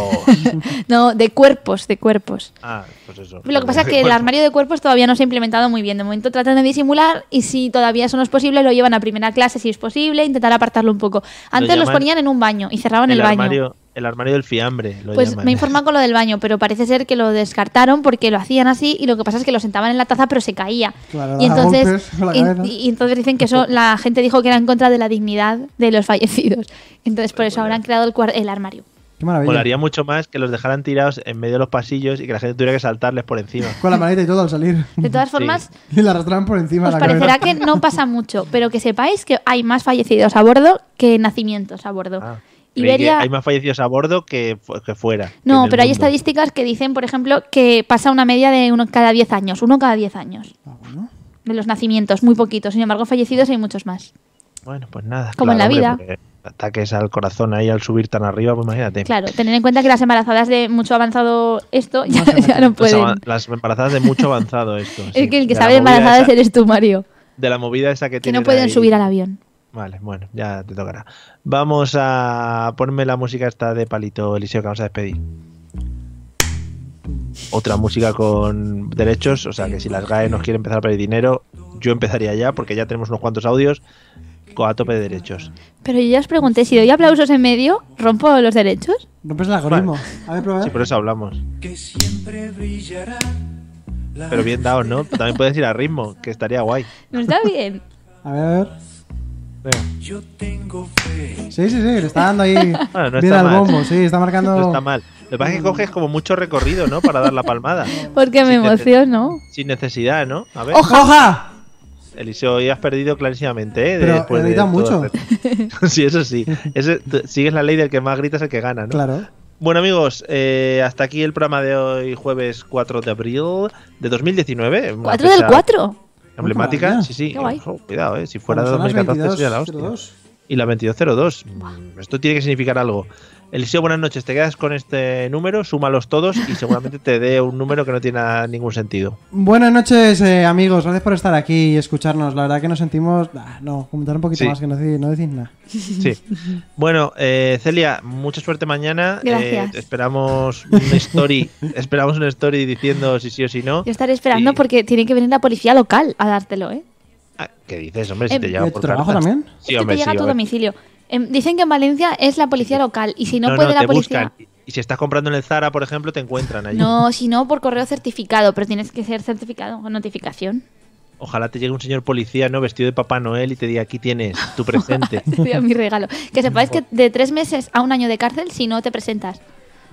[SPEAKER 3] No, de cuerpos, de cuerpos.
[SPEAKER 1] Ah, pues eso.
[SPEAKER 3] Lo que pasa es que el armario de cuerpos todavía no se ha implementado muy bien. De momento tratan de disimular y si todavía eso no es posible, lo llevan a primera clase si es posible, intentar apartarlo un poco. Antes los
[SPEAKER 1] llaman
[SPEAKER 3] ponían en un baño y cerraban el,
[SPEAKER 1] el
[SPEAKER 3] baño.
[SPEAKER 1] armario, el armario del fiambre. Lo
[SPEAKER 3] Pues
[SPEAKER 1] llaman.
[SPEAKER 3] me he informado con lo del baño, pero parece ser que lo descartaron porque lo hacían así y lo que pasa es que lo sentaban en la taza pero se caía.
[SPEAKER 2] Claro,
[SPEAKER 3] y,
[SPEAKER 2] daba
[SPEAKER 3] entonces,
[SPEAKER 2] golpes con la
[SPEAKER 3] y-
[SPEAKER 2] cabeza.
[SPEAKER 3] y, y entonces dicen que eso, la gente dijo que era en contra de la dignidad de los fallecidos.
[SPEAKER 1] Pues
[SPEAKER 3] Entonces por eso habrán creado el, cuar- el armario.
[SPEAKER 2] Qué maravilla.
[SPEAKER 1] Molaría mucho más que los dejaran tirados en medio de los pasillos y que la gente tuviera que saltarles por encima.
[SPEAKER 2] Con la maleta y todo al salir.
[SPEAKER 3] De todas formas,
[SPEAKER 2] Y la arrastran por encima
[SPEAKER 3] os
[SPEAKER 2] de la cabeza.
[SPEAKER 3] Pues parecerá que no pasa mucho, pero que sepáis que hay más fallecidos a bordo que nacimientos a bordo.
[SPEAKER 1] Ah, creí que
[SPEAKER 3] Iberia...
[SPEAKER 1] hay más fallecidos a bordo que, fu- que fuera. que en
[SPEAKER 3] No,
[SPEAKER 1] el
[SPEAKER 3] pero hay
[SPEAKER 1] mundo.
[SPEAKER 3] estadísticas que dicen, por ejemplo, que pasa una media de uno cada 10 años, uno cada 10 años.
[SPEAKER 2] Ah, bueno.
[SPEAKER 3] de los nacimientos, muy poquitos. Sin embargo, fallecidos hay muchos más.
[SPEAKER 1] Bueno, pues nada.
[SPEAKER 3] Como en la
[SPEAKER 1] hombre,
[SPEAKER 3] vida.
[SPEAKER 1] porque Ataques al corazón ahí al subir tan arriba, pues imagínate.
[SPEAKER 3] Claro, tener en cuenta que las embarazadas de mucho avanzado esto ya,
[SPEAKER 2] se
[SPEAKER 3] ya no
[SPEAKER 1] Las
[SPEAKER 3] pueden.
[SPEAKER 1] avan- Las embarazadas de mucho avanzado esto. sí.
[SPEAKER 3] es que el
[SPEAKER 1] De
[SPEAKER 3] que
[SPEAKER 1] la
[SPEAKER 3] sabe
[SPEAKER 1] movida
[SPEAKER 3] embarazadas
[SPEAKER 1] esa-
[SPEAKER 3] eres tú, Mario.
[SPEAKER 1] De la movida esa que
[SPEAKER 3] Que
[SPEAKER 1] tienen
[SPEAKER 3] no pueden
[SPEAKER 1] ahí.
[SPEAKER 3] subir al avión.
[SPEAKER 1] Vale, bueno, ya te tocará. Vamos a ponerme la música esta de Palito Eliseo que vamos a despedir. Otra música con derechos, o sea que si las GAE nos quiere empezar a pedir dinero, yo empezaría ya porque ya tenemos unos cuantos audios con a tope de derechos.
[SPEAKER 3] Pero yo ya os pregunté, si doy aplausos en medio, ¿rompo los derechos?
[SPEAKER 2] Rompes el algoritmo. A ver, prueba.
[SPEAKER 1] Sí, por eso hablamos. Pero bien dados, ¿no? También puedes ir a ritmo, que estaría guay.
[SPEAKER 3] No está bien.
[SPEAKER 2] A ver, a ver.
[SPEAKER 1] Venga.
[SPEAKER 2] Sí, sí, sí, le está dando ahí
[SPEAKER 1] Ah, no
[SPEAKER 2] bien
[SPEAKER 1] está
[SPEAKER 2] al
[SPEAKER 1] mal.
[SPEAKER 2] bombo, sí, está marcando...
[SPEAKER 1] No está mal. Lo que pasa es que coges como mucho recorrido, ¿no? Para dar la palmada.
[SPEAKER 3] Porque
[SPEAKER 1] Sí,
[SPEAKER 3] me
[SPEAKER 1] te-
[SPEAKER 3] emociono.
[SPEAKER 1] Sin necesidad, ¿no? A ver.
[SPEAKER 2] ¡Hoja!
[SPEAKER 1] Eliseo, hoy has perdido clarísimamente, ¿eh?
[SPEAKER 2] Pero
[SPEAKER 1] Después
[SPEAKER 2] he
[SPEAKER 1] de
[SPEAKER 2] gritado
[SPEAKER 1] todo
[SPEAKER 2] mucho.
[SPEAKER 1] esto. sí, eso sí. Ese- tú- sigues la ley del que más grita es el que gana, ¿no?
[SPEAKER 2] Claro.
[SPEAKER 1] Bueno, amigos, eh, hasta aquí el programa de hoy, jueves 4 de abril de 2019. una
[SPEAKER 3] 4 del
[SPEAKER 1] fecha
[SPEAKER 3] 4.
[SPEAKER 1] Emblemática,
[SPEAKER 2] Maravilla.
[SPEAKER 1] sí, sí.
[SPEAKER 3] Qué guay.
[SPEAKER 1] Ojo, cuidado, ¿eh? Si fuera de
[SPEAKER 2] Como son las
[SPEAKER 1] 2014 sería la hostia.
[SPEAKER 2] 22.02.
[SPEAKER 1] Y la 2202. Mm, Esto tiene que significar algo. Eliseo, buenas noches. Te quedas con este número, súmalos todos y seguramente te dé un número que no tiene nada- ningún sentido.
[SPEAKER 2] Buenas noches, eh, amigos. Gracias por estar aquí y escucharnos. La verdad que nos sentimos... Ah, no, comentar un poquito
[SPEAKER 1] Sí.
[SPEAKER 2] más, que no decís, no decís nada.
[SPEAKER 1] Sí. Bueno, eh, Celia, mucha suerte mañana.
[SPEAKER 3] Gracias.
[SPEAKER 1] Eh, esperamos un story, esperamos un story diciendo si sí o si no.
[SPEAKER 3] Yo estaré esperando
[SPEAKER 1] Sí.
[SPEAKER 3] porque tiene que venir la policía local a dártelo, ¿eh?
[SPEAKER 1] Ah, ¿Qué dices, hombre? Si
[SPEAKER 3] Eh,
[SPEAKER 1] te
[SPEAKER 2] ¿Y
[SPEAKER 1] lleva
[SPEAKER 2] el
[SPEAKER 1] por
[SPEAKER 2] trabajo
[SPEAKER 1] cartas.
[SPEAKER 2] también?
[SPEAKER 1] Sí,
[SPEAKER 3] es que
[SPEAKER 1] hombre,
[SPEAKER 3] te llega
[SPEAKER 1] sí,
[SPEAKER 3] a tu
[SPEAKER 1] hombre.
[SPEAKER 3] domicilio. Em, dicen que en Valencia es la policía local y si no,
[SPEAKER 1] No,
[SPEAKER 3] puede
[SPEAKER 1] no,
[SPEAKER 3] la
[SPEAKER 1] te
[SPEAKER 3] policía...
[SPEAKER 1] buscan. Y si estás comprando en el Zara, por ejemplo, te encuentran allí.
[SPEAKER 3] No, si no, por correo certificado, pero tienes que ser certificado con notificación.
[SPEAKER 1] Ojalá te llegue un señor policía, ¿no? Vestido de Papá Noel y te diga, aquí tienes tu presente.
[SPEAKER 3] Sería mi regalo. Que sepáis que de tres meses a un año de cárcel si no te presentas.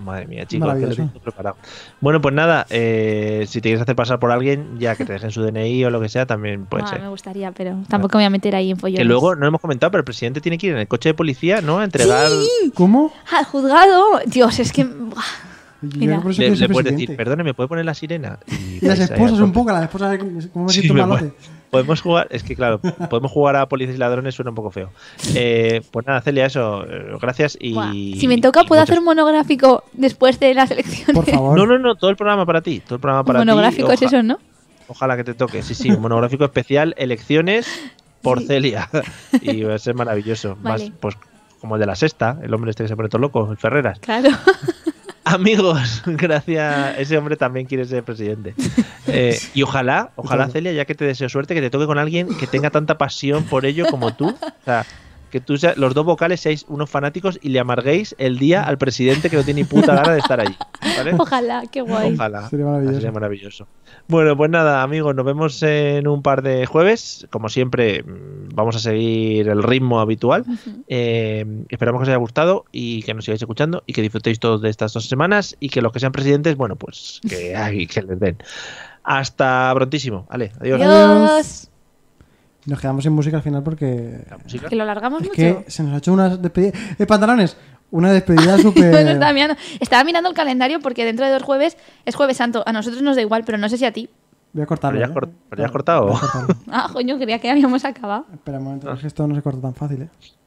[SPEAKER 1] Madre mía, chicos, que lo
[SPEAKER 2] Maravilloso.
[SPEAKER 1] tengo preparado. Bueno, pues nada, eh, si te quieres hacer pasar por alguien, ya que te dejen su DNI o lo que sea, también puede
[SPEAKER 3] Ah,
[SPEAKER 1] ser.
[SPEAKER 3] Me gustaría, pero tampoco me voy a meter ahí en follones.
[SPEAKER 1] Que luego no lo hemos comentado, pero el presidente tiene que ir en el coche de policía, ¿no? A entregar.
[SPEAKER 2] ¿Cómo?
[SPEAKER 3] ¡Al ¡Ah, juzgado! Dios, es que... buah,
[SPEAKER 2] Yo
[SPEAKER 3] Mira.
[SPEAKER 2] creo que por eso
[SPEAKER 1] Le,
[SPEAKER 2] quiero ser
[SPEAKER 1] le puedes
[SPEAKER 2] presidente.
[SPEAKER 1] decir, perdone, ¿me puede poner la sirena? pues
[SPEAKER 2] Y las esposas un poco, las esposas... ¿Cómo me
[SPEAKER 1] Sí,
[SPEAKER 2] siento
[SPEAKER 1] me
[SPEAKER 2] malote?
[SPEAKER 1] Podemos jugar, es que claro, podemos jugar a policías y ladrones, suena un poco feo. Eh, pues nada, Celia, eso, eh, gracias y.
[SPEAKER 3] buah. Si me toca, ¿puedo
[SPEAKER 1] y
[SPEAKER 3] hacer un monográfico después de las elecciones?
[SPEAKER 2] Por favor.
[SPEAKER 1] No, no, no, todo el programa para ti, todo el programa para ti.
[SPEAKER 3] monográfico es
[SPEAKER 1] oja-
[SPEAKER 3] eso, ¿no?
[SPEAKER 1] Ojalá que te toque, sí, sí, un monográfico especial, elecciones por Celia. Y va a ser maravilloso.
[SPEAKER 3] Vale.
[SPEAKER 1] Más, pues como el de la sexta, el hombre este que se pone todo loco, el Ferreras.
[SPEAKER 3] Claro.
[SPEAKER 1] Amigos, gracias. Ese hombre también quiere ser presidente. Eh, y ojalá, ojalá,
[SPEAKER 2] Claro.
[SPEAKER 1] Celia, ya que te deseo suerte, que te toque con alguien que tenga tanta pasión por ello como tú. O sea, que tú sea- los dos vocales seáis unos fanáticos y le amarguéis el día al presidente que no tiene ni puta gana de estar allí. ¿vale?
[SPEAKER 3] Ojalá, qué guay.
[SPEAKER 1] ¿Eh? Ojalá.
[SPEAKER 2] Sería maravilloso.
[SPEAKER 1] Sería maravilloso. Bueno, pues nada, amigos, nos vemos en un par de jueves. Como siempre, mm, vamos a seguir el ritmo habitual. Eh, esperamos que os haya gustado y que nos sigáis escuchando y que disfrutéis todos de estas dos semanas y que los que sean presidentes, bueno, pues que, ay, que les den. Hasta prontísimo. Vale, adiós.
[SPEAKER 3] Dios.
[SPEAKER 2] Nos quedamos sin música al final porque
[SPEAKER 1] La música.
[SPEAKER 3] Que lo largamos
[SPEAKER 2] es
[SPEAKER 3] mucho.
[SPEAKER 2] que se nos ha hecho una despedida. ¡Eh, pantalones! Una despedida súper.
[SPEAKER 3] Bueno, estaba, mirando, estaba mirando el calendario porque dentro de dos jueves es Jueves Santo. A nosotros nos da igual, pero no sé si a ti.
[SPEAKER 2] Voy a cortarlo.
[SPEAKER 1] ¿Pero ya
[SPEAKER 2] ¿eh?
[SPEAKER 1] has cor- pero ya has cortado?
[SPEAKER 2] Voy a cortarlo.
[SPEAKER 3] Ah, coño, creía que habíamos acabado.
[SPEAKER 2] Espera un momento, es que esto no se corta tan fácil, ¿eh?